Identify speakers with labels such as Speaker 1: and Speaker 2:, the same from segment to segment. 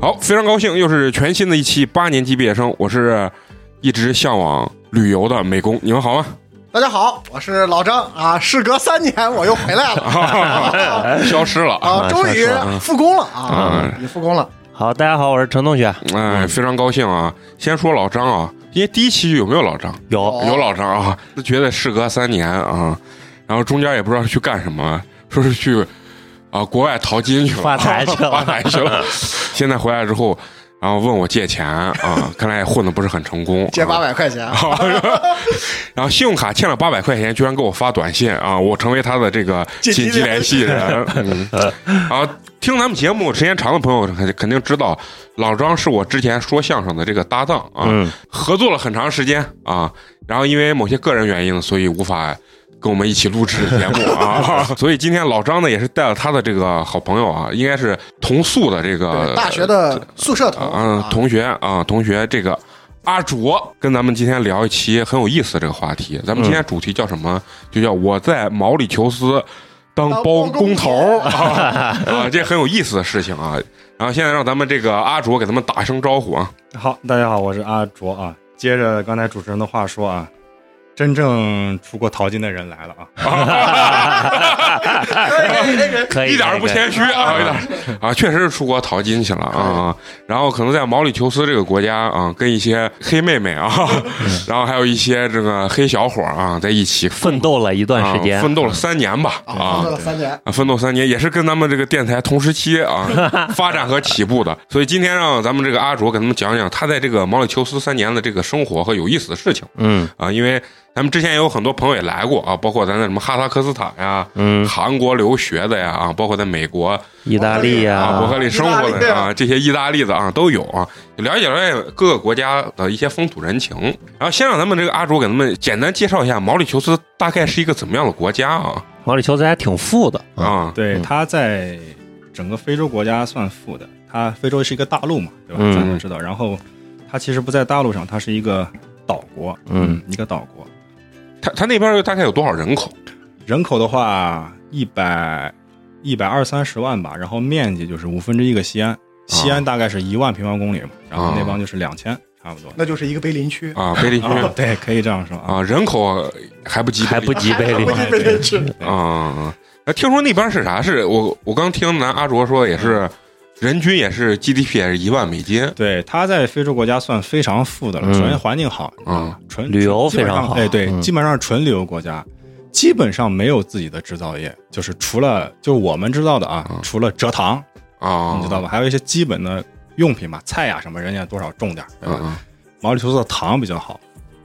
Speaker 1: 好，非常高兴，又是全新的一期八年级毕业生。我是一直向往旅游的美工，你们 好吗？
Speaker 2: 大家好，我是老张啊，事隔三年我又回来了
Speaker 1: 啊消失了
Speaker 2: 啊，终于复工了啊
Speaker 1: 啊，
Speaker 2: 你复工了，
Speaker 3: 好，大家好，我是陈同学。
Speaker 1: 哎，非常高兴啊！先说老张啊，因为第一期就有没有老张？
Speaker 3: 有
Speaker 1: 有老张啊，就觉得事隔三年啊，然后中间也不知道去干什么，说是去啊国外淘金去了，
Speaker 3: 发财去了
Speaker 1: 发财去了。现在回来之后，然后问我借钱啊，看来也混的不是很成功，
Speaker 2: 借八
Speaker 1: 啊。
Speaker 2: 百块钱，
Speaker 1: 然后信用卡欠了八百块钱，居然给我发短信啊！我成为他的这个
Speaker 2: 紧急
Speaker 1: 紧急联系人。 嗯啊，听咱们节目时间长的朋友肯肯定知道，老张是我之前说相声的这个搭档啊，
Speaker 3: 嗯
Speaker 1: 合作了很长时间啊。然后因为某些个人原因，所以无法跟我们一起录制节目 啊。所以今天老张呢，也是带了他的这个好朋友啊，应该是同宿的这个
Speaker 2: 对大学的宿舍同
Speaker 1: 嗯，
Speaker 2: 啊
Speaker 1: 啊同学啊，同学，这个阿卓跟咱们今天聊一期很有意思的这个话题。咱们今天主题叫什么？就叫我在毛里求斯当
Speaker 2: 当
Speaker 1: 包
Speaker 2: 包
Speaker 1: 工
Speaker 2: 工
Speaker 1: 头儿 啊啊，这很有意思的事情啊。然后现在让咱们这个阿卓给咱们打一声招呼啊。
Speaker 4: 好，大家好，我是阿卓啊。接着刚才主持人的话说啊，真正出过淘金的人来了啊。
Speaker 3: 可
Speaker 1: 哎
Speaker 3: 以，
Speaker 1: 一点儿都不
Speaker 3: 可以
Speaker 1: 谦虚啊，一点儿啊，确实是出国淘金去了啊。然后可能在毛里求斯这个国家啊，跟一些黑妹妹啊， 然后还有一些这个黑小伙儿啊，在一起
Speaker 3: 奋斗了一段时
Speaker 1: 啊
Speaker 3: 间，
Speaker 1: 奋斗了三年吧
Speaker 2: 啊，工
Speaker 1: 啊
Speaker 2: 作。了三年，
Speaker 1: 啊，奋斗三年也是跟咱们这个电台同时期啊发展和起步的，所以今天让咱们这个阿卓给他们讲讲他在这个毛里求斯三年的这个生活和有意思的事情
Speaker 3: 嗯
Speaker 1: 啊，因为咱们之前也有很多朋友也来过啊，包括咱的什么哈萨克斯坦呀、
Speaker 3: 嗯，
Speaker 1: 韩国留学的呀啊，包括在美国
Speaker 3: 意大利呀、
Speaker 1: 啊、伯克利生活
Speaker 2: 意大利
Speaker 1: 的啊，这些意大利的啊都有啊，了解了解各个国家的一些风土人情。然后先让咱们这个阿卓给他们简单介绍一下毛里求斯大概是一个怎么样的国家啊
Speaker 3: 毛里求斯还挺富的，
Speaker 1: 啊，
Speaker 4: 对，
Speaker 3: 嗯
Speaker 4: 他在整个非洲国家算富的，他非洲是一个大陆嘛，对吧？
Speaker 3: 嗯
Speaker 4: 咱们知道。然后他其实不在大陆上，他是一个岛国，
Speaker 3: 嗯，
Speaker 4: 一个岛国。
Speaker 1: 他他那边大概有多少人口？
Speaker 4: 人口的话，一百一百二三十万吧，然后面积就是五分之一个西安，西
Speaker 3: 啊
Speaker 4: 安大概是一万平方公里嘛，然后那帮就是两千，差不多。
Speaker 2: 那就是一个碑林区，
Speaker 1: 啊，贝利区
Speaker 4: 啊，对，可以这样说啊。
Speaker 1: 啊，人口还不及
Speaker 3: 还不及贝利
Speaker 2: 不。进碑林区，
Speaker 1: 啊啊。啊听说那边是啥？是我我刚听咱阿卓说也
Speaker 4: 嗯
Speaker 1: 是，人均也是 GDP 也是一万美金
Speaker 4: 对，它在非洲国家算非常富的了，
Speaker 3: 嗯
Speaker 4: 首先环境好，
Speaker 1: 嗯，
Speaker 4: 纯
Speaker 3: 旅游非常好
Speaker 4: 哎，对，
Speaker 3: 嗯
Speaker 4: 基本上是纯旅游国家，基本上没有自己的制造业，就是除了就是我们知道的
Speaker 3: 嗯
Speaker 4: 啊，除了蔗糖，
Speaker 1: 啊，
Speaker 4: 你知道吧？还有一些基本的用品嘛，菜呀、什么，人家多少种点儿，
Speaker 1: 嗯？
Speaker 4: 对吧？
Speaker 1: 嗯
Speaker 4: 毛里求斯的糖比较好，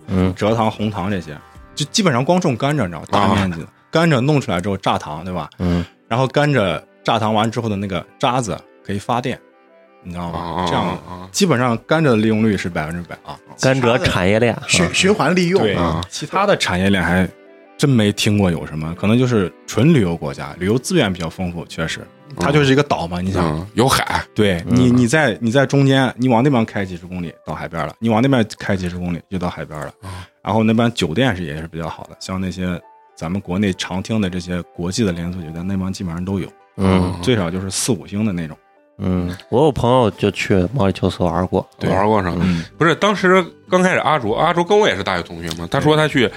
Speaker 3: 嗯，
Speaker 4: 蔗糖、红糖这些，就基本上光种甘蔗，你知道吧，大
Speaker 1: 啊
Speaker 4: 面积的、甘蔗弄出来之后榨糖，对吧？
Speaker 3: 嗯，
Speaker 4: 然后甘蔗榨糖完之后的那个渣子可以发电，你知道
Speaker 1: 啊
Speaker 3: 哦
Speaker 4: 吧？这样的。
Speaker 1: 啊
Speaker 4: 基本上甘蔗的利用率是百分之百啊。
Speaker 3: 甘蔗产业链，
Speaker 2: 循循环利用
Speaker 4: 对
Speaker 1: 啊，
Speaker 4: 其他的产业链还真没听过有什么，可能就是纯旅游国家，旅游资源比较丰富，确实，它就是一个岛嘛。你想，
Speaker 1: 嗯，有海
Speaker 4: 对你你在你在中间，你往那边开几十公里到海边了，你往那边开几十公里就到海边了。
Speaker 1: 嗯
Speaker 4: 然后那边酒店是也是比较好的，像那些咱们国内常听的这些国际的连锁酒店，那帮基本上都有，
Speaker 3: 嗯
Speaker 4: 最少就是四五星的那种。
Speaker 3: 嗯，我有朋友就去毛里求斯玩过，
Speaker 4: 对
Speaker 1: 玩过上。
Speaker 4: 嗯，
Speaker 1: 不是，当时刚开始阿卓，阿卓跟我也是大学同学嘛，他说他去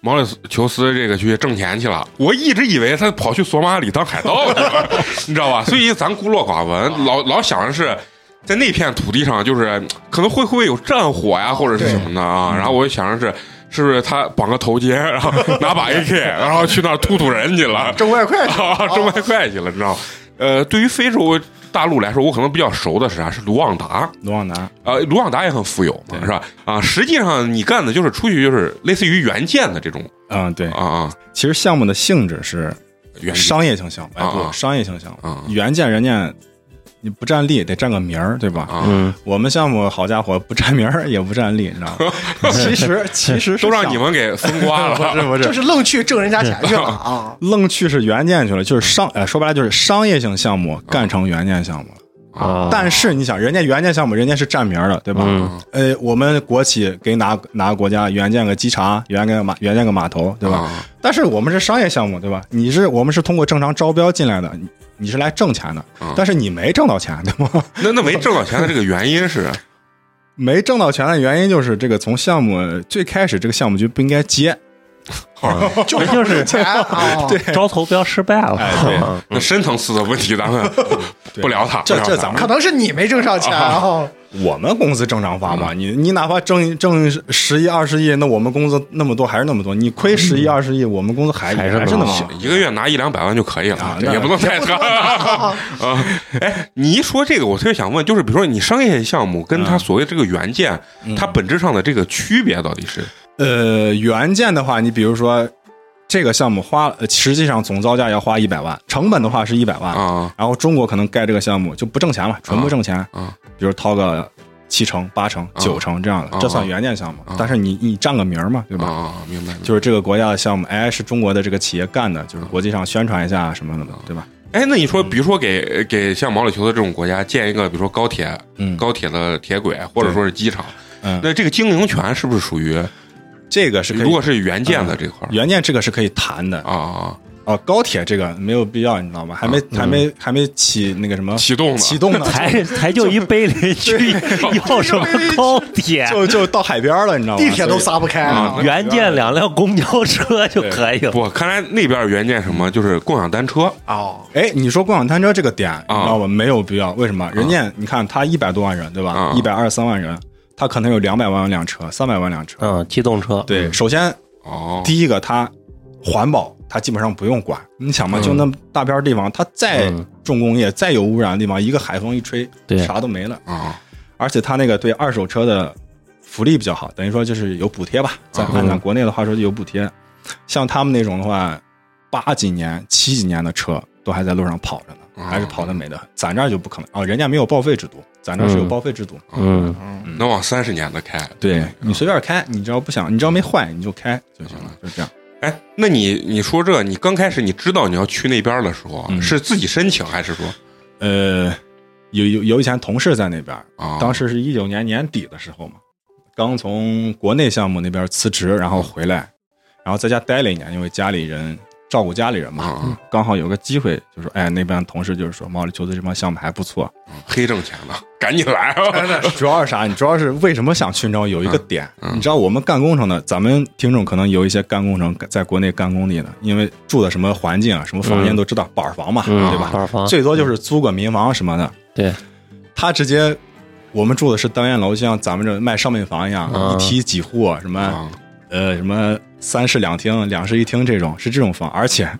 Speaker 1: 毛里求斯这个去挣钱去了，我一直以为他跑去索马里当海盗去了， 你知道吧？所以咱孤陋寡
Speaker 4: 啊
Speaker 1: 闻，老老想着是。在那片土地上，就是可能会会有战火呀，或者是什么的
Speaker 4: 嗯
Speaker 1: 啊。然后我就想着是，是不是他绑个头巾，然后拿把 AK，然后去那儿突突人去了，
Speaker 2: 挣外快去了
Speaker 1: 啊，挣外快去了，你知道吗？呃，对于非洲大陆来说，我可能比较熟的是啊啥？是卢旺达。
Speaker 4: 卢旺达，
Speaker 1: 啊，卢旺达也很富有嘛，是吧？啊，实际上你干的就是出去就是类似于援建的这种
Speaker 4: 嗯，对，
Speaker 1: 啊啊，
Speaker 4: 其实项目的性质是
Speaker 1: 援建
Speaker 4: 商业性项目，哎，
Speaker 1: 啊啊
Speaker 4: 不，商业性项目
Speaker 1: 啊，
Speaker 4: 原件人家你不占利得占个名儿，对吧？
Speaker 1: 啊，
Speaker 3: 嗯，
Speaker 4: 我们项目好家伙，不占名儿也不占利，你知道 吗？其实其实是
Speaker 1: 都让
Speaker 4: 项
Speaker 1: 你
Speaker 4: 目
Speaker 1: 们给 风刮了。啊
Speaker 4: 不是不。
Speaker 2: 就是是愣去挣人家钱去了啊，
Speaker 4: 愣去是原件去了，就是商，
Speaker 1: 啊
Speaker 4: 呃，说白了就是商业性项目干成原件项目了。
Speaker 3: 啊，
Speaker 4: 但是你想，人家原件项目人家是占名儿的，对吧？
Speaker 3: 嗯
Speaker 4: 呃，我们国企给哪哪个国家原建个机场，原建个码，原建个码头，对吧？
Speaker 1: 啊
Speaker 4: 但是我们是商业项目，对吧？你是我们是通过正常招标进来的，你你是来挣钱的
Speaker 1: 嗯，
Speaker 4: 但是你没挣到钱，对吗？
Speaker 1: 那那没挣到钱的这个原因是，
Speaker 4: 没挣到钱的原因就是这个从项目最开始这个项目局不应该接，
Speaker 3: 这就是
Speaker 2: 钱啊，对，
Speaker 3: 招投标失败了。
Speaker 4: 哎对
Speaker 1: 那深层次的问题咱们不聊它。
Speaker 4: 这
Speaker 1: 不聊它
Speaker 4: 这咱们
Speaker 2: 可能是你没挣上钱啊，
Speaker 4: 我们公司正常发嘛，你你哪怕挣挣十亿二十亿，那我们工资那么多还是那么多，你亏十亿二十亿，我们工资还
Speaker 3: 还是
Speaker 4: 是还
Speaker 3: 那
Speaker 4: 那
Speaker 3: 么
Speaker 4: 么
Speaker 3: 少
Speaker 4: 少
Speaker 1: 一个月拿一两百万就可以了
Speaker 4: 啊，
Speaker 1: 这
Speaker 4: 那
Speaker 1: 也不能太差 啊。哎，你一说这个，我特别想问，就是比如说你商业项目跟它
Speaker 4: 嗯
Speaker 1: 所谓这个原件，它本质上的这个区别到底是？
Speaker 4: 呃，原件的话，你比如说这个项目花，呃实际上总造价要花一百万，成本的话是一百万
Speaker 1: 啊
Speaker 4: 然后中国可能盖这个项目就不挣钱了，纯不挣钱
Speaker 1: 啊
Speaker 4: 比如掏个七成、八成、九成这样的
Speaker 1: 啊，
Speaker 4: 这算原件项目
Speaker 1: 啊。
Speaker 4: 但是你你占个名儿嘛，对吧？
Speaker 1: 啊，明白。明白
Speaker 4: 就是这个国家的项目，哎，是中国的这个企业干的，就是国际上宣传一下什么的，对吧？
Speaker 1: 哎，那你说，比如说给给像毛里求斯这种国家建一个，比如说高铁，
Speaker 4: 嗯
Speaker 1: 高铁的铁轨或者说是机场，
Speaker 4: 嗯
Speaker 1: 那这个经营权是不是属于？
Speaker 4: 这个是可
Speaker 1: 如
Speaker 4: 以嗯
Speaker 1: 果。是原件的这块儿
Speaker 4: 原件这个是可以谈的
Speaker 1: 啊啊，
Speaker 4: 哦，高铁这个没有必要，你知道吗？还没还没还没起那个什么
Speaker 1: 嗯启动了
Speaker 4: 启动 呢，
Speaker 3: 才才就一碑林区， 要什么高铁？
Speaker 4: 就就到海边了，你知道吗？
Speaker 2: 地铁都
Speaker 4: 所以
Speaker 2: 撒不开啊
Speaker 1: 啊。
Speaker 3: 原建两辆公交车就可以了。
Speaker 1: 不，看来那边原件什
Speaker 4: 嗯
Speaker 1: 么就是共享单车
Speaker 2: 哦，
Speaker 4: 哎，你说共享单车这个点，
Speaker 3: 啊
Speaker 4: 你知道吗？没有必要，为什么？人家你看他一百多万人，对吧
Speaker 1: 啊？
Speaker 4: 一百二十三万人，他可能有两百万辆车，三百万辆车。
Speaker 3: 嗯，机动车，
Speaker 4: 对，首先
Speaker 1: 哦，
Speaker 4: 第一个，它环保，它基本上不用管。你想嘛，
Speaker 3: 嗯
Speaker 4: 就那么大片儿地方，它再
Speaker 3: 嗯
Speaker 4: 重工业、再有污染的地方，一个海风一吹，
Speaker 3: 对
Speaker 4: 啥都没了。
Speaker 1: 啊
Speaker 4: 而且它那个对二手车的福利比较好，等于说就是有补贴吧。咱按咱国内的话说，就有补贴。像他们那种的话，八几年、七几年的车都还在路上跑着呢，还是跑的美的很。咱这儿就不可能啊、人家没有报废制度，咱这儿是有报废制度。
Speaker 3: 嗯，
Speaker 1: 能往三十年的开。
Speaker 4: 对你随便开，你只要不想，你只要没坏，你就开就行了，就这样。
Speaker 1: 哎，那你你说这，你刚开始你知道你要去那边的时候，啊
Speaker 4: 嗯
Speaker 1: 是自己申请还是说
Speaker 4: 呃，有有有以前同事在那边，
Speaker 1: 啊？
Speaker 4: 当时是一九年年底的时候嘛，刚从国内项目那边辞职，然后回来，然后在家待了一年，因为家里人照顾家里人嘛，
Speaker 1: 啊，
Speaker 4: 刚好有个机会，就说哎，那边同事就是说，毛里求斯这帮项目还不错。
Speaker 1: 啊黑挣钱了，赶紧来啊！
Speaker 4: 主要是啥？你主要是为什么想去？你知道有一个点，
Speaker 1: 嗯嗯
Speaker 4: 你知道我们干工程的，咱们听众可能有一些干工程在国内干工地的，因为住的什么环境啊，什么房间
Speaker 3: 嗯
Speaker 4: 都知道，板儿房嘛，
Speaker 3: 嗯
Speaker 4: 对吧？
Speaker 3: 板儿房
Speaker 4: 最多就是租个民房什么的。
Speaker 3: 对，
Speaker 4: 他直接，我们住的是单元楼，就像咱们这卖商品房一样，
Speaker 3: 嗯
Speaker 4: 一梯几户，什么、
Speaker 1: 啊
Speaker 4: 呃什么三室两厅、两室一厅这种，是这种房。而且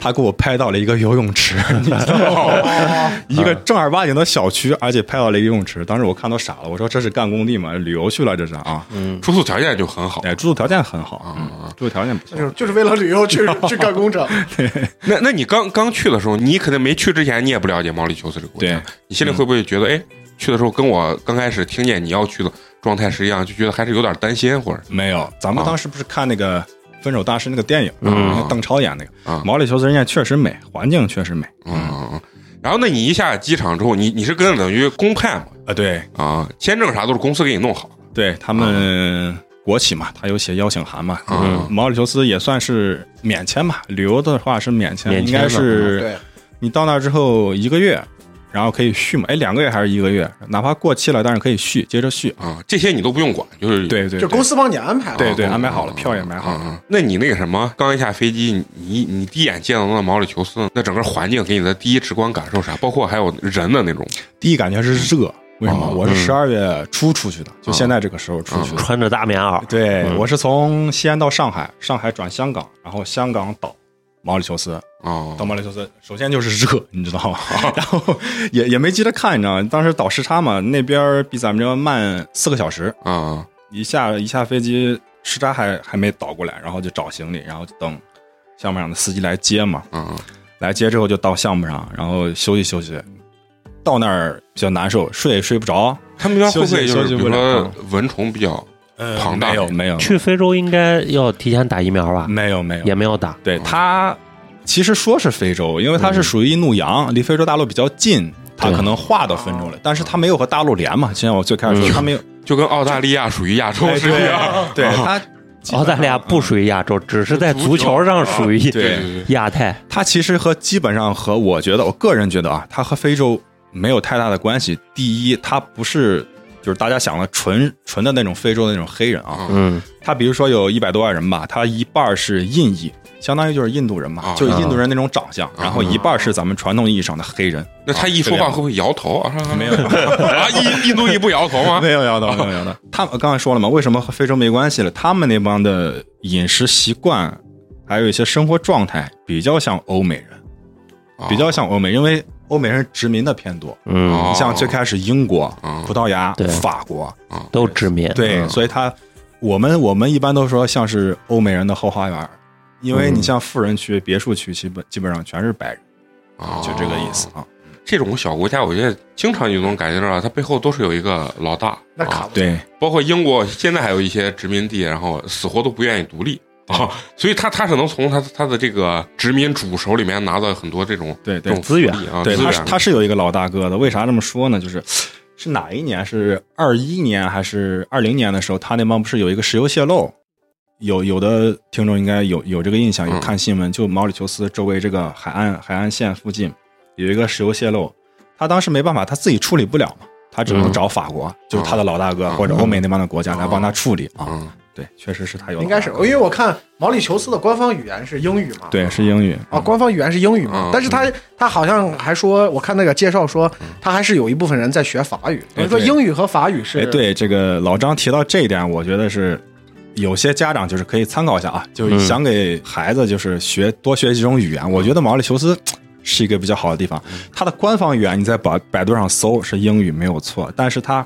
Speaker 4: 他给我拍到了一个游泳池， 你知道
Speaker 1: 啊
Speaker 2: 哦
Speaker 4: 吗？一个正儿八经的小区，而且拍到了一个游泳池。当时我看都傻了，我说这是干工地吗？旅游去了这是啊？
Speaker 1: 住宿条件就很好。
Speaker 4: 哎，住宿条件很好，
Speaker 1: 嗯啊
Speaker 4: 嗯住宿条件不错
Speaker 2: 就。是就是为了旅游去去干工程，
Speaker 1: 那那你刚刚去的时候，你可能没去之前，你也不了解毛里求斯这个国家
Speaker 4: 对，嗯
Speaker 1: 你心里会不会觉得，哎，去的时候跟我刚开始听见你要去的状态是一样，就觉得还是有点担心，或者
Speaker 4: 没有，咱们当时不是看那个《分手大师》那个电影，
Speaker 1: 嗯
Speaker 4: 那邓超演那个，
Speaker 1: 啊
Speaker 4: 毛里求斯人家确实美，环境确实美
Speaker 1: 嗯。嗯然后，那你一下机场之后，你你是跟等于公派嘛？
Speaker 4: 啊。对，
Speaker 1: 啊，签证啥都是公司给你弄好。
Speaker 4: 对他们国企嘛，他有写邀请函嘛。
Speaker 1: 嗯
Speaker 4: 毛里求斯也算是免签吧，旅游的话是免签，
Speaker 3: 免
Speaker 4: 应
Speaker 3: 签
Speaker 4: 该
Speaker 3: 的
Speaker 4: 是
Speaker 2: 对，
Speaker 4: 你到那之后一个月，然后可以续嘛，哎，两个月还是一个月，哪怕过期了，但是可以续，接着续。
Speaker 1: 啊，这些你都不用管，就是
Speaker 4: 对对，
Speaker 2: 就公司帮你安排了。
Speaker 4: 对对
Speaker 1: 啊
Speaker 4: 安排好了
Speaker 1: 啊
Speaker 4: 票也买好了
Speaker 1: 啊啊那你那个什么，刚一下飞机，你你第一眼见到那毛里求斯，那整个环境给你的第一直观感受是啥？包括还有人的那种
Speaker 4: 第一感觉是热，为什么？
Speaker 1: 哦
Speaker 4: 我是十二月初出去的，就现在这个时候出去的。
Speaker 3: 穿着大棉袄，
Speaker 4: 对，我是从西安到上海，上海转香港，然后香港岛毛里求斯，
Speaker 1: 啊
Speaker 4: 到毛里求斯，首先就是热，你知道吗？ 然后也也没急着看，你知道吗？当时倒时差嘛，那边儿比咱们这慢四个小时，
Speaker 1: 啊
Speaker 4: 一下一下飞机时差还还没倒过来，然后就找行李，然后就等项目上的司机来接嘛。
Speaker 1: 啊
Speaker 4: 来接之后就到项目上，然后休息休息。到那儿比较难受，睡也睡不着。
Speaker 1: 他们那边会不会就
Speaker 4: 休息休
Speaker 1: 是
Speaker 4: 息
Speaker 1: 比
Speaker 4: 不
Speaker 1: 如
Speaker 4: 了
Speaker 1: 说蚊虫比较呃庞大？
Speaker 4: 没有没有
Speaker 3: 去非洲应该要提前打疫苗吧？
Speaker 4: 没有没有
Speaker 3: 也，没有打，
Speaker 4: 对它其实说是非洲，因为它是属于怒羊，离非洲大陆比较近，
Speaker 3: 嗯
Speaker 4: 它
Speaker 3: 对嗯
Speaker 4: 可能划到非洲了，但是它没有 和大陆连嘛。就像我最开始说，它没有
Speaker 1: 就跟澳大利亚属于亚洲
Speaker 4: 哎
Speaker 1: 是一样。
Speaker 4: 对，它基本
Speaker 3: 澳哦
Speaker 4: 上嗯
Speaker 3: 大利亚不属于亚洲，只是在足球上属于
Speaker 4: 对
Speaker 1: 对对
Speaker 3: 亚太。
Speaker 4: 它其实和基本上和我觉得，我个人觉得啊，它和非洲没有太大的关系。第一，它不是就是大家想的纯纯的那种非洲的那种黑人啊，
Speaker 3: 嗯，
Speaker 4: 它比如说有一百多万人吧，它一半儿是印裔，相当于就是印度人嘛
Speaker 1: 啊，
Speaker 4: 就是印度人那种长
Speaker 3: 啊
Speaker 4: 相，然后一半儿是咱们传统意义上的黑人。
Speaker 1: 那他一说话会不会摇头啊？
Speaker 4: 没有
Speaker 1: 啊，印印度裔不摇头吗？
Speaker 4: 没有摇头，没有摇头。他们刚才说了嘛，为什么和非洲没关系了？他们那帮的饮食习惯，还有一些生活状态，比较像欧美人，
Speaker 1: 啊
Speaker 4: 比较像欧美，因为欧美人殖民的偏多。
Speaker 3: 嗯，
Speaker 1: 哦
Speaker 4: 你像最开始英国
Speaker 1: 嗯、
Speaker 4: 葡萄牙
Speaker 3: 对、
Speaker 4: 法国，
Speaker 3: 都殖民。
Speaker 4: 对，
Speaker 3: 嗯
Speaker 4: 所以他我们我们一般都说像是欧美人的后花园，因为你像富人区、别墅区，基本基本上全是白人，
Speaker 1: 啊
Speaker 4: 就这个意思。啊。
Speaker 1: 这种小国家，我觉得经常就能感觉到，它背后都是有一个老大。
Speaker 2: 那
Speaker 1: 啊
Speaker 2: 可不，
Speaker 4: 对，
Speaker 1: 包括英国现在还有一些殖民地，然后死活都不愿意独立啊，所以他他是能从他他的这个殖民主手里面拿到很多这种
Speaker 4: 对
Speaker 1: 这
Speaker 4: 对
Speaker 1: 种
Speaker 3: 资源
Speaker 1: 福利啊，
Speaker 4: 对，
Speaker 1: 资
Speaker 4: 他
Speaker 1: 源
Speaker 4: 是他是有一个老大哥的。为啥这么说呢？就是是哪一年？是二一年还是二零年的时候？他那帮不是有一个石油泄漏？有有的听众应该有有这个印象，有
Speaker 1: 嗯
Speaker 4: 看新闻，就毛里求斯周围这个海岸海岸线附近有一个石油泄漏，他当时没办法，他自己处理不了嘛，他只能
Speaker 3: 嗯
Speaker 4: 找法国，就是他的老大哥、
Speaker 1: 嗯
Speaker 4: 或者欧美那帮的国家来帮他
Speaker 1: 嗯
Speaker 4: 处理啊。
Speaker 1: 嗯
Speaker 4: 对，确实是他有老大哥，
Speaker 2: 应该是因为我看毛里求斯的官方语言是英语嘛，
Speaker 4: 对是英语
Speaker 2: 啊，官方语言是英语嘛
Speaker 1: 嗯，
Speaker 2: 但是他他好像还说，我看那个介绍说，他还是有一部分人在学法语，等
Speaker 4: 嗯哎
Speaker 2: 于说
Speaker 4: 对
Speaker 2: 英语和法语是
Speaker 4: 哎，对这个老张提到这一点，我觉得是有些家长就是可以参考一下啊，就是
Speaker 3: 嗯
Speaker 4: 想给孩子就是学多学几种语言。我觉得毛里求斯是一个比较好的地方，它的官方语言你在百百度上搜是英语没有错，但是它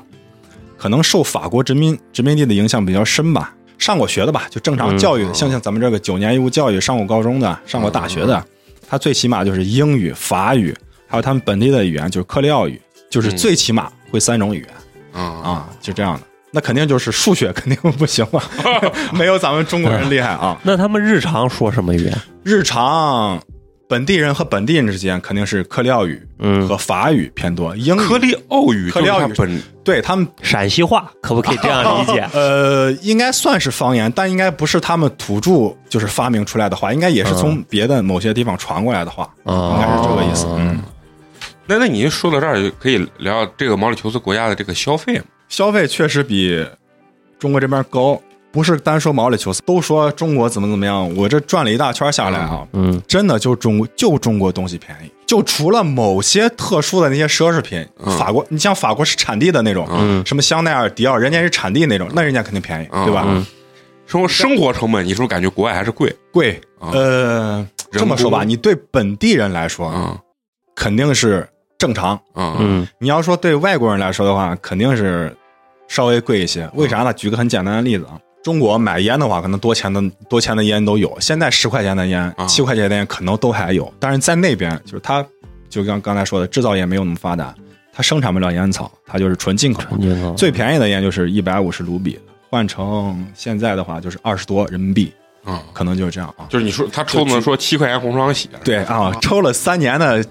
Speaker 4: 可能受法国殖民殖民地的影响比较深吧。上过学的吧，就正常教育，像像咱们这个九年义务教育，上过高中的，上过大学的，他最起码就是英语、法语，还有他们本地的语言，就是克利奥语，就是
Speaker 1: 嗯
Speaker 4: 最起码会三种语言。
Speaker 1: 啊
Speaker 4: 啊，就这样的。那肯定就是数学 肯定不行了，没有咱们中国人厉害啊。
Speaker 3: 那他们日常说什么语言？
Speaker 4: 日常本地人和本地人之间肯定是克利奥语
Speaker 3: 嗯
Speaker 4: 和法语偏多，英
Speaker 1: 科
Speaker 4: 语
Speaker 1: 利奥语，
Speaker 4: 科利奥语
Speaker 1: 本
Speaker 4: 对他们？
Speaker 3: 陕西话可不可以这样理解
Speaker 4: 呃应该算是方言，但应该不是他们土著就是发明出来的话，应该也是从别的某些地方传过来的话，
Speaker 3: 嗯哦
Speaker 4: 应该是这个意思。嗯，
Speaker 1: 那那你说到这儿，可以聊这个毛里求斯国家的这个消费嘛？
Speaker 4: 消费确实比中国这边高，不是单说毛里求斯，都说中国怎么怎么样，我这转了一大圈下来啊，
Speaker 3: 嗯，
Speaker 4: 真的就中国就中国东西便宜，就除了某些特殊的那些奢侈品，
Speaker 1: 嗯
Speaker 4: 法国你像法国是产地的那种，什么香奈儿、迪奥，人家是产地那种，那人家肯定便宜，
Speaker 1: 嗯
Speaker 4: 对吧？
Speaker 1: 嗯生活生活成本，你是不是感觉国外还是贵？
Speaker 4: 贵，
Speaker 1: 啊
Speaker 4: 呃，
Speaker 1: 人
Speaker 4: 这么说吧，
Speaker 1: 工
Speaker 4: 你对本地人来说、
Speaker 1: 嗯
Speaker 4: 肯定是正常，
Speaker 1: 嗯
Speaker 3: 嗯
Speaker 4: 你要说对外国人来说的话，肯定是稍微贵一些。为啥呢？举个很简单的例子啊，中国买烟的话，可能多钱的多钱的烟都有，现在十块钱的烟
Speaker 1: 啊、
Speaker 4: 七块钱的烟可能都还有，但是在那边就是它，就像刚才说的，制造业没有那么发达，它生产不了烟草，它就是纯进口。
Speaker 3: 纯进口
Speaker 4: 最便宜的烟就是一百五十卢比，换成现在的话就是二十多人民币，
Speaker 1: 嗯，
Speaker 4: 可能就是这样啊。
Speaker 1: 就是你说他抽的说七块钱红双喜，
Speaker 4: 对啊，抽了三年的，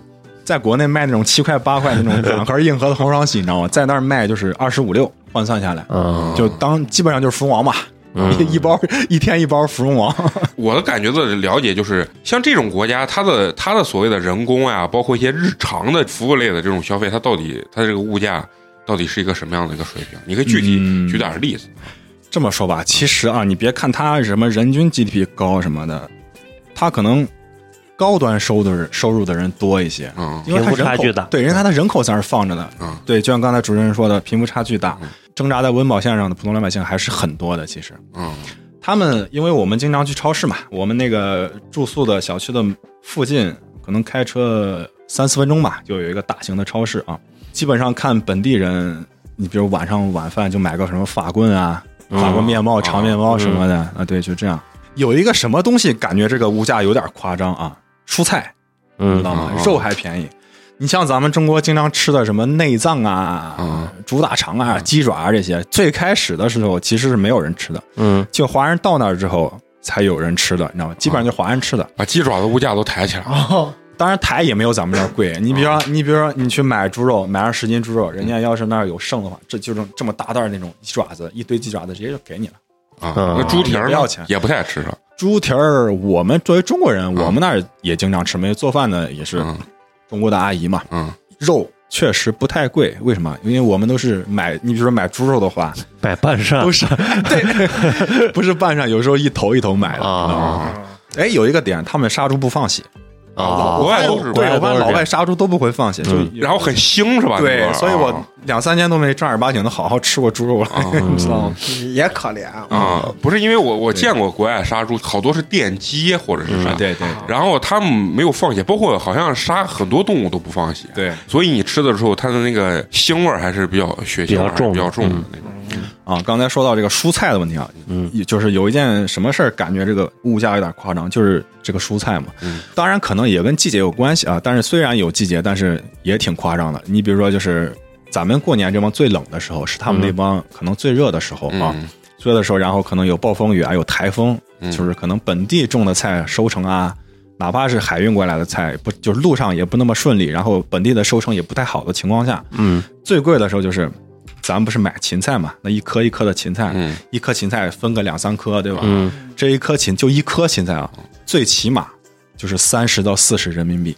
Speaker 4: 在国内卖那种七块八块那种两盒硬盒的红双喜，你知道吗？ 在那儿卖就是二十五六，换算下来，
Speaker 3: 嗯
Speaker 4: 就当基本上就是芙蓉王吧， 一一包一天一包芙蓉王。
Speaker 1: 我的感觉的了解就是，像这种国家，它的它的所谓的人工啊，包括一些日常的服务类的这种消费，它到底它这个物价到底是一个什么样的一个水平？你可以具体
Speaker 4: 嗯
Speaker 1: 举点例子。
Speaker 4: 这么说吧，其实啊，你别看它什么人均 GDP 高什么的，它可能高端收的人收入的人多一些，
Speaker 1: 嗯
Speaker 4: 因为它
Speaker 3: 贫富
Speaker 4: 人口
Speaker 3: 差距大
Speaker 4: 对，因为它的人口在那儿放着呢。
Speaker 1: 嗯
Speaker 4: 对，就像刚才主持人说的，贫富差距
Speaker 3: 嗯
Speaker 4: 大，挣扎在温饱线上的普通老百姓还是很多的。其实，
Speaker 1: 嗯
Speaker 4: 他们因为我们经常去超市嘛，我们那个住宿的小区的附近，可能开车三四分钟吧，就有一个大型的超市啊。基本上看本地人，你比如晚上晚饭就买个什么法棍啊、
Speaker 1: 嗯
Speaker 4: 法国面包、长面包什么的啊，对，就这样。有一个什么东西，感觉这个物价有点夸张啊，蔬菜，你知
Speaker 3: 嗯
Speaker 4: 道吗
Speaker 1: 嗯嗯？
Speaker 4: 肉还便宜。你像咱们中国经常吃的什么内脏啊、
Speaker 1: 嗯
Speaker 4: 猪大肠啊、鸡爪啊这些，最开始的时候其实是没有人吃的，
Speaker 3: 嗯，
Speaker 4: 就华人到那儿之后才有人吃的，你知道吗？基本上就华人吃的。
Speaker 1: 把鸡爪的物价都抬起来
Speaker 4: 嗯
Speaker 1: 啊了。
Speaker 2: 哦，
Speaker 4: 当然台也没有咱们这儿贵。你比如说，你比如说你去买猪肉，买上十斤猪肉，人家要是那儿有剩的话，这就这么这么大袋儿那种鸡爪子，一堆鸡爪子直接就给你了。
Speaker 1: 啊，
Speaker 3: 嗯
Speaker 1: 那猪蹄儿呢
Speaker 4: 也不要钱
Speaker 1: 也不太吃上，啊
Speaker 4: 猪蹄儿，我们 作为中国人，
Speaker 1: 嗯
Speaker 4: 我们那儿也经常吃，没做饭的也是
Speaker 1: 嗯
Speaker 4: 中国的阿姨嘛。
Speaker 1: 嗯，
Speaker 4: 肉确实不太贵，为什么？因为我们都是买，你比如说买猪肉的话，
Speaker 3: 百半扇
Speaker 4: 都是 对， 不是半上，有时候一头一头买的。
Speaker 3: 啊
Speaker 4: 哎，有一个点，他们杀猪不放血，
Speaker 3: 啊
Speaker 1: 国外都是
Speaker 4: 对，
Speaker 3: 国外
Speaker 4: 我发
Speaker 3: 都是
Speaker 4: 现老
Speaker 3: 这
Speaker 4: 外
Speaker 3: 样
Speaker 4: 杀猪都不会放血，就
Speaker 3: 嗯
Speaker 1: 然后很腥是吧？那啊
Speaker 4: 对
Speaker 1: 个，
Speaker 4: 所以我两三年都没正儿八经的好好吃过猪肉了， 你知道吗？
Speaker 2: 也可怜啊。
Speaker 1: 啊、
Speaker 3: 嗯
Speaker 1: 不是因为我我见过国外杀猪，好多是电击或者是啥，
Speaker 3: 嗯
Speaker 4: 啊，对对
Speaker 1: 然后他们没有放血，包括好像杀很多动物都不放血，
Speaker 4: 对
Speaker 1: 所以你吃的时候，它的那个腥味儿还是比较血腥味儿
Speaker 3: 比较重
Speaker 1: 还是比较重
Speaker 3: 嗯
Speaker 1: 的那种。
Speaker 4: 啊，刚才说到这个蔬菜的问题啊，嗯，就是有一件什么事儿，感觉这个物价有点夸张，就是这个蔬菜嘛。
Speaker 1: 嗯，
Speaker 4: 当然可能也跟季节有关系啊，但是虽然有季节，但是也挺夸张的。你比如说，就是咱们过年这帮最冷的时候，是他们那帮可能最热的时候
Speaker 3: 哦
Speaker 4: 啊，
Speaker 1: 嗯
Speaker 4: 最热的时候，然后可能有暴风雨啊，有台风，
Speaker 1: 嗯
Speaker 4: 就是可能本地种的菜收成啊。哪怕是海运过来的菜，不就是路上也不那么顺利，然后本地的收成也不太好的情况下，
Speaker 3: 嗯
Speaker 4: 最贵的时候就是，咱们不是买芹菜嘛，那一颗一颗的芹菜，
Speaker 1: 嗯
Speaker 4: 一颗芹菜分个两三颗，对吧？
Speaker 3: 嗯
Speaker 4: 这一颗芹就一颗芹菜啊，最起码就是三十到四十人民币，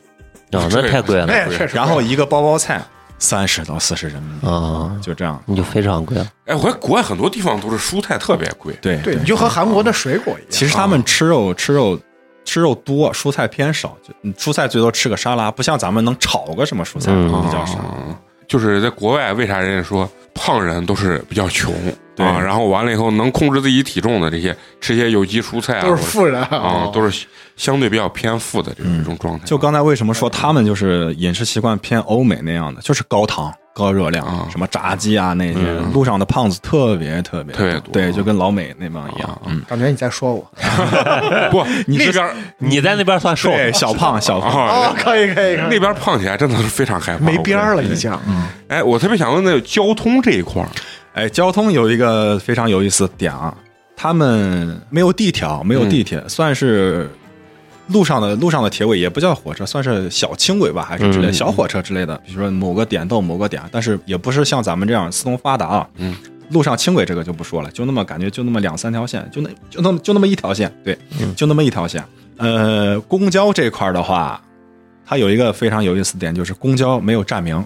Speaker 3: 啊那太贵了
Speaker 2: 那也确实。
Speaker 4: 然后一个包包菜三十到四十人民币，
Speaker 3: 啊，
Speaker 4: 就这样。
Speaker 3: 你就非常贵了，
Speaker 1: 哎，我看国外很多地方都是蔬菜特别贵，
Speaker 4: 对
Speaker 2: 对，你就和韩国的水果一样。
Speaker 4: 其实他们吃肉吃肉吃肉多，蔬菜偏少，就嗯蔬菜最多吃个沙拉，不像咱们能炒个什么蔬菜、
Speaker 3: 嗯
Speaker 4: 比较少。
Speaker 1: 啊就是在国外，为啥人家说胖人都是比较穷
Speaker 4: 对
Speaker 1: 啊？然后完了以后能控制自己体重的这些，吃一些有机蔬菜啊，
Speaker 2: 都是
Speaker 1: 或者
Speaker 2: 富人
Speaker 1: 啊，
Speaker 2: 哦
Speaker 1: 都是相对比较偏富的
Speaker 3: 嗯
Speaker 1: 这种一种状态。
Speaker 4: 就刚才为什么说他们就是饮食习惯偏欧美那样的，就是高糖、高热量，
Speaker 1: 啊
Speaker 4: 什么炸鸡啊那些，路上的胖子特别特别
Speaker 1: 特别多
Speaker 4: 对，就跟老美那帮一样。嗯，
Speaker 2: 感觉你在说 我。
Speaker 1: 不，那
Speaker 4: 是
Speaker 1: 边儿
Speaker 3: 你在那边算瘦
Speaker 4: 对，小胖小 胖，
Speaker 1: 啊，
Speaker 2: 可以可以
Speaker 1: 那边儿胖起来真的是非常害怕，
Speaker 2: 哦 没边儿
Speaker 1: 了。
Speaker 2: 了已经。
Speaker 4: 嗯
Speaker 1: 哎，我特别想问，那交通这一块儿，
Speaker 4: 哎，交通有一个非常有意思的点啊，他们没有地条，没有地
Speaker 3: 嗯
Speaker 4: 铁，算是。路上的路上的铁轨也不叫火车，算是小轻轨吧，还是之类
Speaker 3: 嗯
Speaker 4: 的、小火车之类的，比如说某个点到某个点，但是也不是像咱们这样四通发达啊。
Speaker 1: 嗯，
Speaker 4: 路上轻轨这个就不说了，就那么感觉就那么两三条线，就那就那么就那么一条线，对，
Speaker 3: 嗯
Speaker 4: 就那么一条线。呃，公交这块儿的话，它有一个非常有意思的点，就是公交没有站名，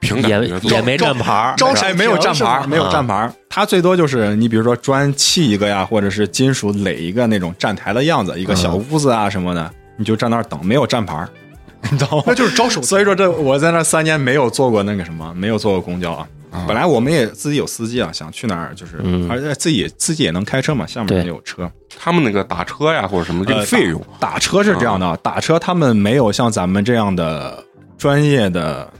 Speaker 1: 凭感觉
Speaker 3: 也也没站牌儿，啊嗯
Speaker 2: 招
Speaker 4: 哎，
Speaker 2: 商
Speaker 4: 没有
Speaker 2: 平
Speaker 4: 站
Speaker 2: 是
Speaker 4: 牌
Speaker 2: 吗
Speaker 4: 儿，没有站牌儿，它最多就是你比如说砖砌一个呀，或者是金属垒一个那种站台的样子，一个小
Speaker 3: 嗯
Speaker 4: 屋子啊什么的，你就站那儿等，没有站牌儿，你知道吗？
Speaker 2: 那就是招手机
Speaker 4: 所以说这我在那三年没有坐过那个什么，没有坐过公交啊。本来我们也自己有司机啊，想去哪儿就是，
Speaker 3: 嗯
Speaker 4: 而且自己自己也能开车嘛，下面也
Speaker 3: 对
Speaker 4: 有车。
Speaker 1: 他们那个打车呀或者什么这个
Speaker 4: 呃
Speaker 1: 费用，嗯
Speaker 4: 打打车是这样的，啊打车他们没有像咱们这样的专业的、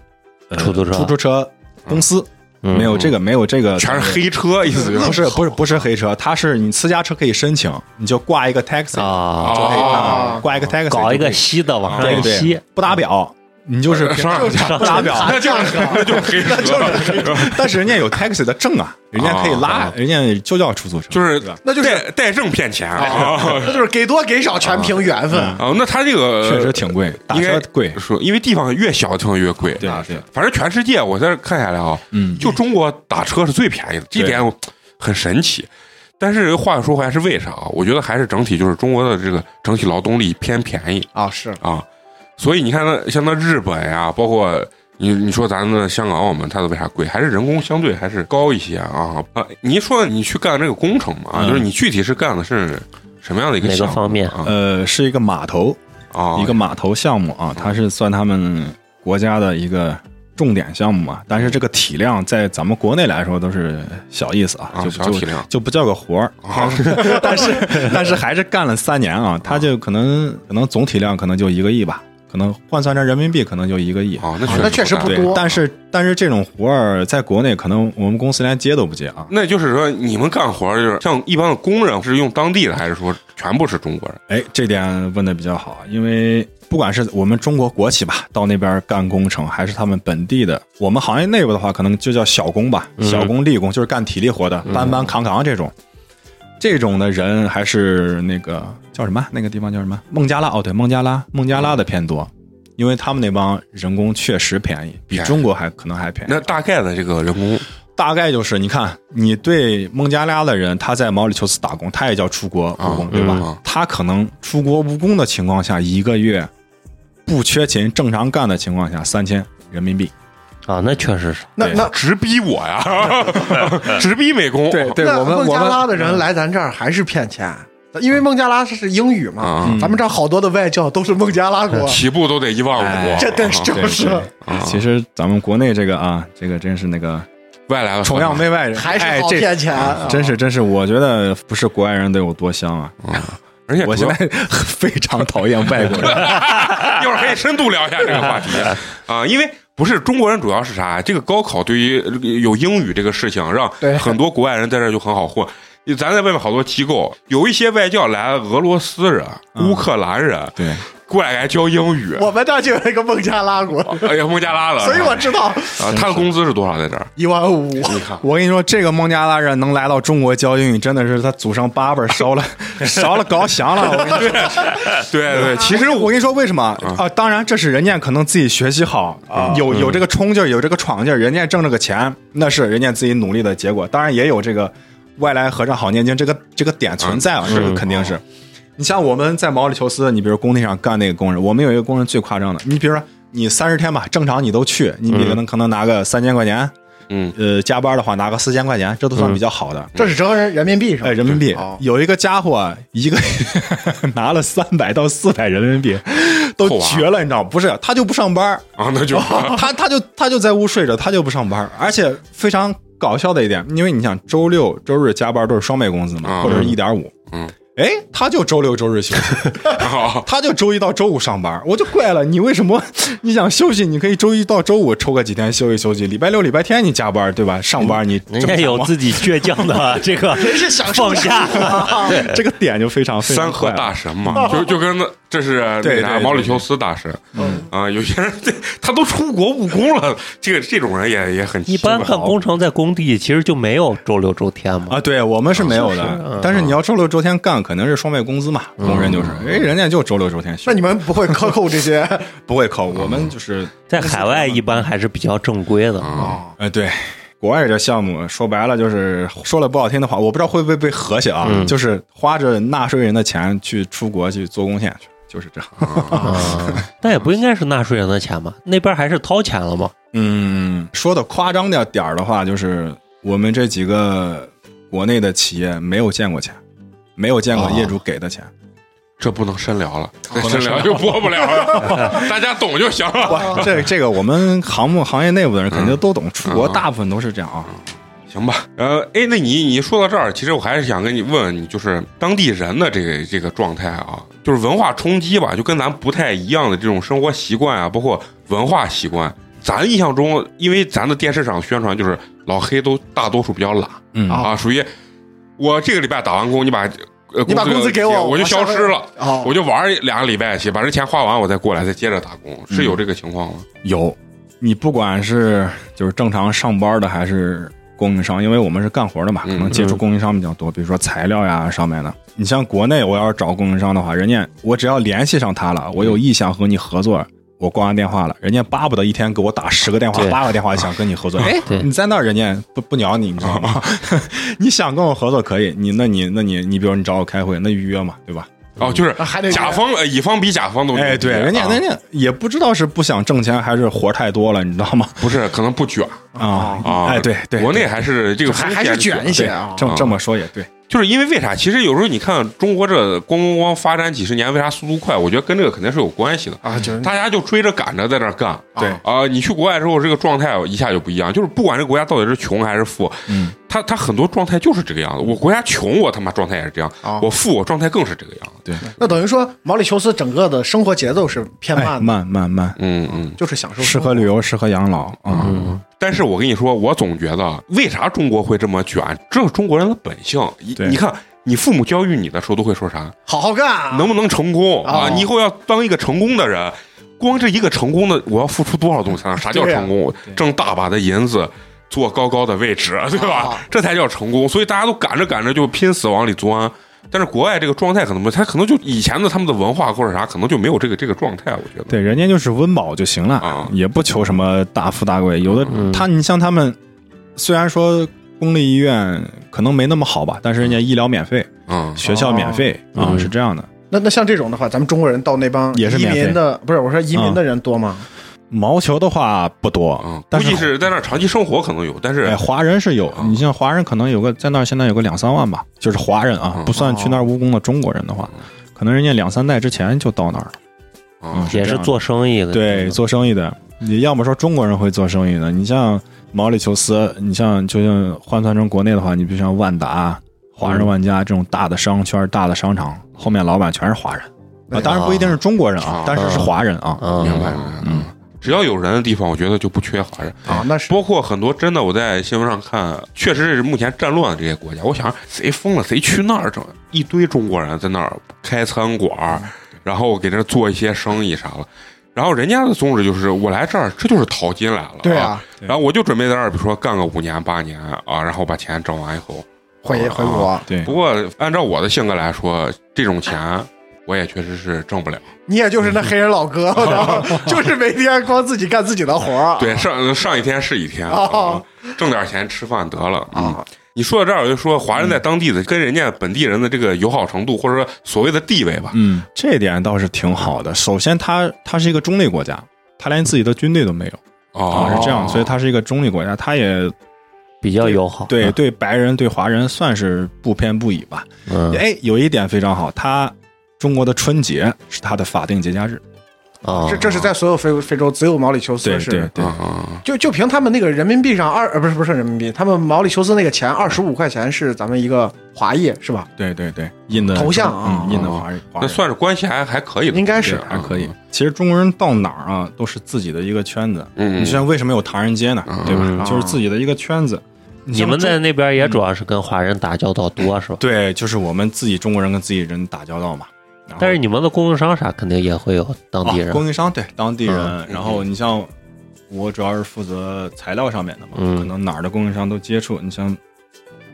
Speaker 4: 呃
Speaker 3: 出租车
Speaker 4: 出租车公司。
Speaker 3: 嗯
Speaker 4: 没有这个，没有这个，
Speaker 1: 全是黑车，意思就是
Speaker 4: 不是不是不是黑车，它是你私家车可以申请，你就挂一个 taxi，、
Speaker 3: 啊，
Speaker 4: 就可以看
Speaker 1: 啊
Speaker 4: 到，挂一个 taxi，
Speaker 3: 搞一
Speaker 4: 就可
Speaker 3: 个
Speaker 4: 以
Speaker 3: 稀的往上
Speaker 4: 啊对
Speaker 3: 一
Speaker 4: 对
Speaker 3: 吸，，
Speaker 4: 不打表，你就是
Speaker 1: 呃上
Speaker 4: 不打表。
Speaker 1: 那就是那 就是黑车，
Speaker 4: 但是人家有 taxi 的证啊，人家可以拉，
Speaker 1: 啊
Speaker 4: 人家就叫出租车，
Speaker 1: 就是
Speaker 4: 对吧
Speaker 2: 那就是
Speaker 1: 带带证骗钱啊
Speaker 2: 那就是给多给少全凭缘分。
Speaker 4: 嗯
Speaker 1: 啊！那他这个
Speaker 4: 确实挺贵，打
Speaker 1: 应该
Speaker 4: 车贵，
Speaker 1: 说，因为地方越小，地方越贵。
Speaker 4: 对对，
Speaker 1: 反正全世界我在这看下来啊，
Speaker 4: 嗯
Speaker 1: 就中国打车是最便宜的，这点我很神奇。但是话又说回来，是为啥啊？我觉得还是整体就是中国的这个整体劳动力偏便宜
Speaker 2: 啊，是
Speaker 1: 啊，所以你看那像那日本呀、包括你你说咱的香港、澳门，它都为啥贵？还是人工相对还是高一些啊啊！你一说你去干这个工程嘛，
Speaker 4: 嗯
Speaker 1: 就是你具体是干的是什么样的一个
Speaker 3: 哪
Speaker 1: 项
Speaker 3: 个
Speaker 1: 目
Speaker 3: 方面
Speaker 1: 啊？
Speaker 4: 呃，是一个码头，
Speaker 1: 啊，
Speaker 4: 一个码头项目
Speaker 1: 哦
Speaker 4: 啊，它是算他们国家的一个重点项目嘛。但是这个体量在咱们国内来说都是小意思啊，
Speaker 1: 啊
Speaker 4: 就
Speaker 1: 小
Speaker 4: 就
Speaker 1: 体量
Speaker 4: 就不叫个活儿。
Speaker 1: 啊，
Speaker 4: 但是 但是还是干了三年
Speaker 1: 哦
Speaker 4: 啊，它就可能可能总体量可能就一个亿吧，可能换算成人民币可能就一个亿。
Speaker 1: 啊，那
Speaker 2: 啊那确实
Speaker 1: 不
Speaker 2: 不
Speaker 1: 大
Speaker 4: 对
Speaker 2: 多，
Speaker 4: 但是但是这种活儿在国内可能我们公司连接都不接啊。
Speaker 1: 那就是说，你们干活儿就是像一般的工人是用当地的，还是说全部是中国人？
Speaker 4: 哎，这点问的比较好，啊因为不管是我们中国国企吧，到那边干工程，还是他们本地的，我们行业内部的话，可能就叫小工吧，
Speaker 1: 嗯
Speaker 4: 小工、力工，就是干体力活的，搬搬扛扛这种。这种的人还是那个叫什么？那个地方叫什么？孟加拉哦，对，孟加拉，孟加拉的偏多，因为他们那帮人工确实便宜，比
Speaker 1: 便宜
Speaker 4: 中国还可能还便宜。
Speaker 1: 那大概的这个人工
Speaker 4: 大概就是，你看，你对孟加拉的人，他在毛里求斯打工，他也叫出国务工，
Speaker 1: 啊
Speaker 4: 对吧？
Speaker 1: 嗯啊
Speaker 4: 他可能出国务工的情况下，一个月不缺勤、正常干的情况下，三千人民币。
Speaker 3: 啊，那确实是
Speaker 2: 那
Speaker 4: 对
Speaker 2: 那
Speaker 1: 直逼我呀，直逼美工。
Speaker 4: 对对，
Speaker 2: 那
Speaker 4: 我们
Speaker 2: 孟
Speaker 4: 我
Speaker 2: 加拉
Speaker 4: 们嗯
Speaker 2: 的人来咱这儿还是骗钱，因为孟加拉是英语嘛，
Speaker 1: 啊，
Speaker 2: 咱们这儿好多的外教都是孟加拉国，
Speaker 4: 嗯
Speaker 1: 起步都得一万五
Speaker 4: 哎，
Speaker 2: 这真是
Speaker 1: 啊
Speaker 4: 对
Speaker 2: 就是
Speaker 4: 对
Speaker 1: 啊
Speaker 4: 其实咱们国内这个啊，这个真是那个
Speaker 1: 外来的
Speaker 4: 崇洋媚外人，
Speaker 2: 还
Speaker 4: 哎
Speaker 2: 是好
Speaker 4: 这
Speaker 2: 骗钱，
Speaker 4: 真是真是，我觉得不是国外人都有多香啊！
Speaker 1: 而且
Speaker 4: 我
Speaker 1: 主
Speaker 4: 现
Speaker 1: 要
Speaker 4: 在 非常讨厌外国人。
Speaker 1: 一会儿可以深度聊一下这个话题啊，因为不是中国人主要是啥？这个高考对于呃有英语这个事情，让
Speaker 2: 对
Speaker 1: 很多国外人在这儿就很好混。咱在外面好多机构，有一些外教来俄罗斯人、乌克兰人
Speaker 4: 对，
Speaker 1: 过来来教英语。
Speaker 2: 我们这儿就有一个孟加拉国，
Speaker 1: 哎呀，孟加拉了，
Speaker 2: 所以我知道
Speaker 1: 啊，他的工资是多少在这 儿？
Speaker 2: 一万五。
Speaker 4: 我跟你说，这个孟加拉人能来到中国教英语，真的是他祖上八辈儿烧了烧了高香了。我跟你说，
Speaker 1: 对对，其
Speaker 4: 其
Speaker 1: 实
Speaker 4: 实我跟你说为什么啊？当然，这是人家可能自己学习好，啊
Speaker 1: 嗯
Speaker 4: 有有这个冲劲儿，有这个闯劲儿，人家挣这个钱，那是人家自己努力的结果。当然也有这个外来和尚好念经这个这个点存在啊，
Speaker 1: 嗯
Speaker 4: 这个肯定
Speaker 1: 哦
Speaker 4: 是。你像我们在毛里求斯，你比如工地上干那个工人，我们有一个工人最夸张的，你比如说你三十天吧，正常你都去，你可能可能拿个三千块钱，
Speaker 1: 嗯，
Speaker 4: 呃，加班的话拿个四千块钱，这都算比较好的。
Speaker 2: 这是折合人人民币是吧
Speaker 4: 哎，？人民币
Speaker 2: 哦
Speaker 4: 有一个家伙啊一个 拿了三百到四百人民币，都
Speaker 1: 扣啊
Speaker 4: 绝了，你知道吗不是，他就不上 班儿，
Speaker 1: 啊，那就
Speaker 4: 他他就他就在屋睡着，他就不上班儿，而且非常搞笑的一点，因为你想周六周日加班都是双倍工资嘛，
Speaker 1: 嗯
Speaker 4: 或者是一点五，
Speaker 1: 嗯，
Speaker 4: 哎，他就周六周日休息，
Speaker 1: 啊
Speaker 4: 他就周一到周五上班，我就怪了，你为什么你想休息，你可以周一到周五抽个几天休息休息，礼拜六礼拜天你加班对吧？上班你
Speaker 3: 嗯人家有自己倔强的这个
Speaker 2: 人是享受
Speaker 3: 放假，
Speaker 4: 己 这个点就非常非常
Speaker 1: 三和
Speaker 4: 怪了
Speaker 1: 大神嘛，就就跟那这是那
Speaker 4: 对对
Speaker 1: 啥
Speaker 4: 对
Speaker 1: 毛里求斯大神
Speaker 2: 嗯
Speaker 1: 啊，有些人 这他都出国务工了，这个这种人也也很奇
Speaker 3: 一般
Speaker 1: 怪啊
Speaker 3: 干工程在工地其实就没有周六周天嘛。
Speaker 4: 啊，对我们是没有
Speaker 3: 是
Speaker 4: 的，
Speaker 3: 嗯
Speaker 4: 但是你要周六周天干，肯定是双倍工资嘛，工人就是，哎，人家就周六周天休，
Speaker 2: 那你们不会克扣这些？
Speaker 4: 不会扣，我们就是，
Speaker 3: 在海外一般还是比较正规的，
Speaker 1: 啊，
Speaker 4: 哎，对，国外这项目说白了就是说了不好听的话，我不知道会不会被和谐啊，就是花着纳税人的钱去出国去做贡献去，就是这样，
Speaker 3: 啊，但也不应该是纳税人的钱嘛，那边还是掏钱了嘛。
Speaker 4: 嗯，说的夸张点点儿的话，就是我们这几个国内的企业没有见过钱，没有见过业主给的钱。
Speaker 1: 这不能深聊了，
Speaker 2: 啊
Speaker 1: 再深聊就播不了了， 大家懂就行了。
Speaker 4: 不，这这个我们航母行业内部的人肯定都懂，出国大部分都是这样啊。
Speaker 1: 行吧，呃，哎，那你你说到这儿，其实我还是想跟你问问你，就是当地人的这个这个状态啊，就是文化冲击吧，就跟咱不太一样的这种生活习惯啊，包括文化习惯。咱印象中，因为咱的电视上宣传就是老黑都大多数比较懒
Speaker 4: 嗯
Speaker 1: 啊，属于我这个礼拜打完工，你把呃
Speaker 2: 你把工资给我，
Speaker 1: 我就消失了。
Speaker 2: 哦，
Speaker 1: 我就玩两个礼拜去，把这钱花完，我再过来，再接着打工，是
Speaker 2: 嗯
Speaker 1: 有这个情况吗？
Speaker 4: 有，你不管是就是正常上班的，还是供应商，因为我们是干活的嘛，可能接触供应商比较多，比如说材料呀上面的。你像国内，我要是找供应商的话，人家我只要联系上他了，我有意向和你合作。我挂完电话了，人家巴不得一天给我打十个电话、
Speaker 3: 对
Speaker 4: 八个电话，想跟你合作。哎
Speaker 3: 对，
Speaker 4: 你在那儿人家不不鸟你，你知道吗？ 你想跟我合作可以，你那你那你你比如你找我开会，那预约嘛，对吧？
Speaker 1: 哦，就是
Speaker 2: 啊还得
Speaker 1: 甲方呃乙方比甲方都
Speaker 4: 哎，对，人家
Speaker 1: 啊
Speaker 4: 人家也不知道是不想挣钱还是活儿太多了，你知道吗？
Speaker 1: 不是可能不卷
Speaker 4: 啊
Speaker 1: 啊，
Speaker 4: 哎，对对，
Speaker 1: 国内还是这个
Speaker 2: 还
Speaker 1: 风
Speaker 2: 还是
Speaker 1: 险
Speaker 2: 卷一些
Speaker 4: 对
Speaker 2: 啊。
Speaker 4: 这么这么说也对，
Speaker 1: 就是因为为啥？其实有时候你看中国这咣咣咣发展几十年，为啥速度快？我觉得跟这个肯定是有关系的
Speaker 2: 啊就是
Speaker 1: 大家就追着赶着在那儿干。
Speaker 4: 对
Speaker 1: 啊、你去国外之后，这个状态一下就不一样。就是不管这个国家到底是穷还是富，
Speaker 4: 嗯，
Speaker 1: 他他很多状态就是这个样子。我国家穷，我他妈状态也是这样；
Speaker 4: 哦
Speaker 2: 啊
Speaker 1: 我富，我状态更是这个样子。
Speaker 4: 对，
Speaker 2: 那等于说，毛里求斯整个的生活节奏是偏
Speaker 4: 哎，
Speaker 2: 慢的，
Speaker 4: 慢慢慢，
Speaker 1: 嗯嗯。
Speaker 2: 就是享受
Speaker 4: 适
Speaker 2: 生活
Speaker 4: 合旅游，适合养老啊。
Speaker 1: 但是我跟你说，我总觉得为啥中国会这么卷？这是中国人的本性。你
Speaker 4: 对
Speaker 1: 你看，你父母教育你的时候都会说啥？
Speaker 2: 好好干啊，
Speaker 1: 能不能成功啊？
Speaker 2: 哦
Speaker 1: 你以后要当一个成功的人，光这一个成功的，我要付出多少东西才能？啊啥叫
Speaker 2: 对呀
Speaker 1: 成功？挣大把的银子，坐高高的位置，对吧
Speaker 2: 哦？
Speaker 1: 这才叫成功。所以大家都赶着赶着就拼死往里钻。但是国外这个状态可能不，他可能就以前的他们的文化或者啥，可能就没有这个这个状态。我觉得，
Speaker 4: 对，人家就是温饱就行了
Speaker 1: 啊，
Speaker 4: 嗯
Speaker 3: 嗯
Speaker 4: 也不求什么大富大贵。有的他，你像他们虽然说公立医院可能没那么好吧，但是人家医疗免费，
Speaker 1: 嗯
Speaker 4: 学校免费啊、
Speaker 3: 嗯
Speaker 4: 是这样的。
Speaker 2: 那那像这种的话，咱们中国人到那帮
Speaker 4: 也是
Speaker 2: 移
Speaker 4: 免费
Speaker 2: 民的，不是我说移民的人多吗？
Speaker 4: 毛球的话不多，
Speaker 1: 嗯，估
Speaker 4: 但
Speaker 1: 计是在那儿长期生活可能有，但是
Speaker 4: 哎，华人是有，你像华人可能有个在那儿现在有个两三万吧，就是华人啊
Speaker 1: 嗯，
Speaker 4: 不算去那儿务工的中国人的话，可能人家两三代之前就到那儿了。
Speaker 1: 啊
Speaker 4: 嗯
Speaker 3: 也是做生意的，
Speaker 4: 对，做生意的，你要么说中国人会做生意的，你像毛里求斯，你像就像换算成国内的话，你比如像万达、华人万家这种大的商圈、大的商场，后面老板全是华人啊，当然不一定是中国人啊
Speaker 1: 啊，
Speaker 4: 但是是华人啊。
Speaker 3: 嗯，
Speaker 1: 明白明白。嗯，只要有人的地方，我觉得就不缺华人。
Speaker 4: 嗯
Speaker 2: 啊，那是
Speaker 1: 包括很多真的，我在新闻上看，确实是目前战乱的这些国家，我想谁疯了，谁去那儿整一堆中国人在那儿开餐馆儿，然后给那儿做一些生意啥了。然后人家的宗旨就是，我来这儿，这就是淘金来了。
Speaker 2: 对
Speaker 1: 啊
Speaker 2: 啊，
Speaker 1: 然后我就准备在这儿，比如说干个五年八年啊，然后把钱挣完以后。
Speaker 4: 啊
Speaker 2: 回回国，
Speaker 4: 对
Speaker 1: 不，过按照我的性格来说，这种钱我也确实是挣不了。
Speaker 2: 你也就是那黑人老 哥，然后就是每天光自己干自己的活儿。
Speaker 1: 对，上上一天是一天，
Speaker 2: 啊哦
Speaker 1: 啊挣点钱吃饭得了。嗯
Speaker 2: 啊，
Speaker 1: 你说到这儿，我就说华人在当地的跟人家本地人的这个友好程度，或者说所谓的地位吧，
Speaker 4: 嗯，这点倒是挺好的。首先它，它是一个中立国家，它连自己的军队都没有
Speaker 1: 哦
Speaker 4: 啊，是这样，所以它是一个中立国家，它也
Speaker 3: 比较友好。啊
Speaker 4: 对对白人对华人算是不偏不倚吧。
Speaker 3: 嗯
Speaker 4: 哎，有一点非常好，它中国的春节是它的法定节假日。
Speaker 3: 啊
Speaker 2: 这，这是在所有非非洲只有毛里求斯
Speaker 4: 对
Speaker 2: 是，
Speaker 4: 对对，
Speaker 1: 啊，
Speaker 2: 就就凭他们那个人民币上二呃不是不是人民币，他们毛里求斯那个钱二十五块钱是咱们一个华裔是吧？
Speaker 4: 对对对，印的
Speaker 2: 头像啊
Speaker 4: 嗯，印的华人，
Speaker 1: 那
Speaker 4: 华人
Speaker 1: 算啊是关系还还可以的，
Speaker 2: 应该
Speaker 4: 对
Speaker 2: 是
Speaker 4: 还可以。其实中国人到哪儿啊，都是自己的一个圈子。
Speaker 1: 嗯
Speaker 4: 你像为什么有唐人街呢？对吧？就是自己的一个圈子。
Speaker 3: 你们在那边也主要是跟华人打交道多是吧？
Speaker 4: 对，就是我们自己中国人跟自己人打交道嘛。然后
Speaker 3: 但是你们的供应商啥肯定也会有当地
Speaker 4: 啊
Speaker 3: 人，
Speaker 4: 供应商对当地人。
Speaker 3: 嗯
Speaker 4: 然后你像我主要是负责材料上面的嘛，
Speaker 3: 嗯
Speaker 4: 可能哪儿的供应商都接触。你像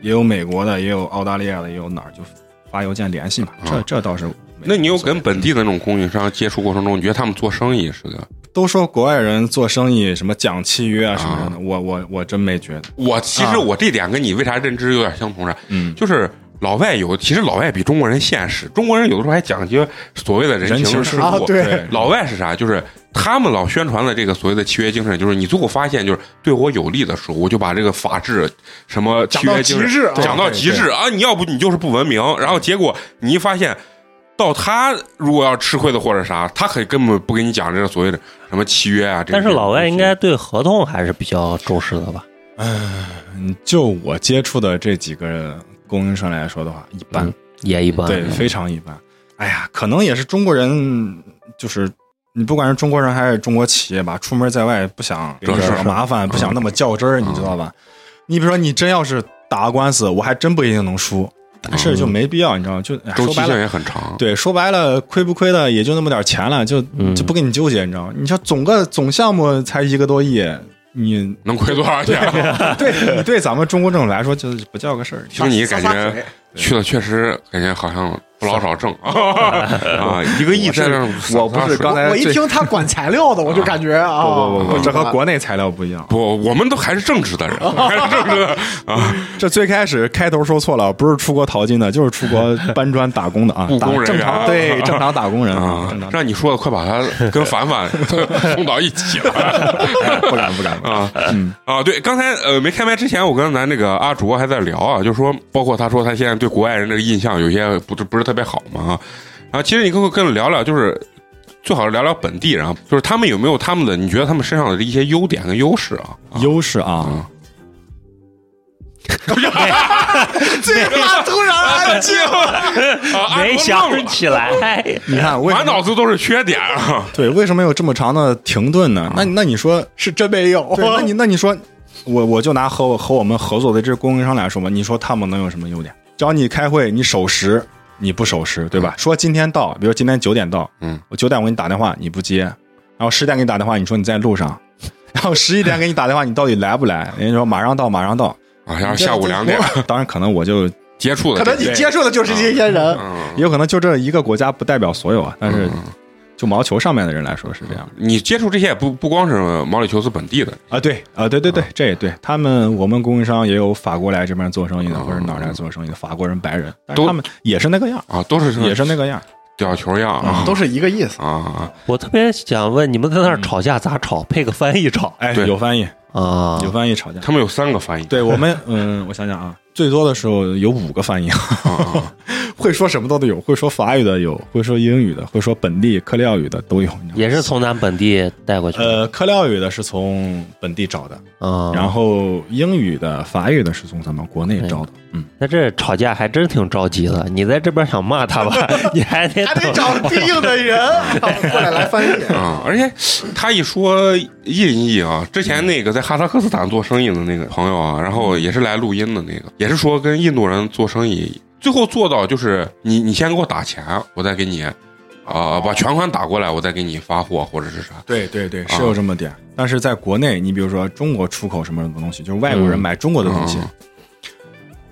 Speaker 4: 也有美国的，也有澳大利亚的，也有哪儿就发邮件联系嘛。这
Speaker 1: 啊
Speaker 3: 嗯
Speaker 4: 这倒是没。
Speaker 1: 那你有跟本地的那种供应商接触过程中，你觉得他们做生意是个？
Speaker 4: 都说国外人做生意什么讲契约啊什么的，我我我真没觉
Speaker 3: 嗯
Speaker 4: 得。
Speaker 1: 我其实我这点跟你为啥认知有点相同呢？
Speaker 4: 嗯，
Speaker 1: 就是老外有，其实老外比中国人现实，中国人有的时候还讲究所谓的人
Speaker 4: 人
Speaker 1: 情
Speaker 4: 情
Speaker 1: 世
Speaker 4: 世
Speaker 2: 啊
Speaker 1: 故，
Speaker 2: 对
Speaker 1: 老外是啥？就是他们老宣传的这个所谓的契约精神，就是你最后发现，就是对我有利的时候，我就把这个法治什么契约精
Speaker 2: 讲到极致
Speaker 1: 神
Speaker 2: 啊
Speaker 1: 讲到极致啊！你要不你就是不文明，然后结果你一发现，到他如果要吃亏的或者啥，他可以根本不跟你讲这个所谓的什么契约啊。这
Speaker 3: 但是
Speaker 1: 些
Speaker 3: 老外
Speaker 1: 东西
Speaker 3: 应该对合同还是比较重视的吧？
Speaker 4: 嗯就我接触的这几个供应商来说的话，一般，
Speaker 3: 嗯也一般。
Speaker 4: 对，非常一般。哎呀，可能也是中国人，就是你不管是中国人还是中国企业吧，出门在外不想惹嗯
Speaker 1: 惹事儿
Speaker 4: 麻烦，不想那么较真儿，你知道吧？你比如说，你真要是打个官司，我还真不一定能输，但是就没必要，你知道吗？就哎
Speaker 1: 周
Speaker 4: 说
Speaker 1: 期
Speaker 4: 白了
Speaker 1: 性，也很长。
Speaker 4: 对，说白了，亏不亏的也就那么点钱了，就就不跟你纠结，你知道吗？你像总个总项目才一个多亿，你
Speaker 1: 能亏多少钱？啊
Speaker 4: 对你对咱们中国政府来说就是不叫个事儿。
Speaker 1: 听你感
Speaker 2: 撒撒
Speaker 1: 觉
Speaker 2: 腿
Speaker 1: 去了，确实感觉好像不老少挣 啊，一个亿在那儿
Speaker 4: 我我不
Speaker 1: 撒
Speaker 4: 是
Speaker 1: 水
Speaker 4: 刚才
Speaker 2: 我一
Speaker 4: 哎最
Speaker 2: 听他管材料的，我就感觉啊，
Speaker 4: 不不不，这和
Speaker 2: 管
Speaker 4: 国内材料不一样。
Speaker 1: 不，我们都还是正直 的人，还是正直的啊，
Speaker 4: 这最开始开头说错了，不是出国淘金的，就是出国搬砖打工 的啊，
Speaker 1: 务
Speaker 4: 打
Speaker 1: 工人员
Speaker 4: 正常 对正常打工人
Speaker 1: 啊
Speaker 3: 嗯
Speaker 4: 正常，
Speaker 1: 让你说的快把他 跟凡凡 送到一起了
Speaker 4: 哎不敢不敢。
Speaker 1: 啊 啊！对，刚才呃没开麦之前，我跟咱那个阿卓还在聊啊，就说包括他说他现在对国外人这个印象有些不是不是特别好嘛啊，然后其实你跟我跟我聊聊，就是最好是聊聊本地人，啊，就是他们有没有他们的，你觉得他们身上的一些优点跟优势啊？
Speaker 4: 优势 啊，
Speaker 2: 这话突然安静，
Speaker 1: 啊
Speaker 3: 没想起来，
Speaker 4: 你看为什
Speaker 1: 满
Speaker 4: 么
Speaker 1: 脑子都是缺点啊！
Speaker 4: 对为什么有这么长的停顿呢？那那你说，
Speaker 2: 是真没有。
Speaker 4: 对，哦那你那你说，我我就拿和我和我们合作的这个供应商来说吧，你说他们能有什么优点？只要你开会，你守时，你不守时，对吧？说今天到，比如今天九点到，
Speaker 1: 嗯，
Speaker 4: 我九点我给你打电话，你不接，然后十点给你打电话，你说你在路上， 然后十一点给你打电话，你到底来不来？人家说马上到，马上到，
Speaker 1: 啊，然后下午两点
Speaker 4: 当然可能我就
Speaker 1: 接触的
Speaker 2: 可
Speaker 1: 这
Speaker 2: 能
Speaker 1: 些，
Speaker 4: 啊
Speaker 2: 你接触的就是这些人，
Speaker 1: 嗯
Speaker 4: 也有可能就这一个国家不代表所有啊，但是就就毛球上面的人来说是这样
Speaker 1: 你接触这些也不不光是毛里求斯本地的，
Speaker 4: 啊，对啊，对对对，这也对他们，我们供应商也有法国来这边做生意的，或者哪儿来做生意的法国人、白人，但是
Speaker 1: 都
Speaker 4: 他们也是那个样儿，
Speaker 1: 啊，都是
Speaker 4: 也是嗯那个样儿。
Speaker 1: 吊球样啊，
Speaker 2: 都是一个 意思。
Speaker 1: 啊啊，
Speaker 3: 我特别想问，你们在那儿吵架咋吵？配个翻译吵
Speaker 4: 哎，
Speaker 1: 对
Speaker 4: 有翻译，
Speaker 3: 啊？
Speaker 4: 有翻译吵架。
Speaker 1: 他们有三个翻译，
Speaker 4: 对 我们，嗯，我想想啊，最多的时候有五个翻译，
Speaker 1: 啊啊，
Speaker 4: 会说什么的都有，会说法语的有，会说英语的，会说本地克里奥语的都有。你知道吗
Speaker 3: 也是从咱本地带过去的
Speaker 4: 呃，克里奥语的是从本地找的，
Speaker 3: 啊。
Speaker 4: 然后英语的、法语的是从咱们国内招的。嗯，
Speaker 3: 那这吵架还真挺着急的，你在这边想骂他 吧，你还得
Speaker 2: 还得
Speaker 3: 等
Speaker 2: 找对应的 人
Speaker 4: 啊
Speaker 2: 过来来翻 译。
Speaker 1: 啊！而且他一说印裔啊，之前那个在哈萨克斯坦做生意的那个朋友啊，然后也是来录音的那个，也是说跟印度人做生意，最后做到就是你你先给我打钱，我再给你啊、把全款打过来，我再给你发货或者是啥。
Speaker 4: 对对对，
Speaker 1: 啊
Speaker 4: 是有这么点。但是在国内，你比如说中国出口什么什么东西，就是外国人
Speaker 3: 嗯
Speaker 4: 买中国的东西。
Speaker 1: 嗯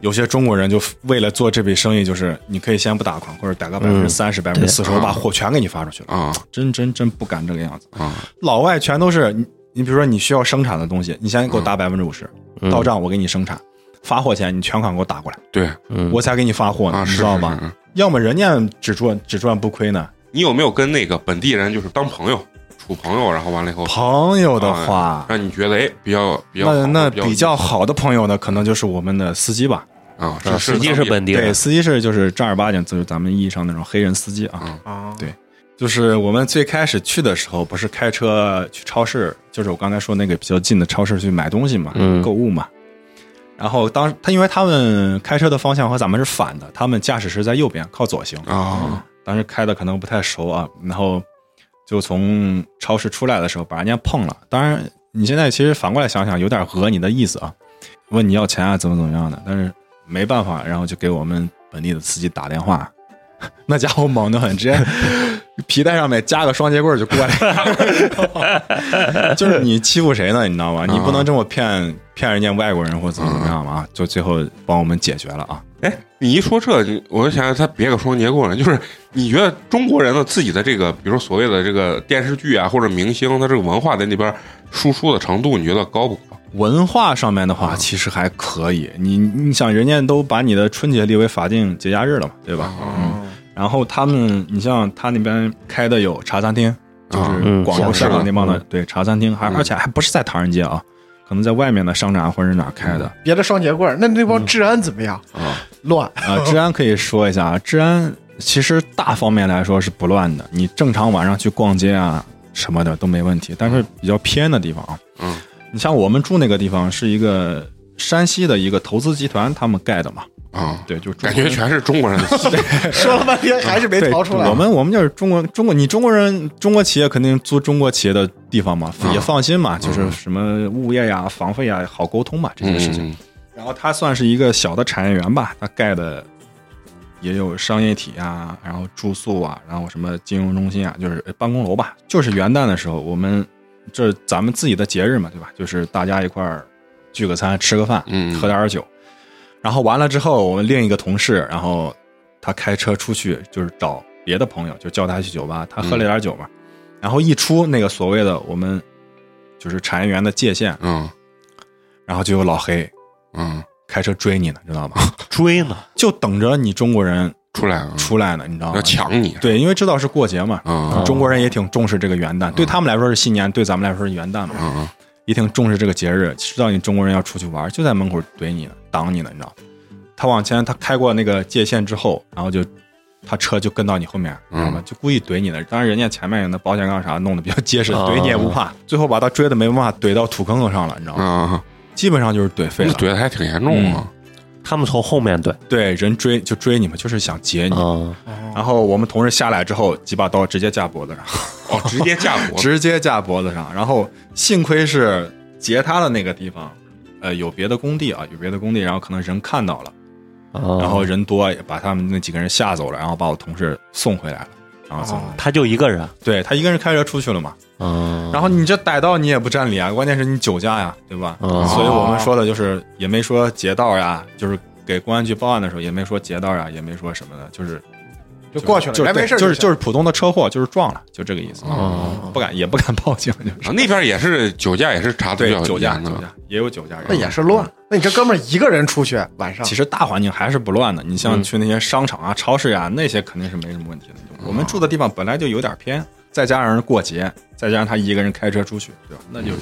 Speaker 4: 有些中国人就为了做这笔生意，就是你可以先不打款，或者打个百分
Speaker 1: 嗯
Speaker 4: 之三十、百分之四十，我把货全给你发出去了。
Speaker 1: 啊
Speaker 4: 真真真不敢这个样子。
Speaker 1: 啊
Speaker 4: 老外全都是你，你比如说你需要生产的东西，你先给我打百分之五十，
Speaker 3: 嗯
Speaker 4: 到账我给你生产，发货钱你全款给我打过来，
Speaker 1: 对
Speaker 3: 嗯
Speaker 4: 我才给你发货呢，
Speaker 1: 啊，
Speaker 4: 你
Speaker 1: 是
Speaker 4: 知道
Speaker 1: 是
Speaker 4: 吗？
Speaker 1: 是是
Speaker 4: 要么人家只赚只赚不亏呢。
Speaker 1: 你有没有跟那个本地人就是当朋友处朋友，然后完了以后
Speaker 4: 朋友的
Speaker 1: 哦
Speaker 4: 话，
Speaker 1: 让你觉得哎比较比较
Speaker 4: 那
Speaker 1: 好
Speaker 4: 那
Speaker 1: 比
Speaker 4: 比较好的朋友呢，可能就是我们的司机吧。
Speaker 1: 啊，
Speaker 3: 啊司机是本地
Speaker 4: 对，
Speaker 3: 人，
Speaker 4: 司机是就是正儿八经，就是咱们意义上那种黑人司机啊。
Speaker 1: 嗯
Speaker 2: 啊
Speaker 4: 对就是我们最开始去的时候，不是开车去超市，就是我刚才说那个比较近的超市去买东西嘛，
Speaker 3: 嗯
Speaker 4: 购物嘛。然后当他因为他们开车的方向和咱们是反的，他们驾驶室在右边靠左行。
Speaker 1: 啊
Speaker 4: 当时开的可能不太熟啊，然后就从超市出来的时候把人家碰了。当然，你现在其实反过来想想，有点讹你的意思啊，问你要钱啊，怎么怎么样的，但是没办法，然后就给我们本地的司机打电话。 那家伙猛得很，直接皮带上面加个双节棍儿就过来， 就是你欺负谁呢？你知道吗？你不能这么骗骗人家外国人或怎么怎么样嘛啊！就最后帮我们解决了啊！
Speaker 1: 哎，你一说这，你我就想想他别个双截棍了。就是你觉得中国人的自己的这个，比如说所谓的这个电视剧啊，或者明星，他这个文化在那边输出的程度，你觉得高不高？
Speaker 4: 文化上面的话，其实还可以。你你想，人家都把你的春节列为法定节假日了嘛，对吧？嗯
Speaker 2: 哦
Speaker 4: 然后他们，你像他那边开的有茶餐厅，就是
Speaker 3: 嗯
Speaker 4: 广
Speaker 3: 像
Speaker 4: 州、
Speaker 3: 是
Speaker 4: 香港
Speaker 3: 的
Speaker 4: 那帮的，
Speaker 3: 嗯
Speaker 4: 对茶餐厅，还
Speaker 1: 嗯
Speaker 4: 而且还不是在唐人街啊，可能在外面的商场或者哪儿开的
Speaker 2: 别的双节棍儿，那那帮治安怎么样？
Speaker 1: 啊
Speaker 2: 乱
Speaker 4: 啊。治安可以说一下啊，治安其实大方面来说是不乱的，你正常晚上去逛街啊什么的都没问题，但是比较偏的地方啊，
Speaker 1: 嗯，
Speaker 4: 你像我们住那个地方是一个山西的一个投资集团他们盖的嘛，
Speaker 1: 啊！
Speaker 4: 对，就是中
Speaker 1: 感
Speaker 4: 国
Speaker 1: 觉
Speaker 4: 人
Speaker 1: 全是中国人的
Speaker 2: 说了半天还是没
Speaker 4: 啊对
Speaker 2: 逃出来。
Speaker 4: 我们我们就是中国中国，你中国人中国企业肯定租中国企业的地方嘛，
Speaker 1: 嗯
Speaker 4: 也放心嘛，就是什么物业呀、房费呀好沟通嘛这些事情。
Speaker 1: 嗯，
Speaker 4: 然后它算是一个小的产业园吧，它盖的也有商业体啊，然后住宿啊，然后什么金融中心啊，就是呃办公楼吧。就是元旦的时候，我们这是咱们自己的节日嘛，对吧？就是大家一块儿聚个餐、吃个饭，
Speaker 1: 嗯
Speaker 4: 喝点儿酒。然后完了之后，我们另一个同事，然后他开车出去，就是找别的朋友，就叫他去酒吧，他喝了点儿酒嘛。然后一出那个所谓的我们就是产业园的界限，
Speaker 1: 嗯
Speaker 4: 然后就有老黑
Speaker 1: 嗯，
Speaker 4: 开车追你呢，知道吗？
Speaker 3: 追呢，
Speaker 4: 就等着你中国人
Speaker 1: 出来啊，
Speaker 4: 出来呢，你知道吗
Speaker 1: 要？抢你
Speaker 4: 对，因为知道是过节嘛，
Speaker 1: 啊
Speaker 4: 中国人也挺重视这个元旦，对他们来说是新年，对咱们来说是元旦嘛，
Speaker 1: 啊
Speaker 4: 也挺重视这个节日。知道你中国人要出去玩，就在门口怼你呢，挡你呢，你知道吗？他往前，他开过那个界限之后，然后就他车就跟到你后面，
Speaker 1: 嗯
Speaker 4: 知道吗？就故意怼你的。当然，人家前面那保险杠啥弄得比较结实，
Speaker 1: 嗯
Speaker 3: 啊
Speaker 4: 怼你也不怕。最后把他追的没办法，怼到土坑坑上了，你知道
Speaker 1: 啊啊！
Speaker 4: 吗？基本上就是怼废
Speaker 1: 那
Speaker 4: 了。嗯
Speaker 1: 怼的还挺严重啊
Speaker 3: 他们从后面怼
Speaker 4: 对，人追就追你们，就是想劫
Speaker 1: 嗯
Speaker 4: 你。
Speaker 3: 啊，
Speaker 4: 然后我们同事下来之后，几把刀直接架脖子上，
Speaker 1: 哦，直接架脖子
Speaker 4: 直接架脖子上。然后幸亏是截他的那个地方，呃，有别的工地啊，有别的工地，然后可能人看到了，然
Speaker 3: 然
Speaker 2: 哦
Speaker 4: 后人多也把他们那几个人吓走了，然后把我同事送回来了，然后送
Speaker 2: 哦啊
Speaker 4: 回来。
Speaker 3: 他就一个人
Speaker 4: 对他一个人开车出去了嘛，
Speaker 2: 哦
Speaker 3: 啊，
Speaker 4: 然后你这逮到你也不占理啊，关键是你酒驾呀，对吧？
Speaker 3: 哦
Speaker 4: 所以我们说的就是也没说劫道呀，就是给公安局报案的时候也没说劫道呀，也没说什么的，就是
Speaker 2: 就过去了，
Speaker 4: 就是
Speaker 2: 来没事
Speaker 4: 对就是就是是普通的车祸，就是撞了，就这个意思。
Speaker 3: 哦
Speaker 4: 不敢也不敢报警，就
Speaker 1: 啊
Speaker 4: 是
Speaker 1: 那边也是酒驾，也是查的比
Speaker 4: 对
Speaker 1: 较
Speaker 4: 酒驾
Speaker 1: 严
Speaker 4: 酒
Speaker 1: 的。
Speaker 4: 驾也有酒驾人。
Speaker 2: 那也是乱。那你这哥们儿一个人出去晚上
Speaker 4: 嗯其，实大环境还是不乱的。你像
Speaker 1: 嗯
Speaker 4: 去那些商场啊、超市呀、那些肯定是没什么问题的。我们住的地方本来就有点偏，再加上过节，再加上他一个人开车出去，对吧？那就是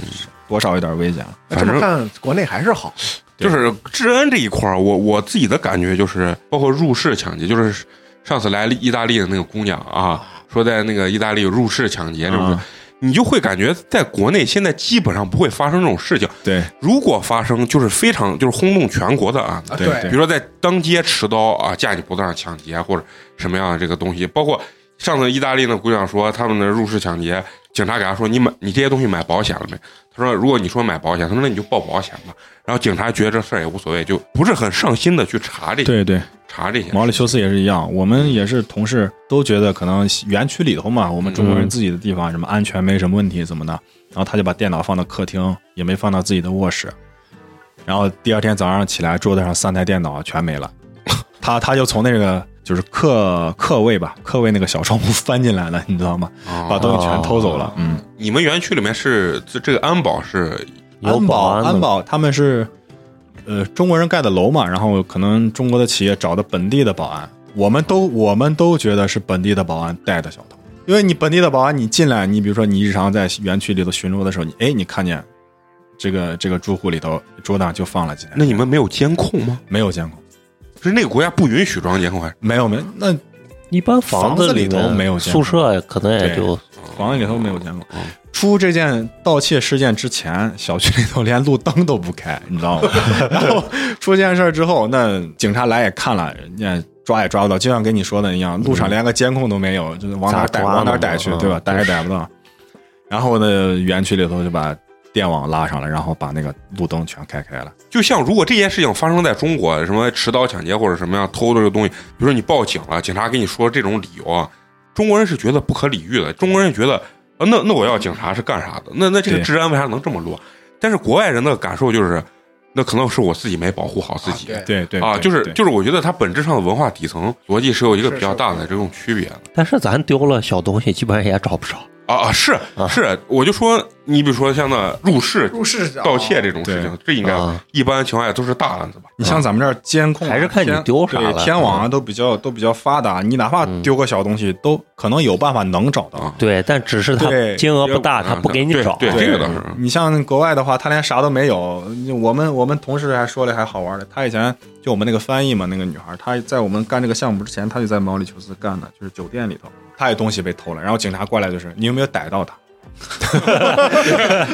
Speaker 4: 多少有点危险了。
Speaker 2: 那这么
Speaker 1: 反正
Speaker 2: 看国内还是好。
Speaker 1: 就是治安这一块儿，我我自己的感觉就是，包括入室抢劫，就是上次来意大利的那个姑娘啊，说在那个意大利入室抢劫，是不是？
Speaker 4: 啊
Speaker 1: 你就会感觉在国内现在基本上不会发生这种事情，
Speaker 4: 对
Speaker 1: 如果发生，就是非常就是轰动全国的案子。
Speaker 4: 对
Speaker 2: 啊
Speaker 1: 比如说在当街持刀啊，架你脖子上抢劫啊或者什么样的这个东西，包括上次意大利那姑娘说他们的入室抢劫，警察给她说你买你这些东西买保险了没？她说如果你说买保险，她说那你就报保险吧。然后警察觉得这事儿也无所谓，就不是很上心的去查这
Speaker 4: 对对，
Speaker 1: 查这些。
Speaker 4: 毛里求斯也是一样，我们也是同事都觉得可能园区里头嘛，我们中国人自己的地方什么安全没什么问题怎么的，然后他就把电脑放到客厅，也没放到自己的卧室，然后第二天早上起来，桌子上三台电脑全没了， 他他就从那个就是客客位吧，客位那个小窗户翻进来了，你知道吗？
Speaker 1: 哦
Speaker 4: 把东西全偷走了，嗯。
Speaker 1: 你们园区里面是这这个安保是
Speaker 3: 有
Speaker 4: 安
Speaker 3: 保
Speaker 4: 保
Speaker 3: 安的
Speaker 4: 安保他们是呃中国人盖的楼嘛，然后可能中国的企业找的本地的保安，我们都我们都觉得是本地的保安带的小偷，因为你本地的保安你进来，你比如说你日常在园区里头巡逻的时候，你哎你看见这个这个住户里头桌档就放了几台，
Speaker 1: 那你们没有监控吗？
Speaker 4: 没有监控，
Speaker 1: 是那个国家不允许装监控还是？
Speaker 4: 没有没有那
Speaker 3: 一般
Speaker 4: 房
Speaker 3: 子
Speaker 4: 子里
Speaker 3: 面
Speaker 4: 头没有
Speaker 3: 宿
Speaker 4: 监控
Speaker 3: 舍可能也
Speaker 4: 对
Speaker 3: 就
Speaker 4: 房子里头没有监控。出这件盗窃事件之前，小区里头连路灯都不开，你知道吗？ 然后出这件事儿之后，那警察来也看了，人家抓也抓不到，就像跟你说的一样，路上连个监控都没有，就是往哪儿
Speaker 3: 咋
Speaker 4: 逮
Speaker 3: 抓呢
Speaker 4: 往哪儿逮去，对吧？
Speaker 3: 嗯
Speaker 4: 逮也逮不到。然后呢，园区里头就把电网拉上了，然后把那个路灯全开开了。
Speaker 1: 就像如果这件事情发生在中国，什么持刀抢劫或者什么样偷的这个东西，比如说你报警了，警察给你说这种理由啊，中国人是觉得不可理喻的。中国人觉得，啊、那那我要警察是干啥的？那那这个
Speaker 4: 对
Speaker 1: 治安为啥能这么乱？但是国外人的感受就是，那可能是我自己没保护好自己
Speaker 2: 啊
Speaker 4: 对对
Speaker 1: 啊就是
Speaker 4: 对
Speaker 1: 就是，我觉得它本质上的文化底层逻辑是有一个
Speaker 2: 是
Speaker 1: 比较
Speaker 2: 是
Speaker 1: 大的这种区别的。
Speaker 3: 但是咱丢了小东西，基本上也找不着。
Speaker 1: 啊啊，是
Speaker 3: 啊
Speaker 1: 是，我就说，你比如说像那入室
Speaker 2: 入啊室是
Speaker 1: 盗窃这种事情，这应该
Speaker 3: 啊
Speaker 1: 一般情况下都是大案子吧？
Speaker 4: 你像咱们这儿监控啊
Speaker 3: 还是看你
Speaker 4: 天
Speaker 3: 丢啥
Speaker 4: 对
Speaker 3: 了嗯
Speaker 4: 天网啊都比较都比较发达，你哪怕丢个小东西，都可能有办法能找到。
Speaker 3: 对，但只啊是他
Speaker 4: 对
Speaker 3: 金额不大，
Speaker 1: 嗯
Speaker 3: 他不给你
Speaker 1: 对
Speaker 3: 找。
Speaker 1: 对
Speaker 4: 对
Speaker 1: 这个倒是
Speaker 4: 你像国外的话，他连啥都没有。我们我们同事还说了还好玩的，他以前就我们那个翻译嘛，那个女孩，她在我们干这个项目之前，她就在毛里求斯干的，就是酒店里头，她有东西被偷了，然后警察过来就是你有没有逮到他？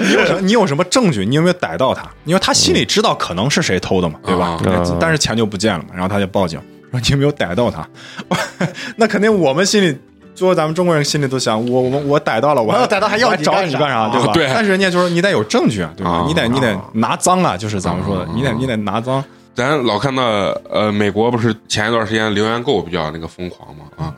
Speaker 4: 你有什么你有什么证据？你有没有逮到他？因为他心里知道可能是谁偷的嘛，对吧？
Speaker 3: 嗯
Speaker 4: 但是钱就不见了嘛，然后他就报警说你有没有逮到他？ 那肯定我们心里。作为咱们中国人心里都想，我我我逮到了，我
Speaker 2: 我
Speaker 4: 还
Speaker 2: 要逮到还要
Speaker 4: 我
Speaker 2: 你
Speaker 4: 找
Speaker 2: 干
Speaker 4: 你
Speaker 2: 啥
Speaker 4: 干啥，对
Speaker 1: 啊
Speaker 4: 吧？
Speaker 1: 对
Speaker 4: 但是人家就说你得有证据啊，对吧
Speaker 1: 啊？
Speaker 4: 你得你得拿赃啊，就是咱们说的，你得你得拿赃。
Speaker 1: 咱老看到呃，美国不是前一段时间零元购比较那个疯狂嘛啊？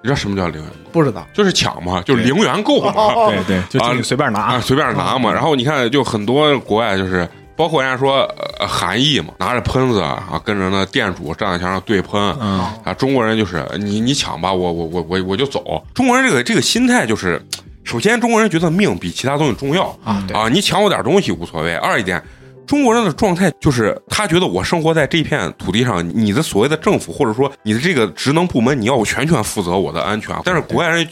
Speaker 1: 你知道什么叫零元购？
Speaker 2: 不知道
Speaker 1: 就是抢嘛，就是零元购嘛
Speaker 2: 哦
Speaker 4: 对对，就
Speaker 1: 啊
Speaker 4: 就随便
Speaker 1: 啊，
Speaker 4: 拿。嗯
Speaker 1: 随便拿嘛。然后你看，就很多国外就是。包括人家说呃韩裔嘛，拿着喷子啊，跟着那店主站在墙上对喷，
Speaker 4: 嗯，
Speaker 1: 啊，中国人就是你你抢吧，我我我我我就走。中国人这个这个心态就是，首先中国人觉得命比其他东西重要
Speaker 2: 啊对
Speaker 1: 啊，你抢我点东西无所谓。二一点，中国人的状态就是他觉得我生活在这片土地上，你的所谓的政府或者说你的这个职能部门，你要全权负责我的安全。但是国外人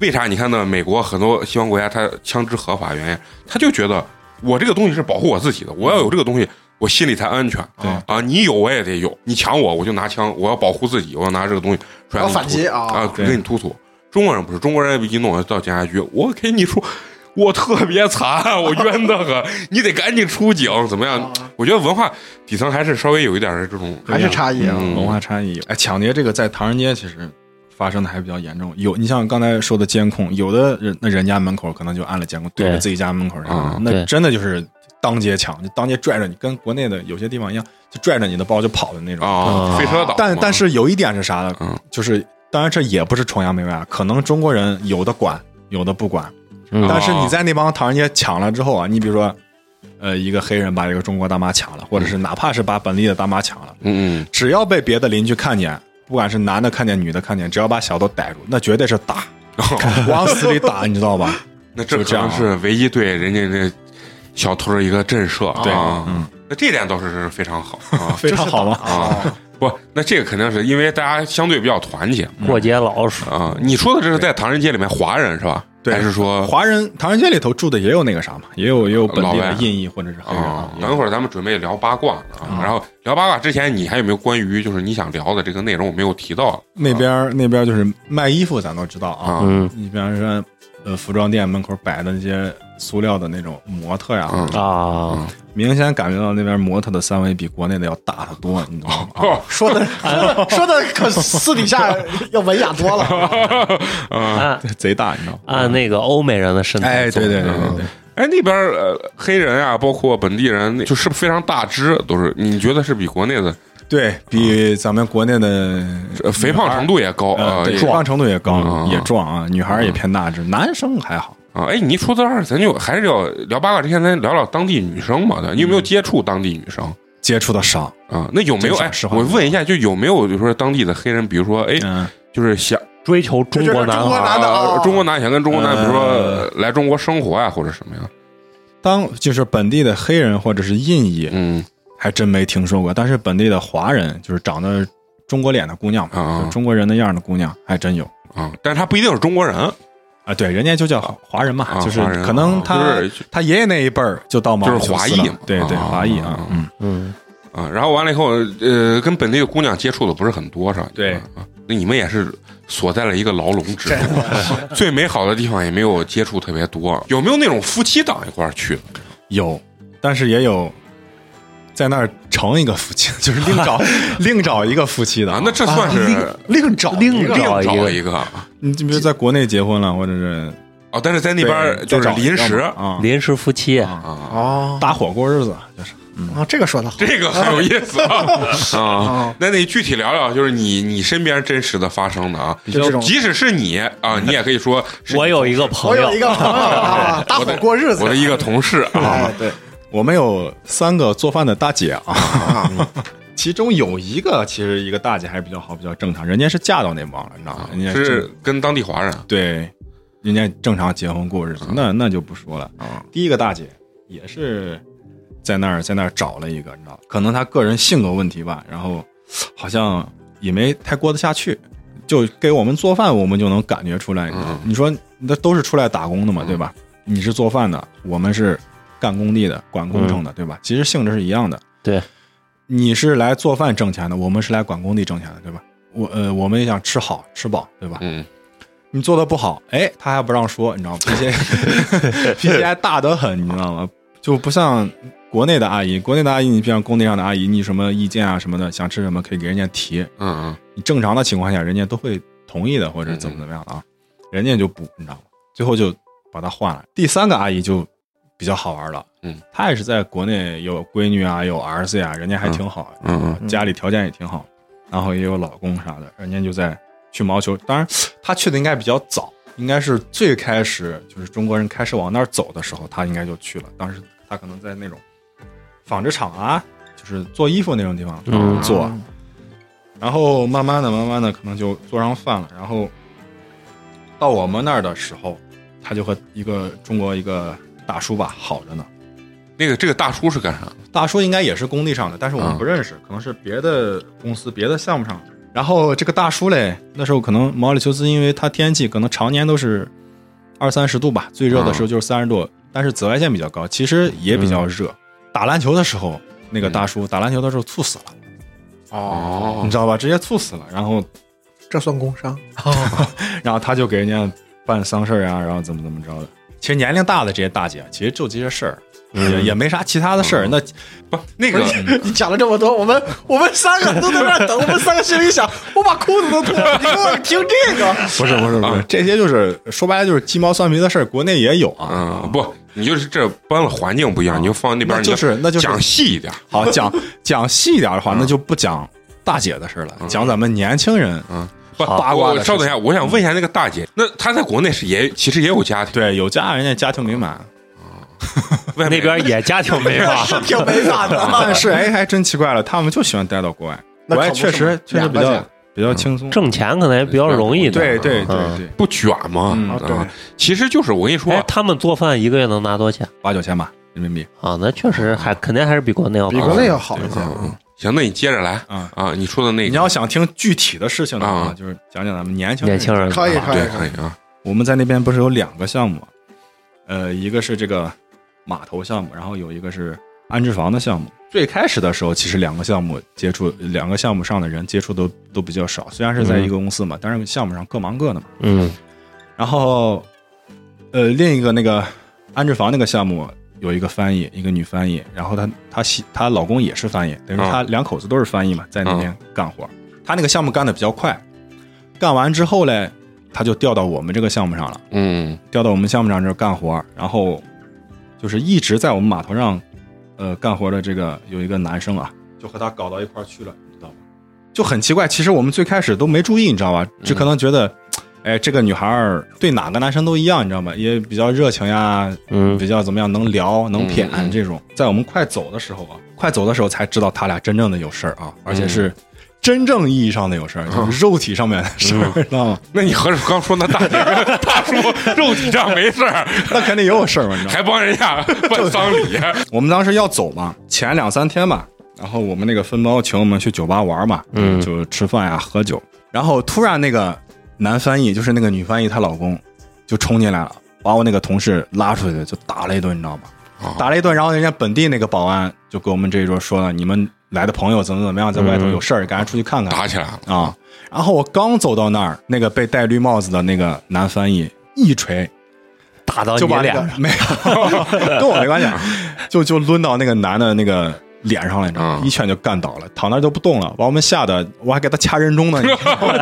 Speaker 1: 为啥你看呢？美国很多西方国家，他枪支合法原因，他就觉得我这个东西是保护我自己的，我要有这个东西，我心里才安全。
Speaker 4: 对
Speaker 1: 啊，你有我也得有，你抢我我就拿枪，我要保护自己，我要拿这个东西出来
Speaker 2: 要
Speaker 1: 跟你
Speaker 2: 反
Speaker 1: 突
Speaker 2: 击啊
Speaker 1: 啊，
Speaker 4: 对
Speaker 1: 跟你突突。中国人不是，中国人一弄到警察局，我给你出，我特别惨，我冤得 很，你得赶紧出警，怎么
Speaker 4: 啊
Speaker 1: 样？我觉得文化底层还是稍微有一点儿这种
Speaker 2: 还是差异啊。
Speaker 1: 嗯
Speaker 4: 文化差异。哎，抢劫这个在唐人街其实发生的还比较严重。有你像刚才说的监控，有的人那人家门口可能就安了监控，对
Speaker 3: 对
Speaker 4: 着自己家门口啥
Speaker 1: 啊
Speaker 4: 的，
Speaker 3: 对
Speaker 4: 那真的就是当街抢，就当街拽着你，跟国内的有些地方一样，就拽着你的包就跑的那种。
Speaker 1: 啊，
Speaker 3: 啊
Speaker 1: 飞车党嘛。
Speaker 4: 但但是有一点是啥呢？
Speaker 1: 嗯
Speaker 4: 就是当然这也不是崇洋媚外啊，可能中国人有的管，有的不管。
Speaker 1: 哦啊
Speaker 3: 嗯
Speaker 4: 但是你在那帮唐人街抢了之后啊，你比如说，呃，一个黑人把一个中国大妈抢了，或者是哪怕是把本地的大妈抢了，
Speaker 1: 嗯嗯，
Speaker 4: 只要被别的邻居看见，不管是男的看见女的看见，只要把小的逮住，那绝对是打，
Speaker 1: 哦
Speaker 4: 往死里打，你知道吧？
Speaker 1: 那这
Speaker 4: 就
Speaker 1: 可
Speaker 4: 这样
Speaker 1: 能是唯一对人家这小偷的一个震慑
Speaker 4: 对
Speaker 1: 啊。
Speaker 4: 嗯。
Speaker 1: 那这点倒是非常好啊
Speaker 4: 非常好嘛。
Speaker 1: 啊，不，那这个肯定是因为大家相对比较团结
Speaker 3: 过街老鼠，
Speaker 1: 啊。你说的这是在唐人街里面华人是吧？
Speaker 4: 对
Speaker 1: 还是说
Speaker 4: 华人唐人街里头住的也有那个啥嘛，也有也有本地
Speaker 1: 老外
Speaker 4: 的印裔或者是黑人
Speaker 1: 啊
Speaker 4: 啊。，嗯
Speaker 1: 等一会儿咱们准备聊八卦呢啊。然后聊八卦之前，你还有没有关于就是你想聊的这个内容我没有提到
Speaker 4: 那边儿那边儿就是卖衣服，咱都知道啊。
Speaker 1: 啊？
Speaker 3: 嗯
Speaker 4: 你比方说，呃，服装店门口摆的那些塑料的那种模特呀，
Speaker 1: 嗯
Speaker 3: 啊，
Speaker 4: 明显感觉到那边模特的三围比国内的要大得多，你知道吗？
Speaker 1: 哦，
Speaker 2: 说的说的说的可私底下要文雅多
Speaker 1: 啊
Speaker 2: 了。
Speaker 3: 按
Speaker 4: 贼大，你知道吗？
Speaker 3: 按那个欧美人的身材
Speaker 4: 哎，
Speaker 3: 走，
Speaker 4: 对对对对对，
Speaker 1: 哎，那边儿呃黑人啊，包括本地人，那就是非常大只，都是你觉得是比国内的
Speaker 4: 对比咱们国内的
Speaker 1: 呃肥胖程度也高啊
Speaker 4: 呃，对
Speaker 1: 也
Speaker 4: 肥胖程度也高
Speaker 1: 嗯，
Speaker 4: 也壮啊，女孩儿也偏大只，男生还好。
Speaker 1: 啊。哎，你一说到这儿，咱就还是要聊八卦之前，咱聊聊当地女生嘛。对吧，你有没有接触当地女生
Speaker 4: 接触的少，
Speaker 1: 啊？那有没有？
Speaker 4: 嗯这
Speaker 1: 哎
Speaker 4: 个实，话
Speaker 1: 我问一下，就有没有就是说当地的黑人，比如说哎，
Speaker 4: 嗯，
Speaker 1: 就是想
Speaker 3: 追求中国男
Speaker 2: 中国
Speaker 3: 孩，
Speaker 2: 男的
Speaker 1: 啊
Speaker 2: 啊
Speaker 1: 中国男想跟中国男，比如说
Speaker 4: 呃
Speaker 1: 来中国生活啊，或者什么呀？
Speaker 4: 当就是本地的黑人或者是印裔，
Speaker 1: 嗯
Speaker 4: 还真没听说过。但是本地的华人，就是长得中国脸的姑娘
Speaker 1: 啊
Speaker 4: 嘛，就中国人的样儿的姑娘，还真有
Speaker 1: 啊，但是他不一定是中国人
Speaker 4: 啊。对，人家就叫华人嘛
Speaker 1: 啊，
Speaker 4: 就是
Speaker 1: 华人
Speaker 4: 可能
Speaker 1: 啊
Speaker 4: 他
Speaker 1: 就是
Speaker 4: 他爷爷那一辈儿就到毛
Speaker 1: 就是华裔嘛
Speaker 4: 对对，
Speaker 1: 啊
Speaker 4: 华裔啊
Speaker 1: 啊，
Speaker 4: 嗯，
Speaker 3: 嗯，
Speaker 1: 啊。然后完了以后，呃，跟本地的姑娘接触的不是很多，是吧？
Speaker 4: 对
Speaker 1: 啊，那你们也是锁在了一个牢笼之中， 最美好的地方也没有接触特别多。啊有没有那种夫妻档一块儿去的？
Speaker 4: 有，但是也有在那儿成一个夫妻， 就是另 找另找一个夫妻的
Speaker 1: 啊，那这算是
Speaker 2: 另找
Speaker 3: 另
Speaker 1: 另
Speaker 4: 啊
Speaker 3: 找一
Speaker 1: 找
Speaker 3: 个
Speaker 1: 一个嗯
Speaker 4: 你比如在国内结婚了，或者是
Speaker 1: 哦，但是在那边儿
Speaker 4: 对
Speaker 1: 就是
Speaker 4: 再找一个
Speaker 1: 临时
Speaker 4: 嘛啊，
Speaker 3: 临时夫妻
Speaker 1: 啊，
Speaker 2: 哦
Speaker 4: 打火锅日子就是
Speaker 2: 啊，这个说的 好。
Speaker 1: 这个很有意思 啊啊
Speaker 4: 嗯
Speaker 2: 啊。
Speaker 1: 那得具体聊聊，就是你你身边真实的发生的啊，
Speaker 2: 就这种
Speaker 1: 即使是你啊，你也可以说是
Speaker 3: 我有一个
Speaker 2: 我
Speaker 3: 朋友
Speaker 2: 有一，个朋友啊，搭伙过日子。
Speaker 1: 我的一个同事 啊
Speaker 2: 哎，对，
Speaker 4: 我们有三个做饭的大姐啊，其中有一个其实一个大姐还是比较好，比较正常，人家是嫁到那帮了，你知道吗？人家
Speaker 1: 是
Speaker 4: 正
Speaker 1: 跟当地华人
Speaker 4: 对，人家正常结婚过日
Speaker 1: 嗯
Speaker 4: 子，那那就不说了。
Speaker 1: 啊
Speaker 4: 第一个大姐也是在那儿在那儿找了一个，你知道，可能她个人性格问题吧，然后好像也没太过得下去，就给我们做饭，我们就能感觉出来。
Speaker 1: 嗯
Speaker 4: 你说那都是出来打工的嘛，
Speaker 1: 嗯
Speaker 4: 对吧？你是做饭的，我们是干工地的、管工
Speaker 1: 嗯
Speaker 4: 程的，对吧？其实性质是一样的。
Speaker 3: 对，
Speaker 4: 你是来做饭挣钱的，我们是来管工地挣钱的，对吧？我呃，我们也想吃好吃饱，对吧？
Speaker 1: 嗯
Speaker 4: 你做的不好，哎，他还不让说，你知道吗？脾 气脾气还大得很，你知道吗？就不像国内的阿姨，国内的阿姨，你比方工地上的阿姨，你什么意见啊什么的，想吃什么可以给人家提，
Speaker 1: 嗯嗯，
Speaker 4: 你正常的情况下，人家都会同意的，或者怎么怎么样的啊，人家就不，你知道吗？最后就把他换了。第三个阿姨就比较好玩了，
Speaker 1: 嗯，
Speaker 4: 她也是在国内有闺女啊，有儿子呀、人家还挺好，
Speaker 1: 嗯嗯
Speaker 4: 家里条件也挺好，然后也有老公啥的，人家就在去毛球。当然，他去的应该比较早，应该是最开始就是中国人开始往那儿走的时候，他应该就去了。当时他可能在那种纺织厂啊，就是做衣服那种地方
Speaker 3: 嗯
Speaker 4: 做，然后慢慢的、慢慢的，可能就做上饭了。然后到我们那儿的时候，他就和一个中国一个大叔吧好着呢。
Speaker 1: 那个这个大叔是干啥？
Speaker 4: 大叔应该也是工地上的，但是我们不认识，可能是别的公司、别的项目上。然后这个大叔嘞，那时候可能毛里求斯，因为它天气可能常年都是二三十度吧，最热的时候就是三十度，但是紫外线比较高，其实也比较热。打篮球的时候，那个大叔打篮球的时候猝死了，
Speaker 1: 哦
Speaker 4: 你知道吧？直接猝死了。然后，
Speaker 2: 这算工伤。
Speaker 4: 然后他就给人家办丧事儿啊，然后怎么怎么着的。其实年龄大的这些大姐，啊其实就这些事儿，也也没啥其他的事儿。那
Speaker 1: 不，那个
Speaker 2: 不是 你讲了这么多，我们我们三个都在那儿等，我们三个心里想，我把裤子都脱了，你给我听这个，
Speaker 4: 不是不是不是，这些就是说白了就是鸡毛蒜皮的事儿，国内也有啊。
Speaker 1: 嗯不，你就是这搬了环境不一样，你就放那边
Speaker 4: 那就是那就是
Speaker 1: 讲细一点
Speaker 4: 好，讲讲细一点的话，那就不讲大姐的事儿了，讲咱们年轻人
Speaker 1: 嗯。不，
Speaker 4: 八卦
Speaker 1: 我
Speaker 4: 的事
Speaker 1: 稍
Speaker 4: 情
Speaker 1: 等一下，我想问一下那个大姐，那她在国内是也其实也有家庭，
Speaker 4: 对，有家人家家庭美满，
Speaker 1: 外面
Speaker 3: 那边也家庭美满，
Speaker 2: 是挺没法的。
Speaker 4: 但是哎，还真奇怪了，他们就喜欢待到国外，
Speaker 2: 那可
Speaker 4: 国外
Speaker 2: 不是
Speaker 4: 确实
Speaker 2: 嘛
Speaker 4: 确实
Speaker 2: 两
Speaker 4: 比
Speaker 2: 个
Speaker 4: 较
Speaker 2: 家
Speaker 4: 比较轻松。
Speaker 3: 挣钱可能也比较容易的。
Speaker 4: 对对
Speaker 3: 嗯
Speaker 4: 对对，
Speaker 1: 不卷嘛
Speaker 4: 嗯
Speaker 2: 啊，对
Speaker 1: 啊，其实就是我跟你说
Speaker 3: 哎，，他们做饭一个月能拿多少钱
Speaker 4: 八九千吧人民币。
Speaker 3: 啊？那确实还肯定还是比国内要
Speaker 2: 比
Speaker 3: 高
Speaker 2: 国内要好一
Speaker 4: 对
Speaker 2: 些。
Speaker 1: 嗯嗯，行，那你接着来
Speaker 4: 嗯
Speaker 1: 啊，你说的那
Speaker 4: 你
Speaker 1: 个
Speaker 4: 要想听具体的事情的话，
Speaker 1: 啊
Speaker 4: 就是讲讲咱们年轻
Speaker 3: 年轻人
Speaker 2: 可以
Speaker 3: 啊
Speaker 1: 嗯对可以啊，
Speaker 4: 我们在那边不是有两个项目，呃，一个是这个码头项目，然后有一个是安置房的项目。最开始的时候，其实两个项目接触，两个项目上的人接触都都比较少。虽然是在一个公司嘛，但是项目上各忙各的嘛。
Speaker 3: 嗯
Speaker 4: 然后，呃，另一个那个安置房那个项目有一个翻译，一个女翻译，然后她她媳她老公也是翻译，等于说
Speaker 1: 嗯
Speaker 4: 她两口子都是翻译嘛，在那边干活。她那个项目干的比较快，干完之后嘞，她就调到我们这个项目上了。
Speaker 1: 嗯
Speaker 4: 调到我们项目长这儿干活儿，然后就是一直在我们码头上，呃，干活的这个有一个男生啊，就和他搞到一块儿去了，你知道吗？就很奇怪，其实我们最开始都没注意，你知道吧？只
Speaker 1: 嗯
Speaker 4: 可能觉得，哎，这个女孩儿对哪个男生都一样，你知道吗？也比较热情呀，
Speaker 3: 嗯
Speaker 4: 比较怎么样，能聊能谝
Speaker 1: 嗯嗯
Speaker 4: 这种。在我们快走的时候啊，快走的时候才知道他俩真正的有事儿啊，
Speaker 1: 嗯
Speaker 4: 而且是真正意义上的有事儿，就是肉体上面的事
Speaker 1: 嗯
Speaker 4: 儿，知道吗？
Speaker 1: 那你合着刚说那大姐跟大叔肉体上没事儿，
Speaker 4: 那肯定也有事儿嘛，你知道吗？
Speaker 1: 还帮人 家办丧礼，
Speaker 4: 我们当时要走嘛，前两三天吧，然后我们那个分包请我们去酒吧玩嘛，
Speaker 3: 嗯
Speaker 4: 就吃饭呀、喝酒。然后突然那个男翻译，就是那个女翻译她老公，就冲进来了，把我那个同事拉出去就打了一顿，你知道吗
Speaker 1: 哦？
Speaker 4: 打了一顿，然后人家本地那个保安就给我们这一桌说了，你们来的朋友怎么怎么样，在外头有事儿，赶紧出去看看。
Speaker 1: 打起来了，
Speaker 4: 啊。然后我刚走到那儿，那个被戴绿帽子的那个男翻译一锤
Speaker 3: 打到你
Speaker 4: 就把那
Speaker 3: 脸
Speaker 4: 个
Speaker 3: 上，
Speaker 4: 没有，跟我没关系，啊就就抡到那个男的那个脸上了，你知道吗？
Speaker 1: 嗯
Speaker 4: 一拳就干倒了，躺那儿就不动了，把我们吓得，我还给他掐人中呢，你知道吗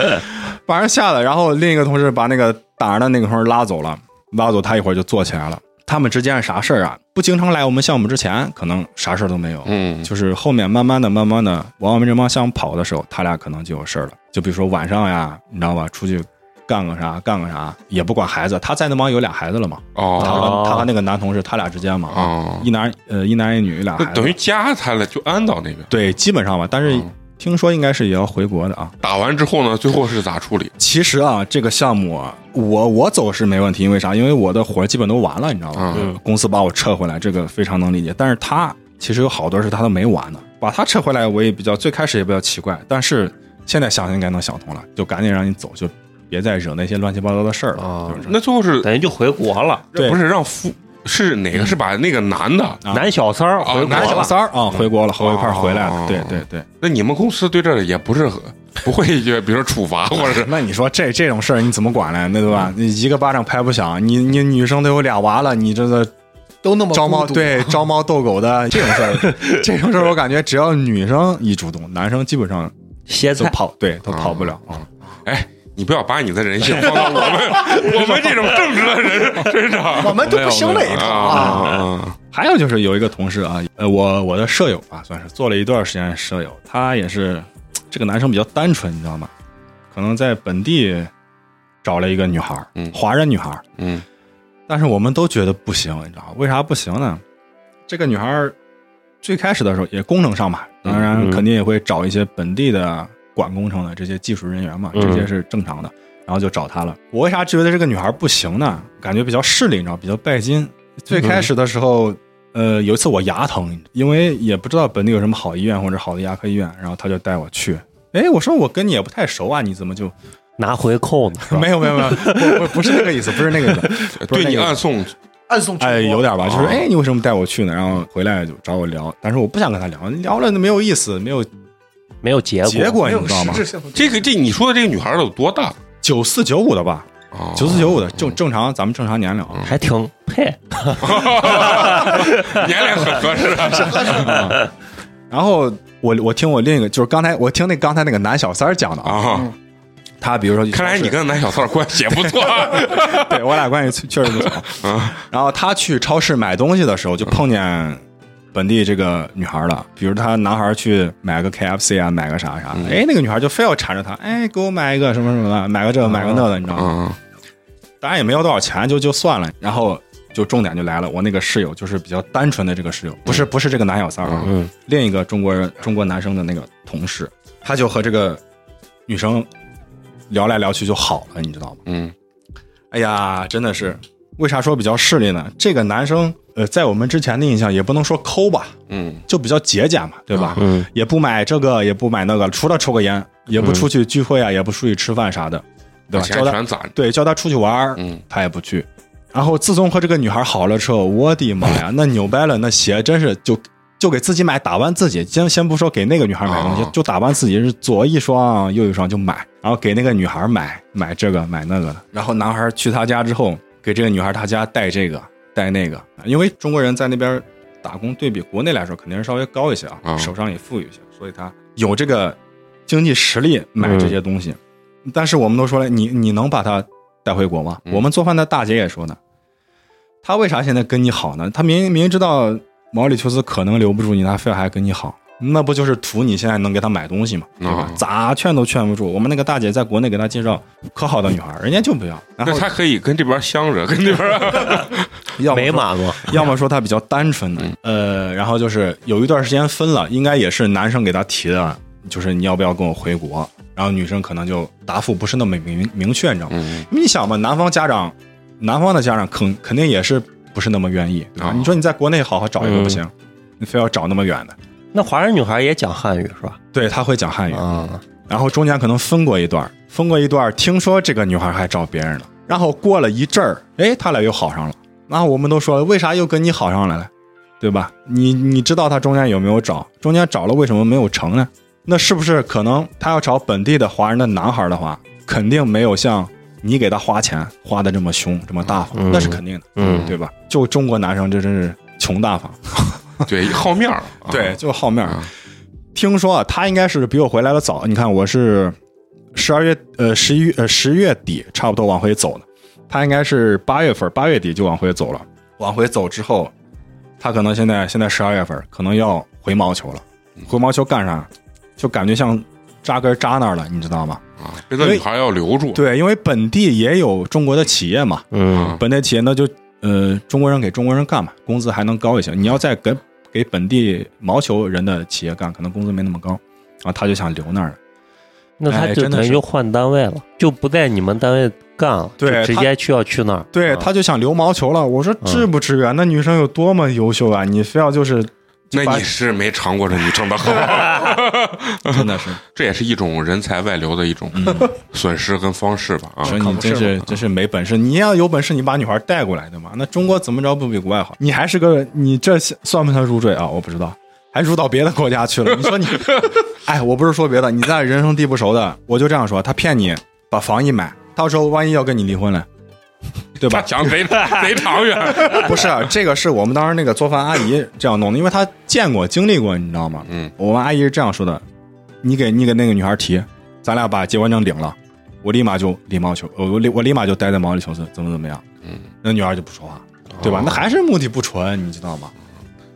Speaker 4: 把人吓得。然后另一个同事把那个打人的那个同事拉走了，拉走他一会儿就坐起来了。他们之间是啥事儿啊？不经常来我们项目之前，可能啥事儿都没有。
Speaker 1: 嗯
Speaker 4: 就是后面慢慢的、慢慢的往我们这帮项目跑的时候，他俩可能就有事儿了。就比如说晚上呀，你知道吧，出去干个啥干个啥，也不管孩子。他在那帮有俩孩子了嘛，他
Speaker 1: 哦
Speaker 4: 和
Speaker 3: 哦
Speaker 4: 他和那个男同事，他俩之间嘛，
Speaker 1: 哦，
Speaker 4: 一男呃一男一女有俩孩
Speaker 1: 那
Speaker 4: 子，
Speaker 1: 等于加他了，就安到那边。
Speaker 4: 对基本上吧。但是
Speaker 1: 嗯
Speaker 4: 听说应该是也要回国的啊。
Speaker 1: 打完之后呢，最后是咋处理？
Speaker 4: 其实啊，这个项目啊我我走是没问题，因为啥？因为我的活儿基本都完了，你知道吧？
Speaker 1: 嗯
Speaker 4: 公司把我撤回来，这个非常能理解。但是他其实有好多事他都没完呢，把他撤回来，我也比较最开始也比较奇怪，但是现在想想应该能想通了，就赶紧让你走，就别再惹那些乱七八糟的事儿了。
Speaker 3: 啊
Speaker 4: 就是这样
Speaker 1: 那最后是
Speaker 3: 等于就回国了。
Speaker 4: 对
Speaker 1: 不是让夫是哪个是把那个男的？
Speaker 4: 啊
Speaker 3: 男小三儿回国
Speaker 1: 男
Speaker 4: 小
Speaker 3: 了，
Speaker 4: 三儿啊，回国了，和我一块儿回来
Speaker 1: 嗯哦
Speaker 4: 了。对对对，
Speaker 1: 那你们公司对这也不是很不会，就比如说处罚或者是
Speaker 4: 那你说这这种事儿你怎么管嘞？那对吧？
Speaker 1: 嗯
Speaker 4: 你一个巴掌拍不响，你你女生都有俩娃了，你这个
Speaker 2: 都那么
Speaker 4: 招
Speaker 2: 孤
Speaker 4: 猫
Speaker 2: 独啊
Speaker 4: 对招猫逗 狗的这种事儿，这种事儿我感觉只要女生一主动，男生基本上
Speaker 3: 歇
Speaker 4: 都
Speaker 3: 菜
Speaker 4: 跑，对
Speaker 2: 啊
Speaker 4: 都跑不了。
Speaker 1: 哎，你不要把你的人性放到我们我们这种正直的人身上。
Speaker 2: 我们都不兴那一套啊。
Speaker 1: 啊！
Speaker 4: 还有就是有一个同事啊，呃，我我的舍友啊，算是做了一段时间舍友，他也是这个男生比较单纯，你知道吗？可能在本地找了一个女孩儿，
Speaker 1: 嗯
Speaker 4: 华人女孩儿，
Speaker 1: 嗯
Speaker 4: 但是我们都觉得不行，你知道吗为啥不行呢？这个女孩儿最开始的时候也工程上嘛，
Speaker 1: 嗯
Speaker 4: 当然肯定也会找一些本地的管工程的这些技术人员嘛，
Speaker 3: 嗯
Speaker 4: 这些是正常的。然后就找她了。我为啥觉得这个女孩儿不行呢？感觉比较势利，你知道，比较拜金。最开始的时候，呃，有一次我牙疼，因为也不知道本地有什么好医院或者好的牙科医院，然后她就带我去。哎，我说我跟你也不太熟啊，你怎么就
Speaker 3: 拿回扣呢？是吧
Speaker 4: 没有 没有没有，不不不是这个意思，不是那个意思，不是
Speaker 1: 对
Speaker 4: 那
Speaker 1: 你
Speaker 4: 个意思
Speaker 1: 暗送
Speaker 2: 暗送出国
Speaker 4: 哎，有点吧，就是
Speaker 1: 哦
Speaker 4: 哎，你为什么带我去呢？然后回来就找我聊，但是我不想跟他聊，聊了没有意思，没有
Speaker 3: 没有结果，
Speaker 4: 结果，
Speaker 2: 没
Speaker 4: 你
Speaker 2: 有
Speaker 4: 知道
Speaker 2: 实
Speaker 4: 吗？
Speaker 2: 质性的
Speaker 1: 这个这你说的这个女孩有多大？
Speaker 4: 九四九五的吧，
Speaker 1: 哦
Speaker 4: 九四九五的正正常，咱们正常年龄啊。
Speaker 3: 还挺配。
Speaker 1: 年龄很合适。啊
Speaker 4: 然后我我听我另一个就是刚才我听那刚才那个男小三儿讲的啊，
Speaker 1: 啊！
Speaker 4: 他比如说去
Speaker 1: 看来
Speaker 4: 超市
Speaker 1: 你跟男小三儿关系也不错。
Speaker 4: 对我俩关系确实不 错。
Speaker 1: 嗯
Speaker 4: 然后他去超市买东西的时候，就碰见本地这个女孩了。比如他男孩去买个 KFC 啊，买个啥
Speaker 1: 嗯
Speaker 4: 啥，哎，那个女孩就非要缠着他，哎，给我买一个什么什么的，买个这个买个那的，你知道吗？
Speaker 1: 嗯
Speaker 4: 当然也没要多少钱，就就算了。然后就重点就来了，我那个室友就是比较单纯的这个室友，不是不是这个男小三儿啊，
Speaker 3: 嗯
Speaker 4: 另一个中国人中国男生的那个同事，他就和这个女生聊来聊去就好了，你知道吗？
Speaker 1: 嗯
Speaker 4: 哎呀，真的是，为啥说比较势利呢？这个男生，呃，在我们之前的印象也不能说抠吧，
Speaker 1: 嗯
Speaker 4: 就比较节俭嘛，对吧？
Speaker 3: 嗯
Speaker 4: 也不买这个，也不买那个，除了抽个烟，也不出去聚会啊，也不出去吃饭啥的，
Speaker 1: 把
Speaker 4: 对吧？
Speaker 1: 钱
Speaker 4: 叫他
Speaker 1: 全攒，
Speaker 4: 对，叫他出去玩儿，
Speaker 1: 嗯
Speaker 4: 他也不去。然后自从和这个女孩好了之后，我的妈呀，那纽掰了，那鞋真是就就给自己买，打扮自己。先先不说给那个女孩买东西，
Speaker 1: 啊
Speaker 4: 就打扮自己是左一双右一双就买，然后给那个女孩买买这个买那个的。然后男孩去他家之后，给这个女孩他家带这个带那个，因为中国人在那边打工对比国内来说肯定是稍微高一些啊，
Speaker 1: 啊
Speaker 4: 手上也富裕一些，所以他有这个经济实力买这
Speaker 1: 嗯
Speaker 4: 些东西。但是我们都说了，你你能把他带回国吗？
Speaker 1: 嗯
Speaker 4: 我们做饭的大姐也说呢，他为啥现在跟你好呢？他明明知道毛里求斯可能留不住你，他非要还跟你好，那不就是图你现在能给他买东西吗？对吧？
Speaker 1: 啊
Speaker 4: 咋劝都劝不住。我们那个大姐在国内给他介绍可好的女孩，人家就不要。然
Speaker 1: 那
Speaker 4: 后
Speaker 1: 他可以跟这边相着，跟那边
Speaker 4: 要么
Speaker 3: 没
Speaker 4: 说
Speaker 3: 码过，
Speaker 4: 要么说他比较单纯的，呃，然后就是有一段时间分了，应该也是男生给他提的，就是你要不要跟我回国？然后女生可能就答复不是那么明明确，你知道吗？
Speaker 1: 嗯
Speaker 4: 因为你想吧，南方家长，南方的家长肯肯定也是不是那么愿意，对吧？
Speaker 1: 啊
Speaker 4: 你说你在国内好好找一个不行，你非要找那么远的。
Speaker 3: 那华人女孩也讲汉语是吧？
Speaker 4: 对他会讲汉语，
Speaker 3: 啊，
Speaker 4: 然后中间可能分过一段儿，分过一段儿，听说这个女孩还找别人了，然后过了一阵儿，哎，他俩又好上了。那我们都说了，为啥又跟你好上了呢？对吧？你你知道他中间有没有找？中间找了，为什么没有成呢？那是不是可能他要找本地的华人的男孩的话，肯定没有像你给他花钱花的这么凶，这么大方，
Speaker 3: 嗯
Speaker 4: 那是肯定的，
Speaker 3: 嗯
Speaker 4: 对吧？就中国男生这真是穷大方，
Speaker 1: 对好面儿，啊
Speaker 4: 对，就好面儿。
Speaker 1: 啊
Speaker 4: 听说啊，他应该是比我回来的早。你看，我是十二月呃十一呃十月底差不多往回走的，他应该是八月份八月底就往回走了。往回走之后，他可能现在现在十二月份可能要回毛球了。
Speaker 1: 嗯
Speaker 4: 回毛球干啥？就感觉像扎根扎那儿了，你知道吗？
Speaker 1: 啊，这个女孩要留住，
Speaker 4: 对，因为本地也有中国的企业嘛，
Speaker 3: 嗯
Speaker 1: 啊
Speaker 4: 本地企业那就呃中国人给中国人干嘛，工资还能高一些。你要再给给本地毛球人的企业干，可能工资没那么高啊，他就想留那儿了。
Speaker 3: 那他
Speaker 4: 哎
Speaker 3: 就
Speaker 4: 真的
Speaker 3: 等于
Speaker 4: 是
Speaker 3: 就换单位了，就不在你们单位干了，就
Speaker 4: 对
Speaker 3: 直
Speaker 4: 他
Speaker 3: 接去要去那儿。
Speaker 4: 对，
Speaker 3: 啊
Speaker 4: 他就想留毛球了。我说至不至于啊，那女生有多么优秀啊，你非要就是
Speaker 1: 那
Speaker 4: 把
Speaker 1: 你是没尝过这女生的好，
Speaker 4: 真的是，
Speaker 1: 这也是一种人才外流的一种 损失跟方式吧啊
Speaker 4: 我。说你真是真是没本事。你要有本事，你把女孩带过来对吗？那中国怎么着不比国外好？你还是个你这算不算入赘啊？我不知道。还入到别的国家去了，你 说你，哎，我不是说别的，你在人生地不熟的，我就这样说，他骗你把房一买，到时候万一要跟你离婚了，对 吧
Speaker 1: 他？讲贼贼长远，
Speaker 4: 不是，这个是我们当时那个做饭阿姨这样弄的，因为她见过、经历过，你知道吗？
Speaker 1: 嗯，
Speaker 4: 我们阿姨是这样说的：你给你给那个女孩提，咱俩把结婚证领了，我立马就礼毛球，呃我立我立马就待在毛里求斯，怎么怎么样？
Speaker 1: 嗯，哦
Speaker 4: 那女孩就不说话，对吧？那还是目的不纯，你知道吗？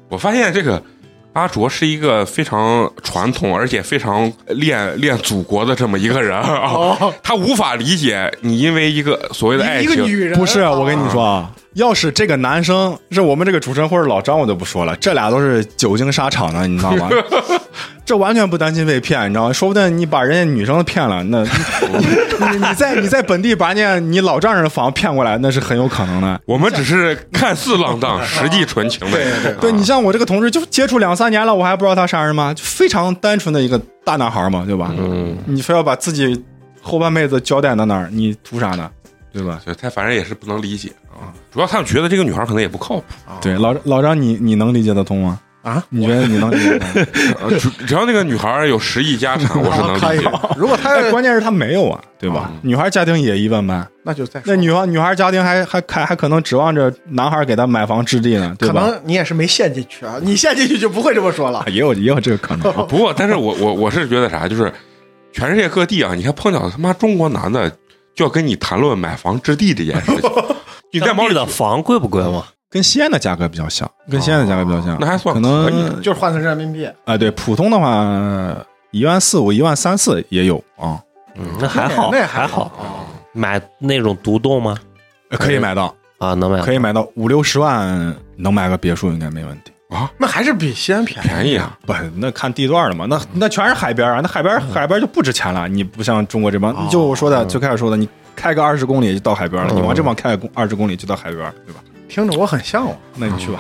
Speaker 1: 我发现这个阿卓是一个非常传统，而且非常恋恋祖国的这么一个人啊， 他无法理解你因为一个所谓的爱
Speaker 2: 一个
Speaker 1: 情
Speaker 2: 女人，
Speaker 4: 不是，我跟你说啊，要是这个男生是我们这个主持人或者老张，我就不说了，这俩都是久经沙场的，你知 道吗？这完全不担心被骗，你知道吗？说不定你把人家女生骗了，那你你你在你在本地把人家你老丈人的房骗过来，那是很有可能的。
Speaker 1: 我们只是看似浪荡，实际纯情的人。啊
Speaker 4: 对你像我这个同志，就接触两三年了，我还不知道他杀人吗？就非常单纯的一个大男孩嘛，对吧？
Speaker 3: 嗯，
Speaker 4: 你非要把自己后半辈子交代到那儿，你图啥呢？对吧？
Speaker 1: 对他反正也是不能理解啊，主要他们觉得这个女孩可能也不靠谱，
Speaker 4: 对，老老张，你你能理解得通吗？
Speaker 2: 啊，
Speaker 4: 你觉得你能理解得 通吗？
Speaker 1: 呃只只要那个女孩有十亿家产，我是 能
Speaker 2: 可以
Speaker 1: 理解的。。。
Speaker 2: 啊如果他
Speaker 4: 哎，关键是他没有啊，对吧？女孩家庭也一般般，
Speaker 2: 那就再说
Speaker 4: 那女孩女孩家庭还还还还可能指望着男孩给她买房置地呢，对
Speaker 2: 可
Speaker 4: 吧？
Speaker 2: 能你也是没陷进去啊，你陷进去就不会这么说了
Speaker 4: 啊。也有也有这个可能啊
Speaker 1: 不过，但是我我我是觉得啥，就是全世界各地啊，你看碰到他妈中国男的，就要跟你谈论买房置地这件事 情。你在
Speaker 3: 当
Speaker 1: 毛
Speaker 3: 地
Speaker 1: 里，
Speaker 3: 的房贵不贵嘛？
Speaker 4: 跟西安的价格比较像，跟西安的价格比较像，
Speaker 1: 那还算
Speaker 4: 哦
Speaker 1: 可
Speaker 4: 可
Speaker 1: 以
Speaker 4: 能
Speaker 2: 嗯就是换成人民币，
Speaker 4: 啊，对，普通的话一万四五、一万三四也有啊，
Speaker 3: 嗯，那还好，
Speaker 2: 那也
Speaker 3: 还
Speaker 2: 还
Speaker 3: 好。买那种独栋吗？
Speaker 4: 呃可以买到，
Speaker 3: 啊，能买
Speaker 4: 可以买到五六十万能买个别墅应该没问题。
Speaker 2: 那还是比西安便宜。
Speaker 1: 便宜啊，
Speaker 4: 不，那看地段了嘛，那那全是海边啊，那海边海边就不值钱了。你不像中国这帮，就我说的最开始说的，你开个二十公里就到海边了，你往这帮开个二十公里就到海边，对吧？
Speaker 2: 听着我很向往，
Speaker 4: 那你去吧，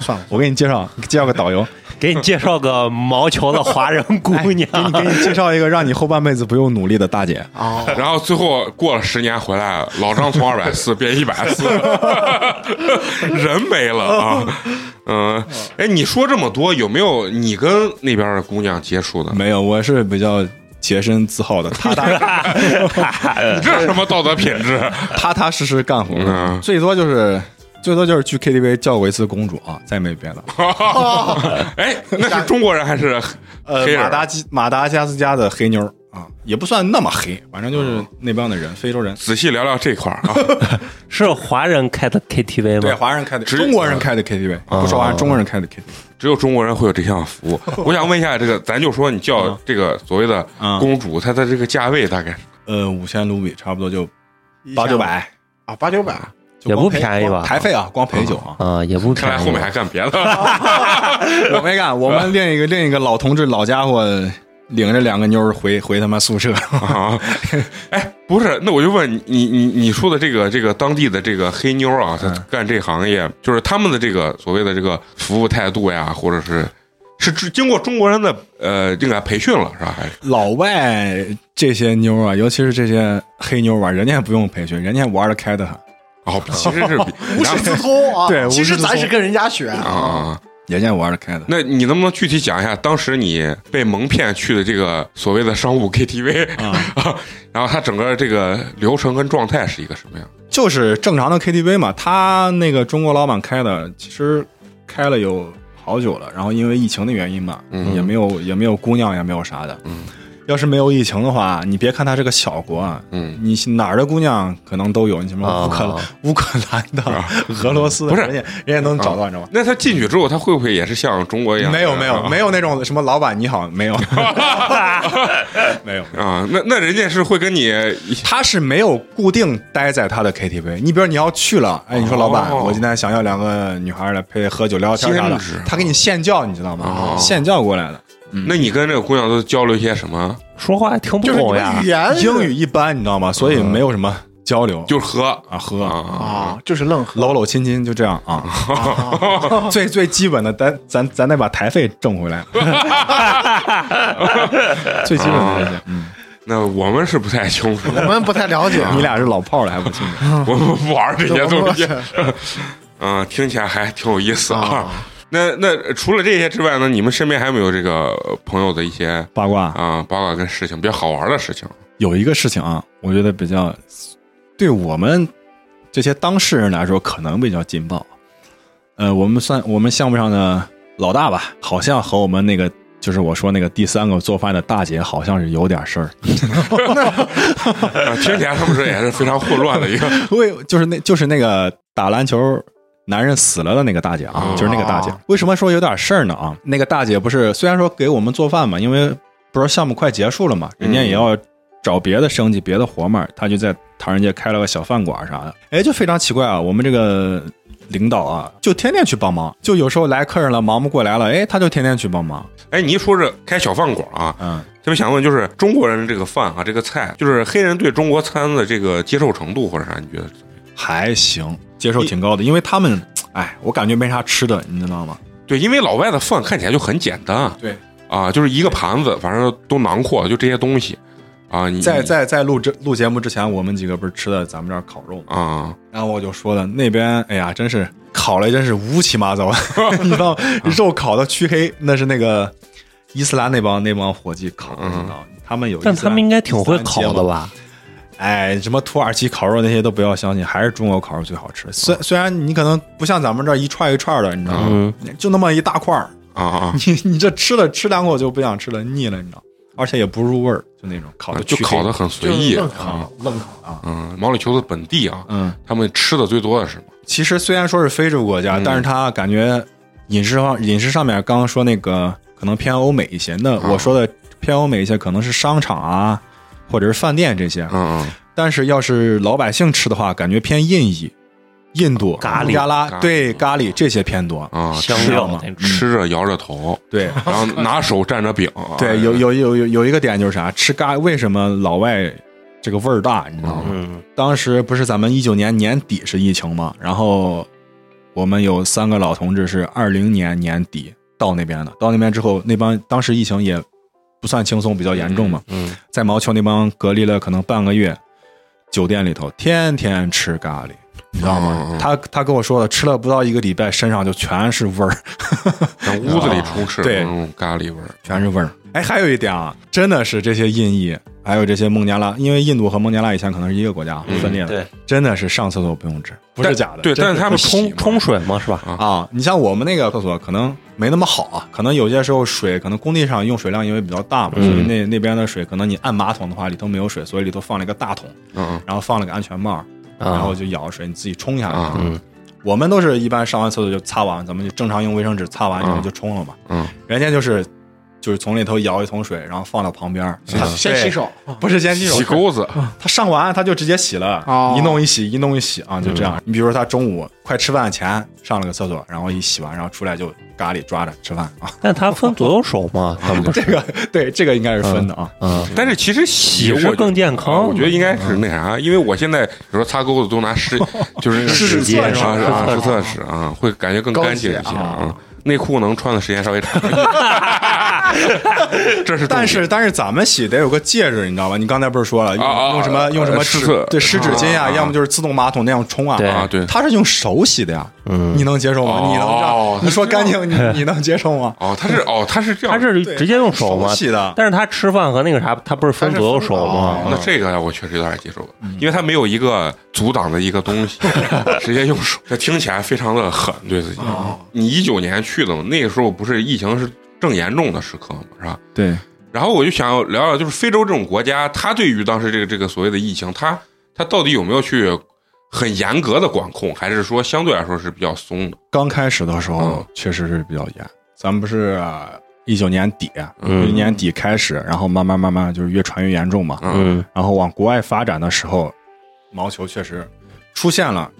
Speaker 2: 算了，
Speaker 4: 我给你介绍介绍个导游，
Speaker 3: 给你介绍个毛球的华人姑娘，
Speaker 4: 给你给你介绍一个让你后半辈子不用努力的大姐。
Speaker 2: 哦，
Speaker 1: 然后最后过了十年回来，老张从二百 四变一百四，人没了 啊。嗯，哎，你说这么多，有没有你跟那边的姑娘接触的？
Speaker 4: 没有，我是比较洁身自好的，踏踏 呃
Speaker 1: 你这是什么道德品质？
Speaker 4: 踏踏实实干活，
Speaker 1: 嗯
Speaker 4: 最多就是最多就是去 KTV 叫过一次公主啊，再没 别的。
Speaker 1: 哎，那是中国人还是
Speaker 4: 呃
Speaker 1: 黑，人？
Speaker 4: 马达基马达加斯加的黑妞儿啊，也不算那么黑，反正就是那帮的人，非洲人。
Speaker 1: 仔细聊聊这块儿啊，
Speaker 3: 是华人开的 KTV
Speaker 4: 对，
Speaker 3: 吗？
Speaker 4: 华人开的，
Speaker 1: 只
Speaker 4: 中国人开的
Speaker 3: 啊
Speaker 4: KTV，不说华人，中国人开的 KTV，
Speaker 1: 只有中国人会有这项服务。我想问一下，这个咱就说你叫这个所谓的
Speaker 4: 嗯
Speaker 1: 公主，她的这个价位大概是？
Speaker 4: 呃，五千卢比差不多就八九百，
Speaker 2: 啊，八九百，
Speaker 4: 就
Speaker 3: 也不
Speaker 4: 光陪
Speaker 3: 便宜吧
Speaker 4: 光台费啊，光陪酒啊，
Speaker 3: 啊，也不
Speaker 1: 看
Speaker 3: 便
Speaker 1: 来
Speaker 3: 宜。
Speaker 1: 后面还干别的。
Speaker 4: 我没干，我们另一个另一个老同志老家伙领着两个妞儿回回他妈 宿舍，
Speaker 1: 啊， 哎，不是，那我就问你，你你你说的这个这个当地的这个黑妞啊，她干这行业，就是他们的这个所谓的这个服务态度呀，或者是是只经过中国人的呃这个培训了是吧？还是
Speaker 4: 老外这些妞啊，尤其是这些黑妞吧，人家也不用培训，人家玩的开的很，
Speaker 1: 哦，其实是比
Speaker 2: 无师自通啊。
Speaker 4: 对无师
Speaker 2: 其实
Speaker 4: 自通
Speaker 2: 咱是跟人家学
Speaker 1: 啊啊
Speaker 2: 啊。
Speaker 1: 啊！
Speaker 4: 人家玩的开的。
Speaker 1: 那你能不能具体讲一下，当时你被蒙骗去的这个所谓的商务 KTV 啊，然后它整个这个流程跟状态是一个什么样？
Speaker 4: 就是正常的 KTV 嘛，他那个中国老板开的，其实开了有好久了，然后因为疫情的原因嘛，也没有也没有姑娘，也没有啥的。
Speaker 1: 嗯
Speaker 4: 要是没有疫情的话，你别看他是个小国啊，
Speaker 1: 嗯，
Speaker 4: 你哪儿的姑娘可能都有，你什么乌克兰、
Speaker 3: 啊
Speaker 4: 乌克兰的、俄罗斯的，
Speaker 1: 啊不是啊
Speaker 4: 人家人家能找到，你知道吗？
Speaker 1: 那他进去之后，他会不会也是像中国一样？啊
Speaker 4: 没有没有没有那种什么老板你好，没有 没有。
Speaker 1: 有啊！那那人家是会跟你一
Speaker 4: 他是没有固定待在他的 KTV。你比如你要去了，哎，你说
Speaker 1: 哦
Speaker 4: 老板，我今天想要两个女孩来陪喝酒聊天啥的
Speaker 1: 兼职，
Speaker 4: 他给你现叫，你知道吗
Speaker 1: 哦？
Speaker 4: 现叫过来的。
Speaker 1: 那你跟这个姑娘都交流一些什么？
Speaker 3: 说话也听不
Speaker 2: 就是你
Speaker 3: 懂
Speaker 2: 们
Speaker 3: 呀
Speaker 2: 语。言是嗯
Speaker 4: 英语一般，你知道吗？所以没有什么交流，
Speaker 1: 就是喝
Speaker 4: 啊喝，
Speaker 1: 啊，
Speaker 2: 啊，就是愣喝
Speaker 4: 搂搂亲亲，就这样啊。 最最基本的，咱咱咱得把台费挣回来。最基本的这些，嗯
Speaker 1: 那我们是不太清楚，
Speaker 2: 我们不太了解。啊
Speaker 4: 你俩是老炮了还不清楚？
Speaker 1: 我们不玩这些东西
Speaker 2: 我们。
Speaker 1: 嗯，听起来还挺有意思啊。那那除了这些之外呢，你们身边还有没有这个朋友的一些
Speaker 4: 八卦
Speaker 1: 啊八卦跟事情，比较好玩的事情？
Speaker 4: 有一个事情啊，我觉得比较对我们这些当事人来说可能比较劲爆。呃，我们算我们项目上的老大吧，好像和我们那个就是我说那个第三个做饭的大姐好像是有点事儿。
Speaker 1: 啊听起来他们这也是非常混乱的一个
Speaker 4: 为就是那就是那个打篮球男人死了的那个大姐啊，
Speaker 1: 哦
Speaker 4: 就是那个大姐。为什么说有点事儿呢啊？那个大姐不是虽然说给我们做饭嘛，因为不是项目快结束了嘛，人家也要找别的生计、别的活嘛儿，她就在唐人街开了个小饭馆啥的。哎，就非常奇怪啊，我们这个。领导啊，就天天去帮忙，就有时候来客人了，忙不过来了，哎，他就天天去帮忙。
Speaker 1: 哎，你一说这开小饭馆啊，
Speaker 4: 嗯，
Speaker 1: 特别想问，就是中国人的这个饭啊，这个菜，就是黑人对中国餐的这个接受程度或者啥，你觉得？
Speaker 4: 还行，接受挺高的，因为他们，哎，我感觉没啥吃的，你知道吗？
Speaker 1: 对，因为老外的饭看起来就很简单，
Speaker 4: 对，
Speaker 1: 啊，就是一个盘子，反正都囊括，就这些东西啊。
Speaker 3: 嗯
Speaker 1: 你
Speaker 4: 在在在录这录节目之前，我们几个不是吃的咱们这儿烤肉嘛，
Speaker 1: 啊，
Speaker 4: 然后我就说了，那边哎呀，真是烤了，真是乌七 八糟，你知道吗
Speaker 3: 嗯
Speaker 4: 肉烤的黢黑，那是那个伊斯兰那帮那帮伙计烤的，你知道吗他们有，
Speaker 3: 嗯但他们应该挺会烤的？吧？
Speaker 4: 哎，什么土耳其烤肉那些都不要相信，还是中国烤肉最好吃。
Speaker 3: 嗯
Speaker 4: 虽虽然你可能不像咱们这儿一串一串的，你知道吗？ 就那么一大块儿，
Speaker 1: 啊啊
Speaker 4: 你你这吃了吃两口就不想吃了，腻了，你知道吗，而且也不入味儿，就那种烤
Speaker 1: 啊，
Speaker 4: 的
Speaker 1: 就烤的很随意
Speaker 2: 就愣
Speaker 1: 啊。
Speaker 4: 愣烤啊，
Speaker 1: 嗯，毛里求斯本地啊，
Speaker 4: 嗯。
Speaker 1: 他们吃的最多的是什么？
Speaker 4: 其实虽然说是非洲国家，
Speaker 1: 嗯
Speaker 4: 但是他感觉饮食方饮食上面，刚刚说那个可能偏欧美一些。
Speaker 1: 啊
Speaker 4: 那我说的偏欧美一些，可能是商场啊，或者是饭店这些。
Speaker 1: 嗯
Speaker 4: 但是要是老百姓吃的话，感觉偏印裔，印度、
Speaker 3: 咖喱
Speaker 4: 孟加拉
Speaker 1: 咖喱
Speaker 4: 对咖喱这些偏多
Speaker 1: 啊，哎
Speaker 3: 香
Speaker 1: 吃
Speaker 3: 料
Speaker 4: 嘛
Speaker 3: 那种
Speaker 1: 吃着摇着 头，
Speaker 4: 对，
Speaker 1: 然后拿手蘸着饼，啊
Speaker 4: 对，有有有有有一个点就是啥，吃咖为什么老外这个味儿大，你知道吗？
Speaker 3: 嗯，
Speaker 4: 当时不是咱们一九年年底是疫情嘛，然后我们有三个老同志是二零年年底到那边的，到那边之后，那帮当时疫情也不算轻松，比较严重嘛，
Speaker 3: 嗯，
Speaker 4: 在毛球那帮隔离了可能半个月，酒店里头天天吃咖喱。你知道吗？
Speaker 1: 嗯嗯嗯
Speaker 4: 他他跟我说了，吃了不到一个礼拜，身上就全是味儿，
Speaker 1: 在屋子里充斥
Speaker 4: 啊
Speaker 1: 那
Speaker 4: 对
Speaker 1: 种咖喱味儿，
Speaker 4: 全是味儿。哎，还有一点啊，真的是这些印裔，还有这些孟加拉，因为印度和孟加拉以前可能是一个国家啊
Speaker 1: 嗯
Speaker 4: 分裂的，
Speaker 3: 对，
Speaker 4: 真的是上厕所不用纸，不是
Speaker 1: 但
Speaker 4: 假的，
Speaker 1: 对，
Speaker 4: 真
Speaker 1: 但
Speaker 4: 的
Speaker 1: 是他们
Speaker 3: 冲冲水嘛是吧？
Speaker 4: 啊，你像我们那个厕所可能没那么好啊，可能有些时候水，可能工地上用水量因为比较大嘛，所以那那边的水可能你按马桶的话里头没有水，所以里头放了一个大桶，
Speaker 1: 嗯
Speaker 4: 然后放了个安全帽，然后就舀水你自己冲下来。
Speaker 1: 啊
Speaker 3: 嗯
Speaker 4: 我们都是一般上完厕所就擦完，咱们就正常用卫生纸擦完以后
Speaker 1: 嗯
Speaker 4: 就冲了嘛。
Speaker 1: 嗯
Speaker 4: 人家就是就是从里头舀一桶水，然后放到旁边儿，他
Speaker 2: 先洗，手，
Speaker 4: 对不是先
Speaker 1: 嗯，
Speaker 4: 洗手，
Speaker 1: 洗钩子，
Speaker 4: 他上完他就直接洗了，
Speaker 2: 哦
Speaker 4: 一弄一洗，一弄一洗啊，就
Speaker 1: 嗯
Speaker 4: 这样。你比如说他中午快吃饭前上了个厕所，然后一洗完，然后出来就咖喱抓着吃饭啊。
Speaker 3: 但他分左右手嘛，他们不
Speaker 4: 这
Speaker 3: 是，
Speaker 4: 个对，这个应该是分的啊。
Speaker 3: 嗯，
Speaker 1: 但是其实洗
Speaker 3: 也
Speaker 1: 我
Speaker 3: 是
Speaker 1: 觉得
Speaker 3: 更健康
Speaker 1: 啊我觉得应该是那啥，因为我现在有时候擦钩子都拿湿，就是那个
Speaker 2: 湿
Speaker 1: 纸
Speaker 2: 纸巾
Speaker 1: 啊
Speaker 2: 是吧
Speaker 1: 啊湿厕纸啊，会感觉更干净一
Speaker 2: 高
Speaker 1: 些
Speaker 2: 级
Speaker 1: 啊。内裤能穿的时间稍微长，一点。这是重点
Speaker 4: 但是但是咱们洗得有个介质，你知道吧？你刚才不是说了，用
Speaker 1: 啊啊
Speaker 4: 用什么
Speaker 1: 啊
Speaker 4: 用什么
Speaker 1: 湿
Speaker 4: 纸
Speaker 1: 厕
Speaker 4: 对湿纸巾
Speaker 1: 啊
Speaker 4: 啊，
Speaker 1: 啊
Speaker 4: 要么就是自动马桶那样冲啊。
Speaker 3: 对
Speaker 1: 啊，对，
Speaker 4: 他是用手洗的呀，
Speaker 3: 嗯
Speaker 4: 你能接受吗？你能这
Speaker 1: 哦
Speaker 4: 样？你说干净，你你能接受吗？
Speaker 1: 哦，他是哦，他是这样，
Speaker 3: 他是直接用手嘛
Speaker 4: 手洗的，
Speaker 3: 但是他吃饭和那个啥，他不是分左右手
Speaker 1: 哦
Speaker 3: 吗？
Speaker 1: 那这个我确实有点接受不了，因为他没有一个阻挡的一个东西，直接用手，这听起来非常的狠，对自己。你一九年去的嘛，那个时候不是疫情是正严重的时刻嘛，是吧？
Speaker 4: 对，
Speaker 1: 然后我就想聊聊，就是非洲这种国家，它对于当时这个这个所谓的疫情，它它到底有没有去很严格的管控，还是说相对来说是比较松的？
Speaker 4: 刚开始的时候
Speaker 1: 嗯
Speaker 4: 确实是比较严，咱们不是啊一九年底，啊
Speaker 3: 嗯
Speaker 4: 一年底开始，然后慢慢慢慢就是越传越严重嘛。
Speaker 1: 嗯
Speaker 3: 嗯
Speaker 4: 然后往国外发展的时候，毛球确实出现了，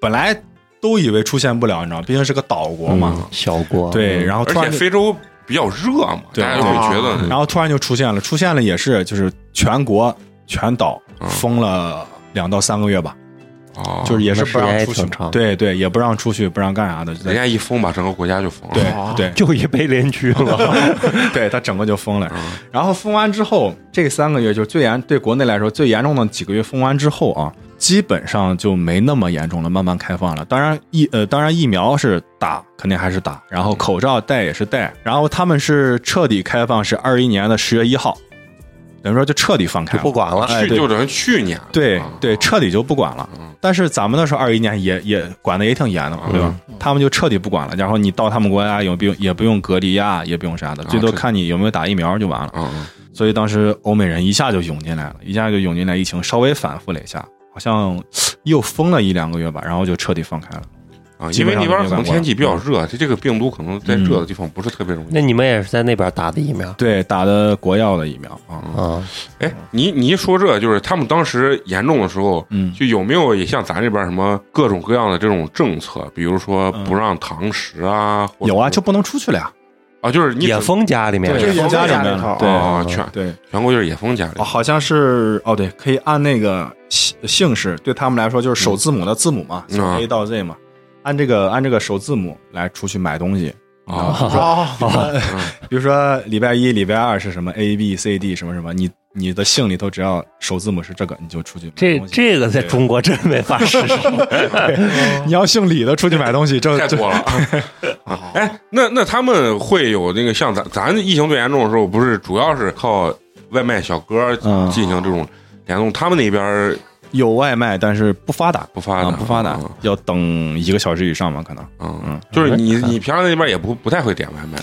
Speaker 4: 本来都以为出现不了，你知道，毕竟是个岛国哦嘛。
Speaker 3: 嗯，小锅
Speaker 4: 对，然后
Speaker 1: 而
Speaker 4: 突
Speaker 1: 且
Speaker 4: 然就，
Speaker 1: 非洲比较热嘛，
Speaker 4: 对
Speaker 1: 大家就会觉得
Speaker 4: 然后突然就出现了，出现了也是就是全国全岛
Speaker 1: 嗯
Speaker 4: 封了两到三个月吧，
Speaker 1: 哦，
Speaker 4: 就是也是不
Speaker 3: 那时间
Speaker 4: 让
Speaker 3: 也
Speaker 4: 出去
Speaker 3: 挺，长
Speaker 4: 对对，也不让出去，不让干啥的，就
Speaker 1: 人
Speaker 4: 在
Speaker 1: 家一封把整个国家就封了，
Speaker 4: 对
Speaker 2: 哦
Speaker 4: 对
Speaker 3: 就一杯连区 了，
Speaker 4: 对，他整个就封了。
Speaker 1: 嗯
Speaker 4: 然后封完之后，这三个月就是最严，对国内来说最严重的几个月封完之后啊，基本上就没那么严重了，慢慢开放了。当然疫呃，当然疫苗是打，肯定还是打，然后口罩戴也是戴，然后他们是彻底开放，是二一年的十月一号，等于说就彻底放开了
Speaker 3: 不管了。
Speaker 4: 哎
Speaker 1: 去
Speaker 4: 对
Speaker 1: 就等于去年了
Speaker 4: 对
Speaker 1: 啊
Speaker 4: 对，彻底就不管了
Speaker 1: 嗯。
Speaker 4: 但是咱们那时候二一年也也管的也挺严的嘛，对吧？他们就彻底不管了，然后你到他们国家有不用也不用隔离啊，也不用啥的，最多
Speaker 1: 这
Speaker 4: 看你有没有打疫苗就完了。
Speaker 1: 嗯，
Speaker 4: 所以当时欧美人一下就涌进来了，一下就涌进来，疫情稍微反复了一下，好像 又封了一两个月吧，然后就彻底放开了。
Speaker 1: 嗯啊，
Speaker 4: 基
Speaker 1: 因为
Speaker 4: 本
Speaker 1: 那
Speaker 4: 上
Speaker 1: 边可
Speaker 4: 都没
Speaker 1: 能
Speaker 4: 管过
Speaker 1: 天气比较热，这这个病毒可能在热的地方不是特别容易。
Speaker 3: 那你们也是在那边打的疫苗
Speaker 4: 对，打的国药的疫苗啊，
Speaker 3: 啊？
Speaker 1: 哎，你你一说这，就是他们当时严重的时候，
Speaker 4: 嗯
Speaker 1: 就有没有也像咱这边什么各种各样的这种政策，比如说不让堂食啊，或者
Speaker 4: 有啊，就不能出去了呀，
Speaker 1: 啊，就是你
Speaker 3: 也封家里面
Speaker 2: 对
Speaker 1: 就
Speaker 4: 就是是
Speaker 1: 野
Speaker 4: 野
Speaker 1: 家
Speaker 2: 里
Speaker 4: 家里
Speaker 2: 面
Speaker 4: 面
Speaker 2: 了
Speaker 4: 对
Speaker 1: 哦全
Speaker 4: 对，
Speaker 1: 全国就是也封家里
Speaker 4: 哦，好像是哦，对，可以按那个姓姓氏，对他们来说就是首字母的字母嘛，
Speaker 1: 嗯
Speaker 4: 从 A 到 Z 嘛，按这个按这个首字母来出去买东西。
Speaker 1: 啊，
Speaker 2: 哦，
Speaker 1: 嗯
Speaker 4: 比如说礼拜一、礼拜二是什么 A B C D 什么什么，你你的姓里头只要首字母是这个，你就出去买
Speaker 3: 这
Speaker 4: 东西
Speaker 3: 这个在
Speaker 4: 对
Speaker 3: 中国真没法实 施。
Speaker 4: 你要姓李的出去买东西，这
Speaker 1: 太
Speaker 4: 这
Speaker 1: 多了。啊哎，那那他们会有那个像咱咱疫情最严重的时候，不是主要是靠外卖小哥
Speaker 4: 嗯
Speaker 1: 进行这种联动，他们那边
Speaker 4: 有外卖，但是不发达，
Speaker 1: 不发达
Speaker 4: 啊不发达
Speaker 1: 嗯，
Speaker 4: 要等一个小时以上吧，可能
Speaker 1: 嗯
Speaker 4: 嗯，
Speaker 1: 就是你你平常在那边也不不太会点外卖，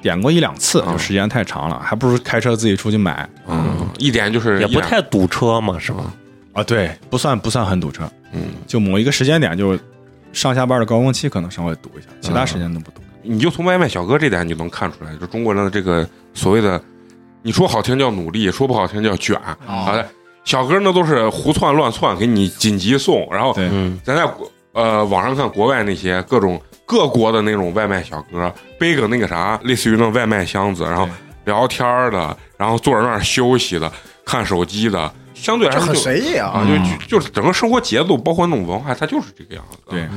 Speaker 4: 点过一两次，
Speaker 1: 嗯
Speaker 4: 就时间太长了，还不如开车自己出去买
Speaker 1: 嗯，一点就是
Speaker 3: 也
Speaker 1: 一
Speaker 3: 不
Speaker 1: 两
Speaker 3: 太堵车嘛，是吧？
Speaker 4: 啊。对，不算不算很堵车，
Speaker 1: 嗯，
Speaker 4: 就某一个时间点，就是上下班的高峰期，可能稍微堵一下，其他时间都不堵。
Speaker 1: 你就从外卖小哥这点你就能看出来，就中国人的这个所谓的，你说好听叫努力，说不好听叫卷。好的，小哥那都是胡窜乱窜，给你紧急送，然后
Speaker 4: 对，
Speaker 3: 嗯，
Speaker 1: 咱在国呃，网上看国外那些各种各国的那种外卖小哥背个那个啥，类似于那种外卖箱子，然后聊天儿的，然后坐在那儿休息的，看手机的，相对来
Speaker 2: 这
Speaker 1: 说
Speaker 2: 很
Speaker 1: 就
Speaker 2: 随意啊。
Speaker 4: 嗯
Speaker 1: 啊，就就就是整个生活节奏，包括那种文化，它就是这个样子。
Speaker 4: 对，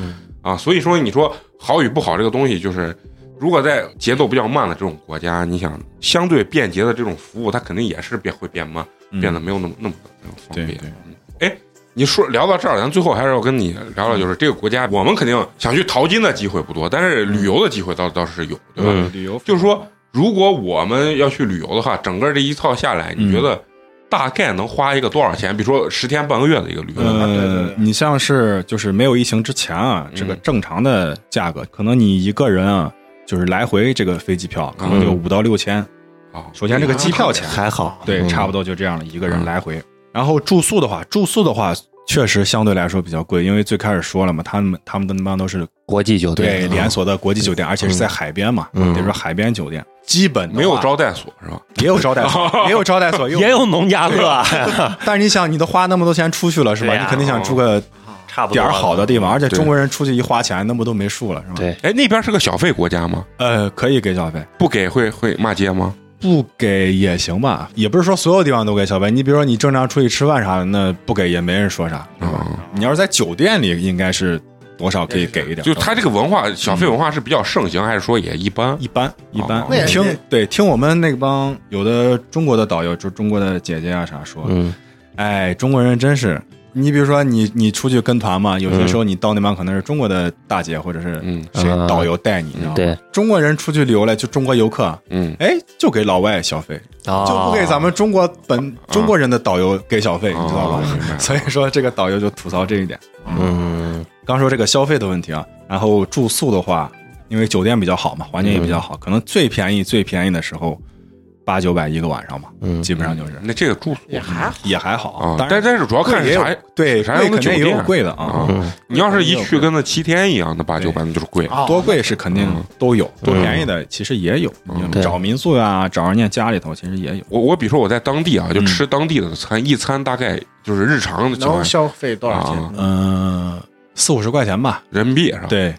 Speaker 1: 啊，所以说你说好与不好这个东西，就是如果在节奏比较慢的这种国家，你想相对便捷的这种服务，它肯定也是变会变慢，变得没有那么那么那么方
Speaker 4: 对
Speaker 1: 便。
Speaker 4: 嗯对，
Speaker 1: 哎你说聊到这儿，咱最后还是要跟你聊聊，就是这个国家，我们肯定想去淘金的机会不多，但是旅游的机会倒倒是有，对吧？
Speaker 3: 嗯
Speaker 4: 旅游
Speaker 1: 就是说，如果我们要去旅游的话，整个这一套下来，你
Speaker 4: 嗯
Speaker 1: 觉得大概能花一个多少钱？比如说十天半个月的一个旅游，
Speaker 2: 对对
Speaker 4: 呃
Speaker 2: 对，
Speaker 4: 你像是就是没有疫情之前啊，这个正常的价格，可能你一个人啊，就是来回这个飞机票可能就五到六千。
Speaker 1: 啊，
Speaker 4: 首先这个机票钱
Speaker 3: 还好，
Speaker 4: 对，差不
Speaker 3: 多。
Speaker 4: 多就这样了，一个人来回。然后住宿的话，住宿的话确实相对来说比较贵，因为最开始说了嘛，他们他们的那帮都是
Speaker 3: 国际酒
Speaker 4: 对
Speaker 3: 店
Speaker 4: 连，锁的国际酒店，而且是在海边嘛，比如说海边酒店，基本的话
Speaker 1: 没有招待所是吧？
Speaker 4: 也有招待所，也有招待所，
Speaker 3: 也有农家乐，啊
Speaker 4: 但是你想，你都花那么多钱出去了是吧？
Speaker 3: 对呀
Speaker 4: 你肯定想住个
Speaker 3: 差不多
Speaker 4: 点儿
Speaker 3: 了
Speaker 4: 好的地方，而且
Speaker 1: 对
Speaker 4: 中国人出去一花钱，那不都没数了是吧？，
Speaker 3: 对，
Speaker 1: 哎，那边是个小费国家吗？
Speaker 4: 呃，可以给小费，
Speaker 1: 不给会会骂街吗？
Speaker 4: 不给也行吧，也不是说所有地方都给小费。你比如说你正常出去吃饭啥的，那不给也没人说啥，是吧？你要是在酒店里，应该是多少可以给一点，
Speaker 1: 就他这个文化，小费文化是比较盛行，还是说也一般？
Speaker 4: 一般一般
Speaker 1: 哦。
Speaker 2: 那也
Speaker 4: 听
Speaker 2: 那
Speaker 4: 对听我们那帮有的中国的导游，就中国的姐姐啊啥说，
Speaker 3: 嗯，
Speaker 4: 哎，中国人真是。你比如说你，你出去跟团嘛，有些时候你到那帮可能是中国的大姐或者是
Speaker 1: 嗯
Speaker 4: 谁
Speaker 3: 嗯
Speaker 4: 导游带你，你知道吗？
Speaker 3: 对，
Speaker 4: 中国人出去旅游了，就中国游客，
Speaker 1: 嗯，哦
Speaker 4: 哎，就给老外小费，
Speaker 3: 就
Speaker 4: 哦就不给咱们中国本中国人的导游给小费，
Speaker 1: 嗯哦
Speaker 4: 你知道吧
Speaker 1: 明白？
Speaker 4: 所以说这个导游就吐槽这一点。
Speaker 3: 嗯
Speaker 4: 刚说这个消费的问题啊，然后住宿的话，因为酒店比较好嘛，环境也比较好，
Speaker 1: 嗯
Speaker 4: 可能最便宜最便宜的时候八九百一个晚上吧，
Speaker 3: 嗯
Speaker 4: 基本上就是
Speaker 1: 那这个住宿
Speaker 2: 也还好，
Speaker 4: 也还好
Speaker 1: 啊，
Speaker 4: 当
Speaker 1: 但
Speaker 4: 然
Speaker 1: 但是主要看
Speaker 4: 贵
Speaker 1: 是
Speaker 4: 也有
Speaker 1: 啥。
Speaker 4: 对
Speaker 1: 啥
Speaker 4: 贵
Speaker 1: 样的
Speaker 4: 肯定
Speaker 1: 酒
Speaker 4: 也有
Speaker 1: 店
Speaker 4: 贵的啊
Speaker 1: 啊，你要是一去跟那七天一样的八九百，那就是贵。
Speaker 2: 啊
Speaker 4: 多贵是肯定都有，
Speaker 1: 嗯
Speaker 4: 多便宜的其实也有，
Speaker 3: 对
Speaker 4: 你找民宿呀，找人家家里头其实也有。
Speaker 1: 我我比如说我在当地
Speaker 3: 嗯
Speaker 1: 啊，就吃当地的餐，一餐大概就是日常的情况下
Speaker 2: 能消费多少
Speaker 4: 啊
Speaker 2: 钱？
Speaker 4: 嗯，四五十块钱吧。
Speaker 1: 人民币是吧？
Speaker 4: 对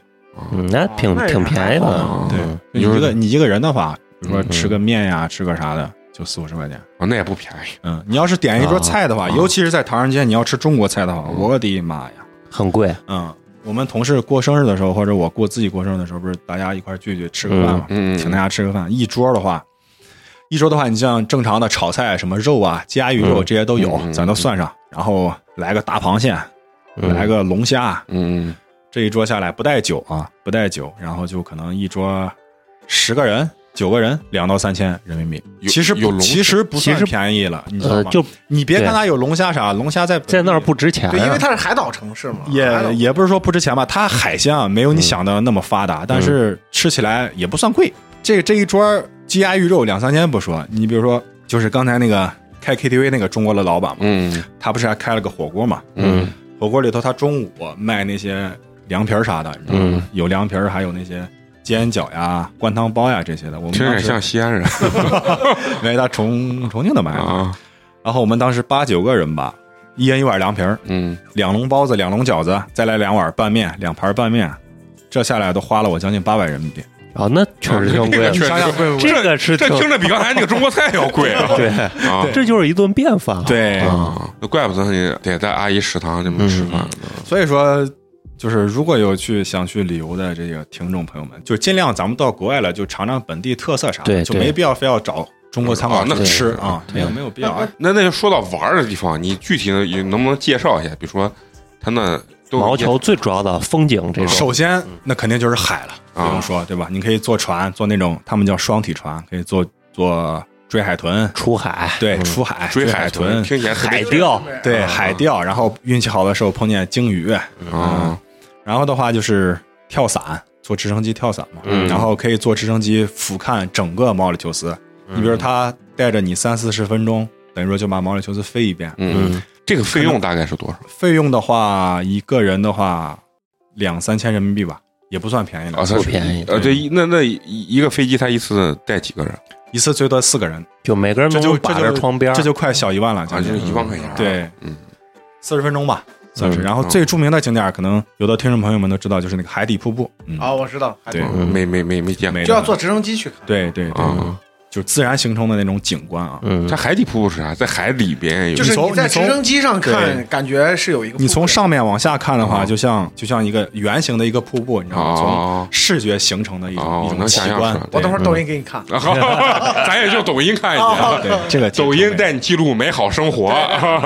Speaker 3: 嗯，那
Speaker 4: 哦
Speaker 3: 挺
Speaker 2: 那也
Speaker 3: 挺便
Speaker 2: 还
Speaker 3: 宜的
Speaker 2: 好，
Speaker 1: 啊，
Speaker 4: 对
Speaker 3: 嗯，
Speaker 4: 你
Speaker 1: 你说
Speaker 4: 一个你一个人的话，比如说
Speaker 3: 嗯
Speaker 4: 吃个面呀，吃个啥的，就四五十块钱。
Speaker 1: 啊那也不便宜。
Speaker 4: 嗯，你要是点一
Speaker 1: 啊
Speaker 4: 桌菜的话，尤其是在唐人街，你要吃中国菜的话，
Speaker 1: 嗯
Speaker 4: 我的妈呀！
Speaker 3: 很贵，
Speaker 4: 嗯，我们同事过生日的时候，或者我过自己过生日的时候，不是大家一块儿聚聚吃个饭嘛，
Speaker 1: 嗯嗯嗯
Speaker 4: 请大家吃个饭，一桌的话。一桌的话，你像正常的炒菜，什么肉啊、家鱼肉这些都有，
Speaker 1: 嗯嗯
Speaker 4: 咱都算上。然后来个大螃蟹，
Speaker 3: 嗯
Speaker 4: 来个龙虾，
Speaker 1: 嗯，
Speaker 4: 这一桌下来不带酒啊，不带酒，然后就可能一桌十个人、九个人，两到三千人民币。
Speaker 1: 有
Speaker 4: 其实
Speaker 1: 有
Speaker 4: 不，
Speaker 1: 龙
Speaker 4: 其实不算
Speaker 3: 其实
Speaker 4: 便宜了，你知道
Speaker 3: 呃，
Speaker 4: 吗？
Speaker 3: 就
Speaker 4: 你别
Speaker 3: 对
Speaker 4: 看它有龙虾啥，龙虾在
Speaker 3: 在那儿不值钱啊，
Speaker 2: 对，因为它是海岛城市嘛，海岛
Speaker 4: 啊也也不是说不值钱吧，它海鲜啊
Speaker 3: 嗯
Speaker 4: 没有你想的那么发达，但是吃起来也不算贵。这这一桌鸡鸭鱼肉两三千不说，你比如说就是刚才那个开 KTV 那个中国的老板嘛，
Speaker 1: 嗯
Speaker 4: 他不是还开了个火锅嘛？
Speaker 1: 嗯，
Speaker 4: 火锅里头他中午卖那些凉皮儿啥的，你知道
Speaker 3: 嗯
Speaker 4: 吗？有凉皮儿，还有那些煎饺呀、灌汤包呀这些的。我们
Speaker 1: 听着
Speaker 4: 当
Speaker 1: 也
Speaker 4: 时
Speaker 1: 像西安人
Speaker 4: 因为他重重庆的
Speaker 3: 嗯
Speaker 4: 买的。
Speaker 1: 啊。
Speaker 4: 然后我们当时八九个人吧，一人一碗凉皮儿，
Speaker 1: 嗯，
Speaker 4: 两笼包子，两笼饺子，再来两碗拌面，两盘拌面，这下来都花了我将近八百人民币。
Speaker 3: 啊，那确实挺
Speaker 1: 这个
Speaker 3: 贵的，
Speaker 1: 确实贵
Speaker 3: 这个是
Speaker 1: 这
Speaker 3: 挺
Speaker 1: 听着比刚才那个中国菜要贵啊。
Speaker 3: 对，
Speaker 1: 啊，
Speaker 3: 这就是一顿便饭，
Speaker 4: 对
Speaker 1: 啊，那怪不得你得在阿姨食堂这么吃饭
Speaker 3: 嗯
Speaker 1: 呢。
Speaker 4: 所以说，就是如果有去想去旅游的这个听众朋友们，就尽量咱们到国外了，就尝尝本地特色啥的，
Speaker 3: 对
Speaker 4: 就
Speaker 3: 对
Speaker 4: 没必要非要找中国餐
Speaker 1: 哦
Speaker 4: 馆
Speaker 1: 那
Speaker 4: 去吃
Speaker 1: 是嗯
Speaker 4: 啊，没有没有必要。
Speaker 1: 那那就说到玩儿的地方，你具体的也能不能介绍一下？比如说，他那都有
Speaker 3: 毛球最主要的风景这种，
Speaker 4: 首先，那肯定就是海了，不
Speaker 1: 啊
Speaker 4: 用说，对吧？你可以坐船，坐那种他们叫双体船，可以坐坐追海豚，
Speaker 3: 出海，
Speaker 4: 对，
Speaker 3: 嗯
Speaker 4: 出海
Speaker 1: 追
Speaker 4: 海
Speaker 1: 豚，
Speaker 4: 豚，
Speaker 1: 听起来特别
Speaker 3: 海钓，
Speaker 4: 对海钓。然后运气好的时候碰见鲸鱼，
Speaker 1: 啊，
Speaker 4: 然后的话就是跳伞，坐直升机跳伞嘛，
Speaker 1: 嗯
Speaker 4: 然后可以坐直升机俯瞰整个毛里求斯。你比如他带着你三四十分钟，等于说就把毛里求斯飞一遍。
Speaker 1: 嗯，这个费用大概是多少
Speaker 4: 费用的话，一个人的话两三千人民币吧，也不算便宜了。
Speaker 1: 啊？它
Speaker 3: 不
Speaker 1: 是
Speaker 3: 便宜
Speaker 1: 呃，对，一那那一一个飞机，它一次带几个人
Speaker 4: 一次最多四个人，
Speaker 3: 就每个人
Speaker 4: 这
Speaker 3: 能
Speaker 4: 就
Speaker 3: 够把
Speaker 4: 这
Speaker 3: 着
Speaker 4: 就
Speaker 3: 窗边儿，
Speaker 4: 这就快小一万了，
Speaker 1: 啊？
Speaker 4: 将
Speaker 1: 就是
Speaker 4: 近
Speaker 1: 一万块钱。
Speaker 4: 嗯对，
Speaker 1: 嗯，
Speaker 4: 四十分钟吧，算是。
Speaker 1: 嗯
Speaker 4: 然后最著名的景点，可能有的听众朋友们都知道，就是那个海底瀑布。嗯，
Speaker 2: 啊，我知道，还
Speaker 4: 对
Speaker 2: 懂
Speaker 1: 嗯没没没没见过
Speaker 4: 没
Speaker 2: 就要坐直升机去看。
Speaker 4: 对对对，
Speaker 1: 啊。
Speaker 4: 就是自然形成的那种景观啊。
Speaker 3: 嗯
Speaker 1: 它，海底瀑布是啥？在海里边有，
Speaker 2: 就是
Speaker 4: 你从
Speaker 2: 你在
Speaker 4: 你
Speaker 2: 直
Speaker 4: 从
Speaker 2: 升机上
Speaker 4: 对
Speaker 2: 看，感觉是有一个
Speaker 4: 你从上面往下看的话，
Speaker 1: 啊
Speaker 4: 就像就像一个圆形的一个瀑布，你知道吗？
Speaker 1: 哦
Speaker 4: 从视觉形成的一
Speaker 1: 哦
Speaker 4: 种一种
Speaker 1: 能
Speaker 4: 奇
Speaker 1: 想象
Speaker 4: 观
Speaker 1: 出来。
Speaker 2: 我
Speaker 4: 对
Speaker 2: 等会儿抖音给你看。
Speaker 1: 啊 好咱也就抖音看一
Speaker 2: 哦
Speaker 1: 下。
Speaker 4: 啊对这 个
Speaker 1: 抖音
Speaker 4: 在
Speaker 1: 带你记录美好生活。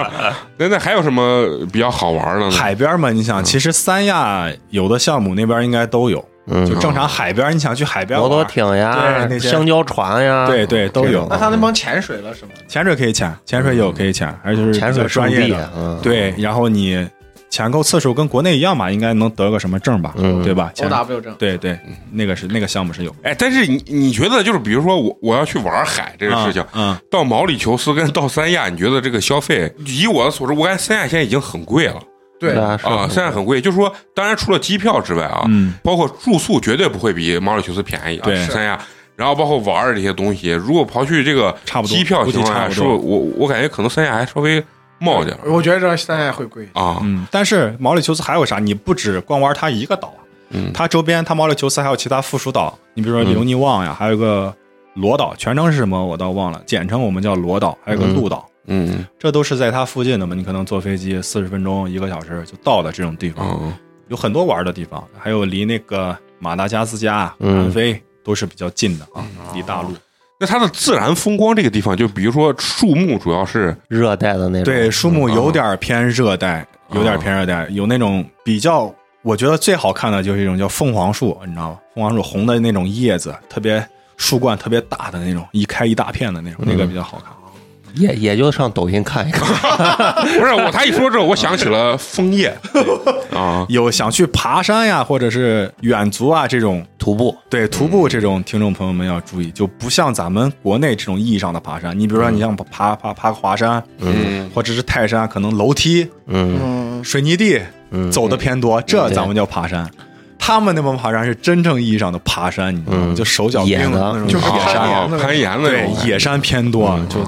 Speaker 1: 那那还有什么比较好玩的呢？
Speaker 4: 海边嘛，你想，其实三亚有的项目那边应该都有，
Speaker 3: 嗯
Speaker 4: 就正常海边，你想去海边
Speaker 3: 摩托
Speaker 4: 玩，
Speaker 3: 艇呀
Speaker 4: 对那，些
Speaker 3: 香蕉船呀，
Speaker 4: 对对都有
Speaker 2: 那。他那帮潜水了是吗？
Speaker 4: 潜水可以潜，潜水有可以潜，而且是
Speaker 3: 潜
Speaker 4: 比较
Speaker 3: 水
Speaker 4: 专
Speaker 3: 圣
Speaker 4: 业
Speaker 3: 地
Speaker 4: 的。
Speaker 1: 嗯
Speaker 3: 啊，
Speaker 4: 对，然后你潜够次数跟国内一样吧，应该能得个什么证吧，
Speaker 3: 嗯
Speaker 4: 对吧？
Speaker 2: O
Speaker 4: 潜
Speaker 2: W 证，
Speaker 4: 对对，
Speaker 1: 嗯
Speaker 4: 那个是那个项目是有
Speaker 1: 哎，但是你你觉得就是比如说我我要去玩海这个事情，
Speaker 4: 嗯，
Speaker 1: 到毛里求斯跟到三亚，你觉得这个消费，以我的所知，我感觉三亚现在已经很贵了
Speaker 2: 对，
Speaker 3: 啊，是
Speaker 1: 啊，三亚很贵。就是说，当然除了机票之外啊，
Speaker 4: 嗯
Speaker 1: 包括住宿绝对不会比毛里求斯便宜啊，
Speaker 4: 对
Speaker 1: 三亚。然后包括玩儿这些东西，如果刨去这个
Speaker 4: 差不多
Speaker 1: 机票情况下，
Speaker 4: 估计
Speaker 1: 是
Speaker 4: 差
Speaker 1: 不
Speaker 4: 不
Speaker 1: 是
Speaker 4: 多
Speaker 1: 我我感觉可能三亚还稍微冒点儿
Speaker 2: 我觉得三亚会贵。
Speaker 1: 啊，
Speaker 4: 嗯，但是毛里求斯还有啥？你不止光玩它一个岛啊，
Speaker 1: 嗯
Speaker 4: 它周边它毛里求斯还有其他附属岛，你比如说留尼旺呀，还有
Speaker 1: 嗯
Speaker 4: 个罗岛，全称是什么我倒忘了，简称我们叫罗岛，还有个鹿岛，
Speaker 1: 嗯
Speaker 4: 这都是在它附近的嘛。你可能坐飞机四十分钟、一个小时就到的这种地方，
Speaker 1: 嗯
Speaker 4: 有很多玩的地方，还有离那个马达加斯加、
Speaker 3: 嗯
Speaker 4: 南非都是比较近的啊，离大陆。
Speaker 1: 那它的自然风光这个地方，就比如说树木，主要是
Speaker 3: 热带的那种，
Speaker 4: 对，树木有点偏热带，有点偏热带，有那种比较，我觉得最好看的就是一种叫凤凰树，你知道吗？凤凰树红的那种叶子，特别树冠特别大的那种，一开一大片的那种，那个比较好看。啊
Speaker 3: 也也就上抖音看一看，
Speaker 1: 不是我？他一说这，我想起了枫叶啊，
Speaker 4: 有想去爬山呀，或者是远足啊这种，
Speaker 3: 徒步，
Speaker 4: 对徒步这种，听众朋友们要注意，就不像咱们国内这种意义上的爬山。你比如说，你像爬爬爬个华山，
Speaker 1: 嗯，
Speaker 4: 或者是泰山，可能楼梯
Speaker 3: 嗯，
Speaker 2: 嗯，
Speaker 4: 水泥地走的偏多，这咱们叫爬山。他们那帮爬山是真正意义上的爬山，你知道吗？
Speaker 3: 嗯
Speaker 4: 就手脚并
Speaker 3: 野
Speaker 4: 用
Speaker 3: 的
Speaker 4: 那种
Speaker 2: 就是
Speaker 4: 野
Speaker 2: 攀
Speaker 4: 山，
Speaker 2: 岩
Speaker 1: 啊
Speaker 2: 的
Speaker 1: 攀岩的那
Speaker 4: 对
Speaker 1: 种感觉
Speaker 4: 野山偏多，就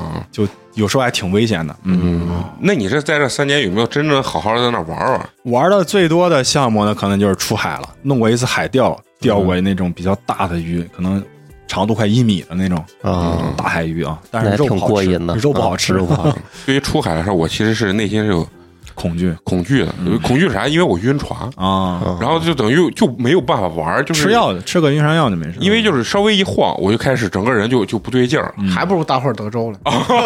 Speaker 4: 就有时候还挺危险的。嗯，
Speaker 1: 那你这在这三年有没有真正好好的在那玩玩？
Speaker 4: 玩的最多的项目呢，可能就是出海了，弄过一次海钓，钓过那种比较大的鱼，可能长度快一米的那种
Speaker 3: 啊
Speaker 4: 大海鱼啊，但
Speaker 3: 那
Speaker 4: 是
Speaker 3: 还
Speaker 4: 肉
Speaker 3: 挺
Speaker 4: 不好
Speaker 3: 过
Speaker 4: 吃
Speaker 3: 瘾的，
Speaker 4: 肉不好
Speaker 3: 啊
Speaker 4: 吃，
Speaker 3: 肉不好 吃，
Speaker 1: 对于出海的时候，我其实是内心是有
Speaker 4: 恐惧
Speaker 1: 恐惧
Speaker 4: 嗯
Speaker 1: 的，有恐惧是啥？因为我晕船，
Speaker 4: 啊。
Speaker 1: 然后就等于就没有办法玩，就是
Speaker 4: 吃，药的，吃个晕船药就没事。
Speaker 1: 因为就是稍微一晃，我就开始整个人就就不对劲儿，
Speaker 2: 还不如大伙儿德州了。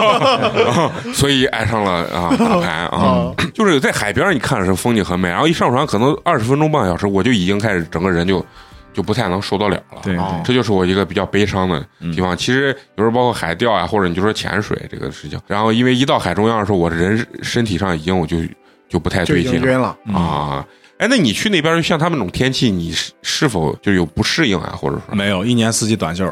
Speaker 4: 嗯
Speaker 1: 所以爱上了 啊打牌啊，就是在海边你看着是风景很美，然后一上船可能二十分钟半个小时，我就已经开始整个人就就不太能受得了了。
Speaker 4: 对嗯对
Speaker 1: 这就是我一个比较悲伤的地方。其实有时候包括海钓啊，或者你就说潜水这个事情，然后因为一到海中央的时候，我人身体上已经我就就不太
Speaker 2: 就
Speaker 1: 对
Speaker 2: 已经
Speaker 1: 劲
Speaker 2: 晕了。
Speaker 4: 嗯
Speaker 1: 啊。哎，那你去那边像他们那种天气，你是是否就有不适应啊，或者说
Speaker 4: 没有一年四季短袖，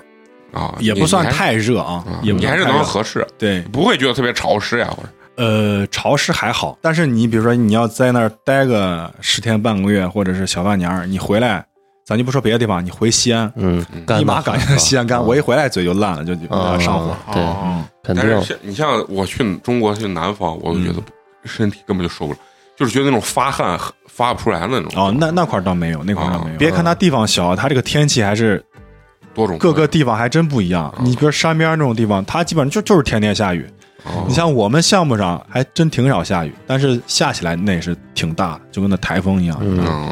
Speaker 1: 啊，
Speaker 4: 也
Speaker 1: 你
Speaker 4: 不算
Speaker 1: 你还
Speaker 4: 太热啊
Speaker 1: 啊，
Speaker 4: 也不
Speaker 1: 你还
Speaker 4: 算
Speaker 1: 是
Speaker 4: 太热
Speaker 1: 能合适，
Speaker 4: 对，
Speaker 1: 不会觉得特别潮湿呀、或者
Speaker 4: 呃，潮湿还好，但是你比如说你要在那儿待个十天半个月，或者是小半年儿，你回来，咱就不说别的地方，你回西安，
Speaker 3: 嗯，干
Speaker 4: 立
Speaker 3: 的
Speaker 4: 马感觉西安干，我一回来嘴就烂了，就就
Speaker 3: 啊
Speaker 4: 上火。
Speaker 3: 对，
Speaker 2: 哦
Speaker 3: 肯
Speaker 1: 但
Speaker 3: 定
Speaker 1: 是像你像我去中国去南方，我就觉
Speaker 4: 嗯
Speaker 1: 得身体根本就受不了，就是觉得那种发汗发不出来那种
Speaker 4: 哦，那那块儿倒没有，那块儿倒没有。
Speaker 1: 啊
Speaker 4: 别看它地方小，它这个天气还是
Speaker 1: 多种
Speaker 4: 各个地方还真不一样。你比如山边儿那种地方，它基本上就就是天天下雨。你像我们项目上还真挺少下雨，但是下起来那也是挺大的，就跟那台风一样。
Speaker 1: 嗯，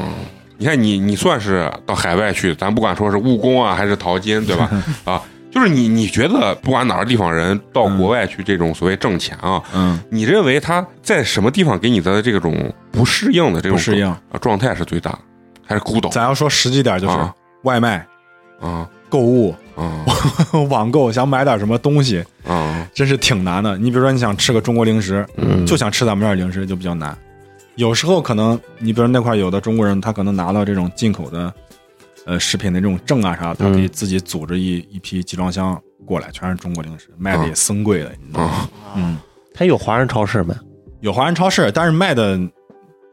Speaker 1: 你看你你算是到海外去，咱不管说是务工啊还是淘金，对 吧？啊，就是你你觉得不管哪个地方人到国外去这种所谓挣钱啊，
Speaker 4: 嗯，
Speaker 1: 你认为他在什么地方给你的这种不适应的这种
Speaker 4: 不适应
Speaker 1: 啊状态是最大的，还是孤岛
Speaker 4: 咱要说实际点儿，就是
Speaker 1: 啊
Speaker 4: 外卖、
Speaker 1: 啊
Speaker 4: 购物。
Speaker 1: 啊
Speaker 4: 网购想买点什么东西，
Speaker 1: 啊
Speaker 4: 真是挺难的。你比如说，你想吃个中国零食，
Speaker 3: 嗯
Speaker 4: 就想吃咱们这儿零食就比较难。有时候可能，你比如那块有的中国人，他可能拿到这种进口的，呃，食品的这种证啊啥，他可以自己组织一一批集装箱过来，全是中国零食，卖的也森贵的。你知道吗
Speaker 1: 啊！
Speaker 4: 嗯，
Speaker 3: 他有华人超市没？
Speaker 4: 有华人超市，但是卖的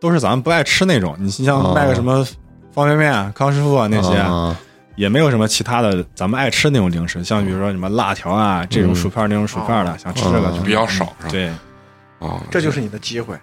Speaker 4: 都是咱们不爱吃那种。你像卖个什么方便面啊、康师傅啊那些，
Speaker 3: 啊
Speaker 4: 也没有什么其他的咱们爱吃那种零食，像比如说什么辣条啊这种薯片儿那种薯片儿的，想吃这个
Speaker 3: 嗯
Speaker 4: 就
Speaker 1: 比较少是吧？
Speaker 4: 对，
Speaker 1: 啊，
Speaker 2: 这就是你的机会。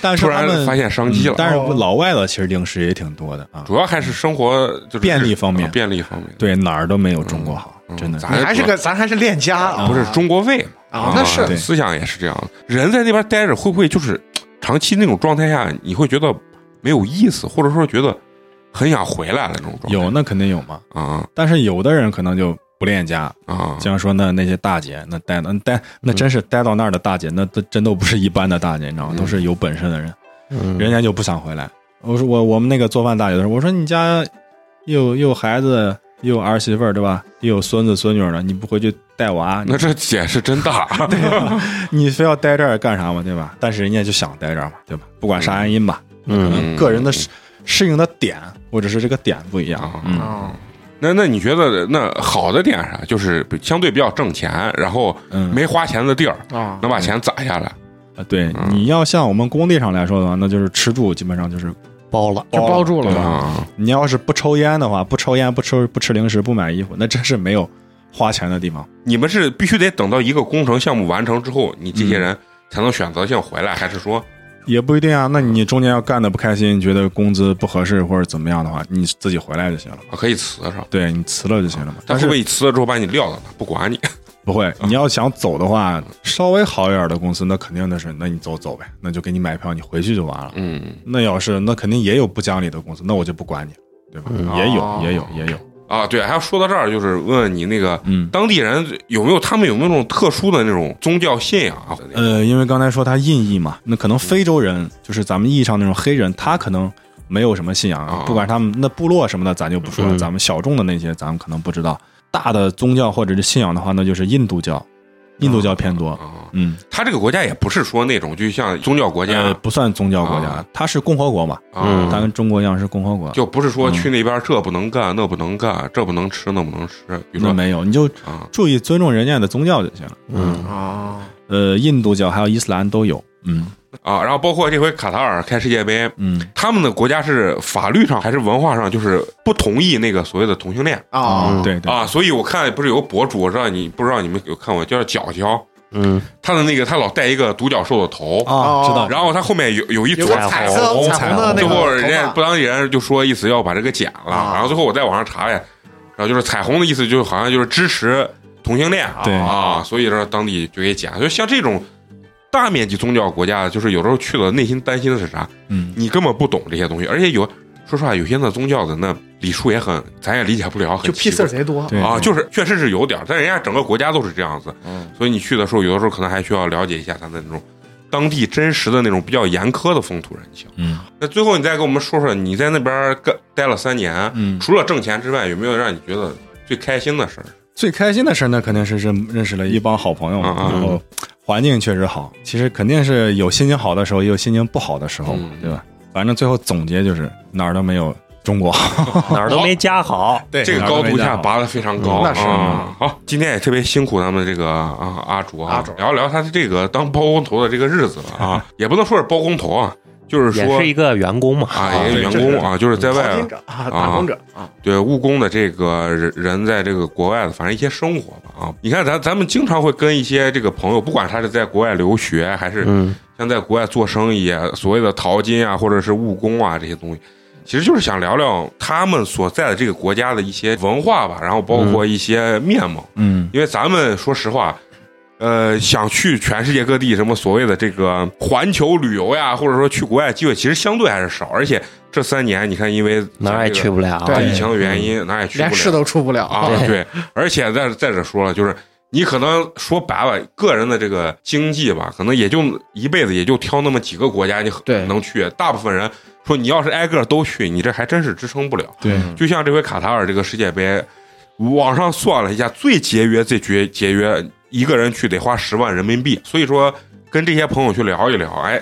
Speaker 4: 但是
Speaker 1: 突
Speaker 4: 他
Speaker 1: 然
Speaker 4: 们嗯
Speaker 1: 发现商机了。哦
Speaker 4: 但是老外的其实零食也挺多的啊，
Speaker 1: 主要还是生活就是
Speaker 4: 便利方面
Speaker 1: 啊便利方面，
Speaker 4: 对哪儿都没有中国好，
Speaker 1: 嗯
Speaker 4: 真的。
Speaker 1: 咱
Speaker 2: 你还是
Speaker 1: 主要
Speaker 2: 个咱还是恋家啊，
Speaker 1: 不是中国胃嘛？
Speaker 2: 啊那是
Speaker 4: 对
Speaker 1: 思想也是这样的。人在那边待着，会不会就是长期那种状态下，你会觉得没有意思，或者说觉得很想回来了那种状态？
Speaker 4: 有那肯定有嘛，
Speaker 1: 啊
Speaker 4: 但是有的人可能就不恋家，
Speaker 1: 啊
Speaker 4: 这样说那那些大姐，那待那待那真是待到那儿的大姐，那都真都不是一般的大姐，你知道吗？
Speaker 1: 嗯
Speaker 4: 都是有本事的人，
Speaker 3: 嗯
Speaker 4: 人家就不想回来。我说我我们那个做饭大姐说，我说你家又又有孩子又有儿媳妇儿对吧？又有孙子孙女儿呢，你不回去带娃，你
Speaker 1: 那这解释真大，
Speaker 4: 你非要待这儿干啥嘛对吧？但是人家就想待这儿嘛对吧？不管啥原因吧，
Speaker 3: 嗯，
Speaker 1: 嗯
Speaker 4: 个人的适适应的点或者是这个点不一样
Speaker 1: 啊，
Speaker 4: 嗯。
Speaker 2: 啊，
Speaker 1: 那那你觉得那好的点是啥？就是比相对比较挣钱，然后
Speaker 4: 嗯
Speaker 1: 没花钱的地儿，
Speaker 2: 啊
Speaker 1: 能把钱攒下来。
Speaker 4: 啊，对，
Speaker 1: 嗯
Speaker 4: 你要像我们工地上来说的话，那就是吃住基本上就是
Speaker 3: 包了，
Speaker 2: 就包住了吧？
Speaker 1: 啊，
Speaker 4: 你要是不抽烟的话，不抽烟、不吃不吃零食、不买衣服，那真是没有花钱的地方。
Speaker 1: 你们是必须得等到一个工程项目完成之后，你这些人才能选择性回来，还是说
Speaker 4: 也不一定啊，那你中间要干的不开心，你觉得工资不合适或者怎么样的话，你自己回来就行了。
Speaker 1: 啊可以辞是吧？
Speaker 4: 对你辞了就行了嘛。
Speaker 1: 他
Speaker 4: 但
Speaker 1: 会不
Speaker 4: 是
Speaker 1: 会辞了之后把你撂到那，不管你？
Speaker 4: 不会，你要想走的话，稍微好一点的公司，那肯定的是，那你走走呗，那就给你买票，你回去就完了。
Speaker 1: 嗯
Speaker 4: 那要是那肯定也有不讲理的公司，那我就不管你，对吧？也
Speaker 1: 哦
Speaker 4: 有，也有，也有。
Speaker 1: 啊，对，还要说到这儿，就是问问你那个
Speaker 4: 嗯
Speaker 1: 当地人有没有他们有没有那种特殊的那种宗教信仰啊？
Speaker 4: 呃，因为刚才说他印裔嘛，那可能非洲人就是咱们意义上那种黑人，他可能没有什么信仰
Speaker 1: 啊
Speaker 4: 啊，不管他们那部落什么的，咱就不说了，
Speaker 3: 嗯
Speaker 4: 咱们小众的那些，咱们可能不知道。大的宗教或者是信仰的话，那就是印度教，印度教偏多。
Speaker 1: 啊，
Speaker 4: 嗯，
Speaker 1: 他这个国家也不是说那种就像宗教国家
Speaker 4: 呃，嗯不算宗教国家
Speaker 1: 啊，
Speaker 4: 它是共和国嘛，
Speaker 1: 啊，
Speaker 4: 它跟中国一样是共和国。
Speaker 1: 就不是
Speaker 4: 嗯
Speaker 1: 说去那边这不能干那不能干，这不能吃那不能吃，比如
Speaker 4: 那
Speaker 1: 说
Speaker 4: 没有，你就
Speaker 1: 啊
Speaker 4: 注意尊重人家的宗教就行了。
Speaker 3: 嗯，
Speaker 2: 啊，
Speaker 4: 呃，印度教还有伊斯兰都有。嗯
Speaker 1: 啊，然后包括这回卡塔尔开世界杯。
Speaker 4: 嗯，
Speaker 1: 他们的国家是法律上还是文化上，就是不同意那个所谓的同性恋
Speaker 2: 啊，
Speaker 4: 对对，
Speaker 1: 啊，所以我看不是有个博主，我知道你不知道你们有看过，叫角角，
Speaker 3: 嗯，
Speaker 1: 他的那个他老戴一个独角兽的头
Speaker 4: 啊，知道。
Speaker 1: 然后他后面有有一撮
Speaker 2: 有个
Speaker 1: 彩
Speaker 2: 彩色彩虹的那
Speaker 1: 最
Speaker 2: 个
Speaker 1: 后
Speaker 2: 头
Speaker 1: 人家不
Speaker 2: 发
Speaker 1: 当地人就说意思要把这个剪了，
Speaker 2: 啊
Speaker 1: 然后最后我在网上查了，然后就是彩虹的意思就是好像就是支持同性恋，
Speaker 4: 对
Speaker 1: 啊，所以说当地就给剪了。就像这种大面积宗教国家，就是有时候去了，内心担心的是啥？
Speaker 4: 嗯，
Speaker 1: 你根本不懂这些东西，而且有说实话，有些那宗教的那礼数也很，咱也理解不了，很
Speaker 2: 就
Speaker 1: 奇
Speaker 2: 屁事
Speaker 1: 怪
Speaker 2: 儿贼多
Speaker 4: 对嗯
Speaker 1: 啊，就是确实是有点儿，但人家整个国家都是这样子，
Speaker 2: 嗯，
Speaker 1: 所以你去的时候，有的时候可能还需要了解一下他的那种当地真实的那种比较严苛的风土人情。
Speaker 4: 嗯
Speaker 1: 那最后你再给我们说说，你在那边儿干待了三年，
Speaker 4: 嗯。
Speaker 1: 除了挣钱之外，有没有让你觉得最开心的事儿？
Speaker 4: 最开心的事儿那肯定是认认识了一帮好朋友嘛，
Speaker 1: 嗯嗯
Speaker 4: 然后环境确实好。其实肯定是有心情好的时候，也有心情不好的时候嘛，
Speaker 1: 嗯
Speaker 4: 对吧？反正最后总结就是哪儿都没有中国好。
Speaker 3: 哪儿都没家好，
Speaker 4: 对
Speaker 1: 这个高度下拔得非常高，
Speaker 4: 嗯
Speaker 2: 那是
Speaker 1: 啊好，今天也特别辛苦咱们这个啊阿卓啊
Speaker 2: 阿卓
Speaker 1: 聊一聊他的这个当包工头的这个日子了啊，也不能说是包工头啊，就是
Speaker 3: 也
Speaker 1: 说
Speaker 3: 是一个员工嘛，
Speaker 1: 啊，也是
Speaker 4: 对
Speaker 1: 员
Speaker 4: 这
Speaker 1: 工
Speaker 4: 是
Speaker 1: 啊，就是在外
Speaker 2: 淘金者啊，打工者啊，
Speaker 1: 对务工的这个人人在这个国外的，反正一些生活吧啊。你看咱咱们经常会跟一些这个朋友，不管他是在国外留学，还是
Speaker 3: 嗯，
Speaker 1: 像在国外做生意，啊所谓的淘金啊，或者是务工啊这些东西，其实就是想聊聊他们所在的这个国家的一些文化吧，然后包
Speaker 3: 嗯
Speaker 1: 括一些面貌。
Speaker 4: 嗯，
Speaker 1: 因为咱们说实话。呃，想去全世界各地，什么所谓的这个环球旅游呀，或者说去国外机会，其实相对还是少。而且这三年，你看，因为
Speaker 3: 哪儿
Speaker 1: 咱这个
Speaker 3: 也去不了，
Speaker 1: 啊，
Speaker 2: 对
Speaker 1: 疫情的原因，哪也去
Speaker 2: 连
Speaker 1: 不
Speaker 2: 市
Speaker 1: 了
Speaker 2: 都出不了
Speaker 1: 啊。对，而且再再者说了，就是你可能说白了，个人的这个经济吧，可能也就一辈子也就挑那么几个国家你很
Speaker 2: 对
Speaker 1: 能去，大部分人说你要是挨个都去，你这还真是支撑不了。
Speaker 4: 对，
Speaker 2: 嗯
Speaker 1: 就像这回卡塔尔这个世界杯，网上算了一下，最节约最节节约，一个人去得花十万人民币。所以说，跟这些朋友去聊一聊，哎，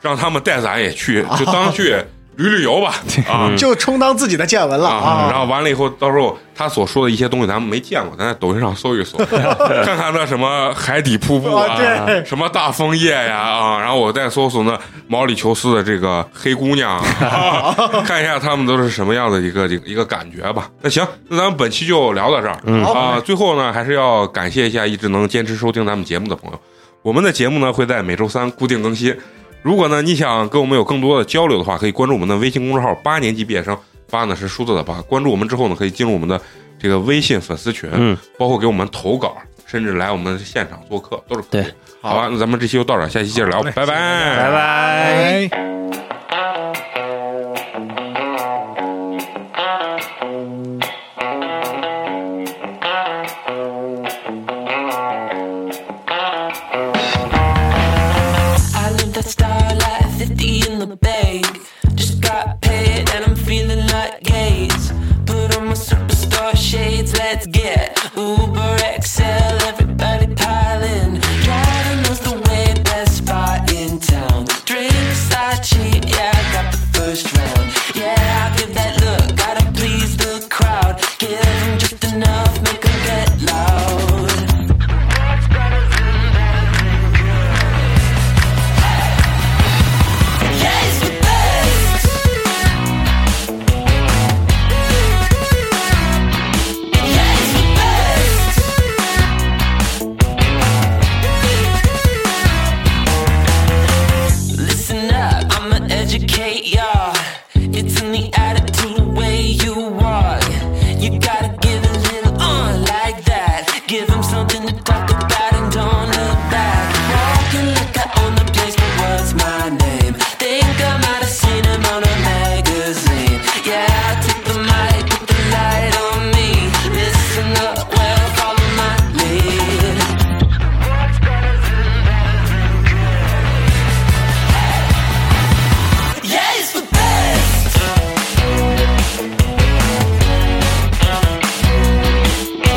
Speaker 1: 让他们带咱也去，就当 去旅旅游吧啊。
Speaker 2: 就充当自己的见闻了
Speaker 1: 啊，然
Speaker 2: 啊。
Speaker 1: 后完了以后，到时候他所说的一些东西咱们没见过，咱在抖音上搜一 搜，看看那什么海底瀑布啊
Speaker 2: 啊，对
Speaker 1: 什么大枫叶呀啊，然后我再搜搜那毛里求斯的这个黑姑娘 啊，啊看一下他们都是什么样的一个一个一个感觉吧。那行，那咱们本期就聊到这儿、
Speaker 2: 好
Speaker 1: 啊。最后呢，还是要感谢一下一直能坚持收听咱们节目的朋友。我们的节目呢会在每周三固定更新，如果呢你想跟我们有更多的交流的话，可以关注我们的微信公众号“八年级毕业生”，八呢是数字的八。关注我们之后呢，可以进入我们的这个微信粉丝群，
Speaker 3: 嗯，
Speaker 1: 包括给我们投稿，甚至来我们现场做客都是可以
Speaker 3: 对。
Speaker 1: 好吧，那咱们这期就到这儿，下期接着聊，
Speaker 4: 好嘞
Speaker 1: 拜
Speaker 4: 谢谢大
Speaker 1: 拜，
Speaker 4: 家
Speaker 3: 拜拜。
Speaker 4: 拜。
Speaker 5: I live that star life, 50 in the bag. Just got paid and I'm feeling like gays. Put on my superstar shades, let's get Uber XL, everybody pile in. Driving was the way best spot in town. Drinks are cheap, yeah, I got the first round. Yeah, I give that look, gotta please the crowd. Give 'em just enough, make 'em get loud. Yes, we're best. Yes, we're best. Listen up, I'ma educate y'all. It's in the attitude, the way you walk. You gotta give a little on like that. Give them something to talk about and don't look back. Walking like I own the place, but what's my name? Think I might have seen him on a magazine. Yeah, I took the mic, put the light on me. Listen up, well, follow my lead. Yes, we're best.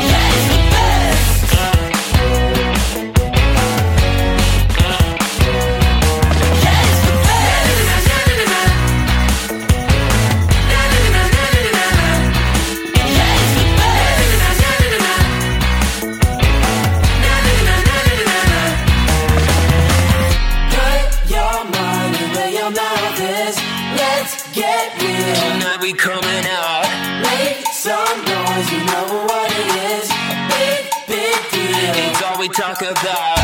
Speaker 5: Yes, we're best. Yes, we're best. Yes, we're best. Put your mind where your mouth is. Let's get real. Tonight we coming out. Make some noise, you know what it is. A big, big deal. It's all we talk about.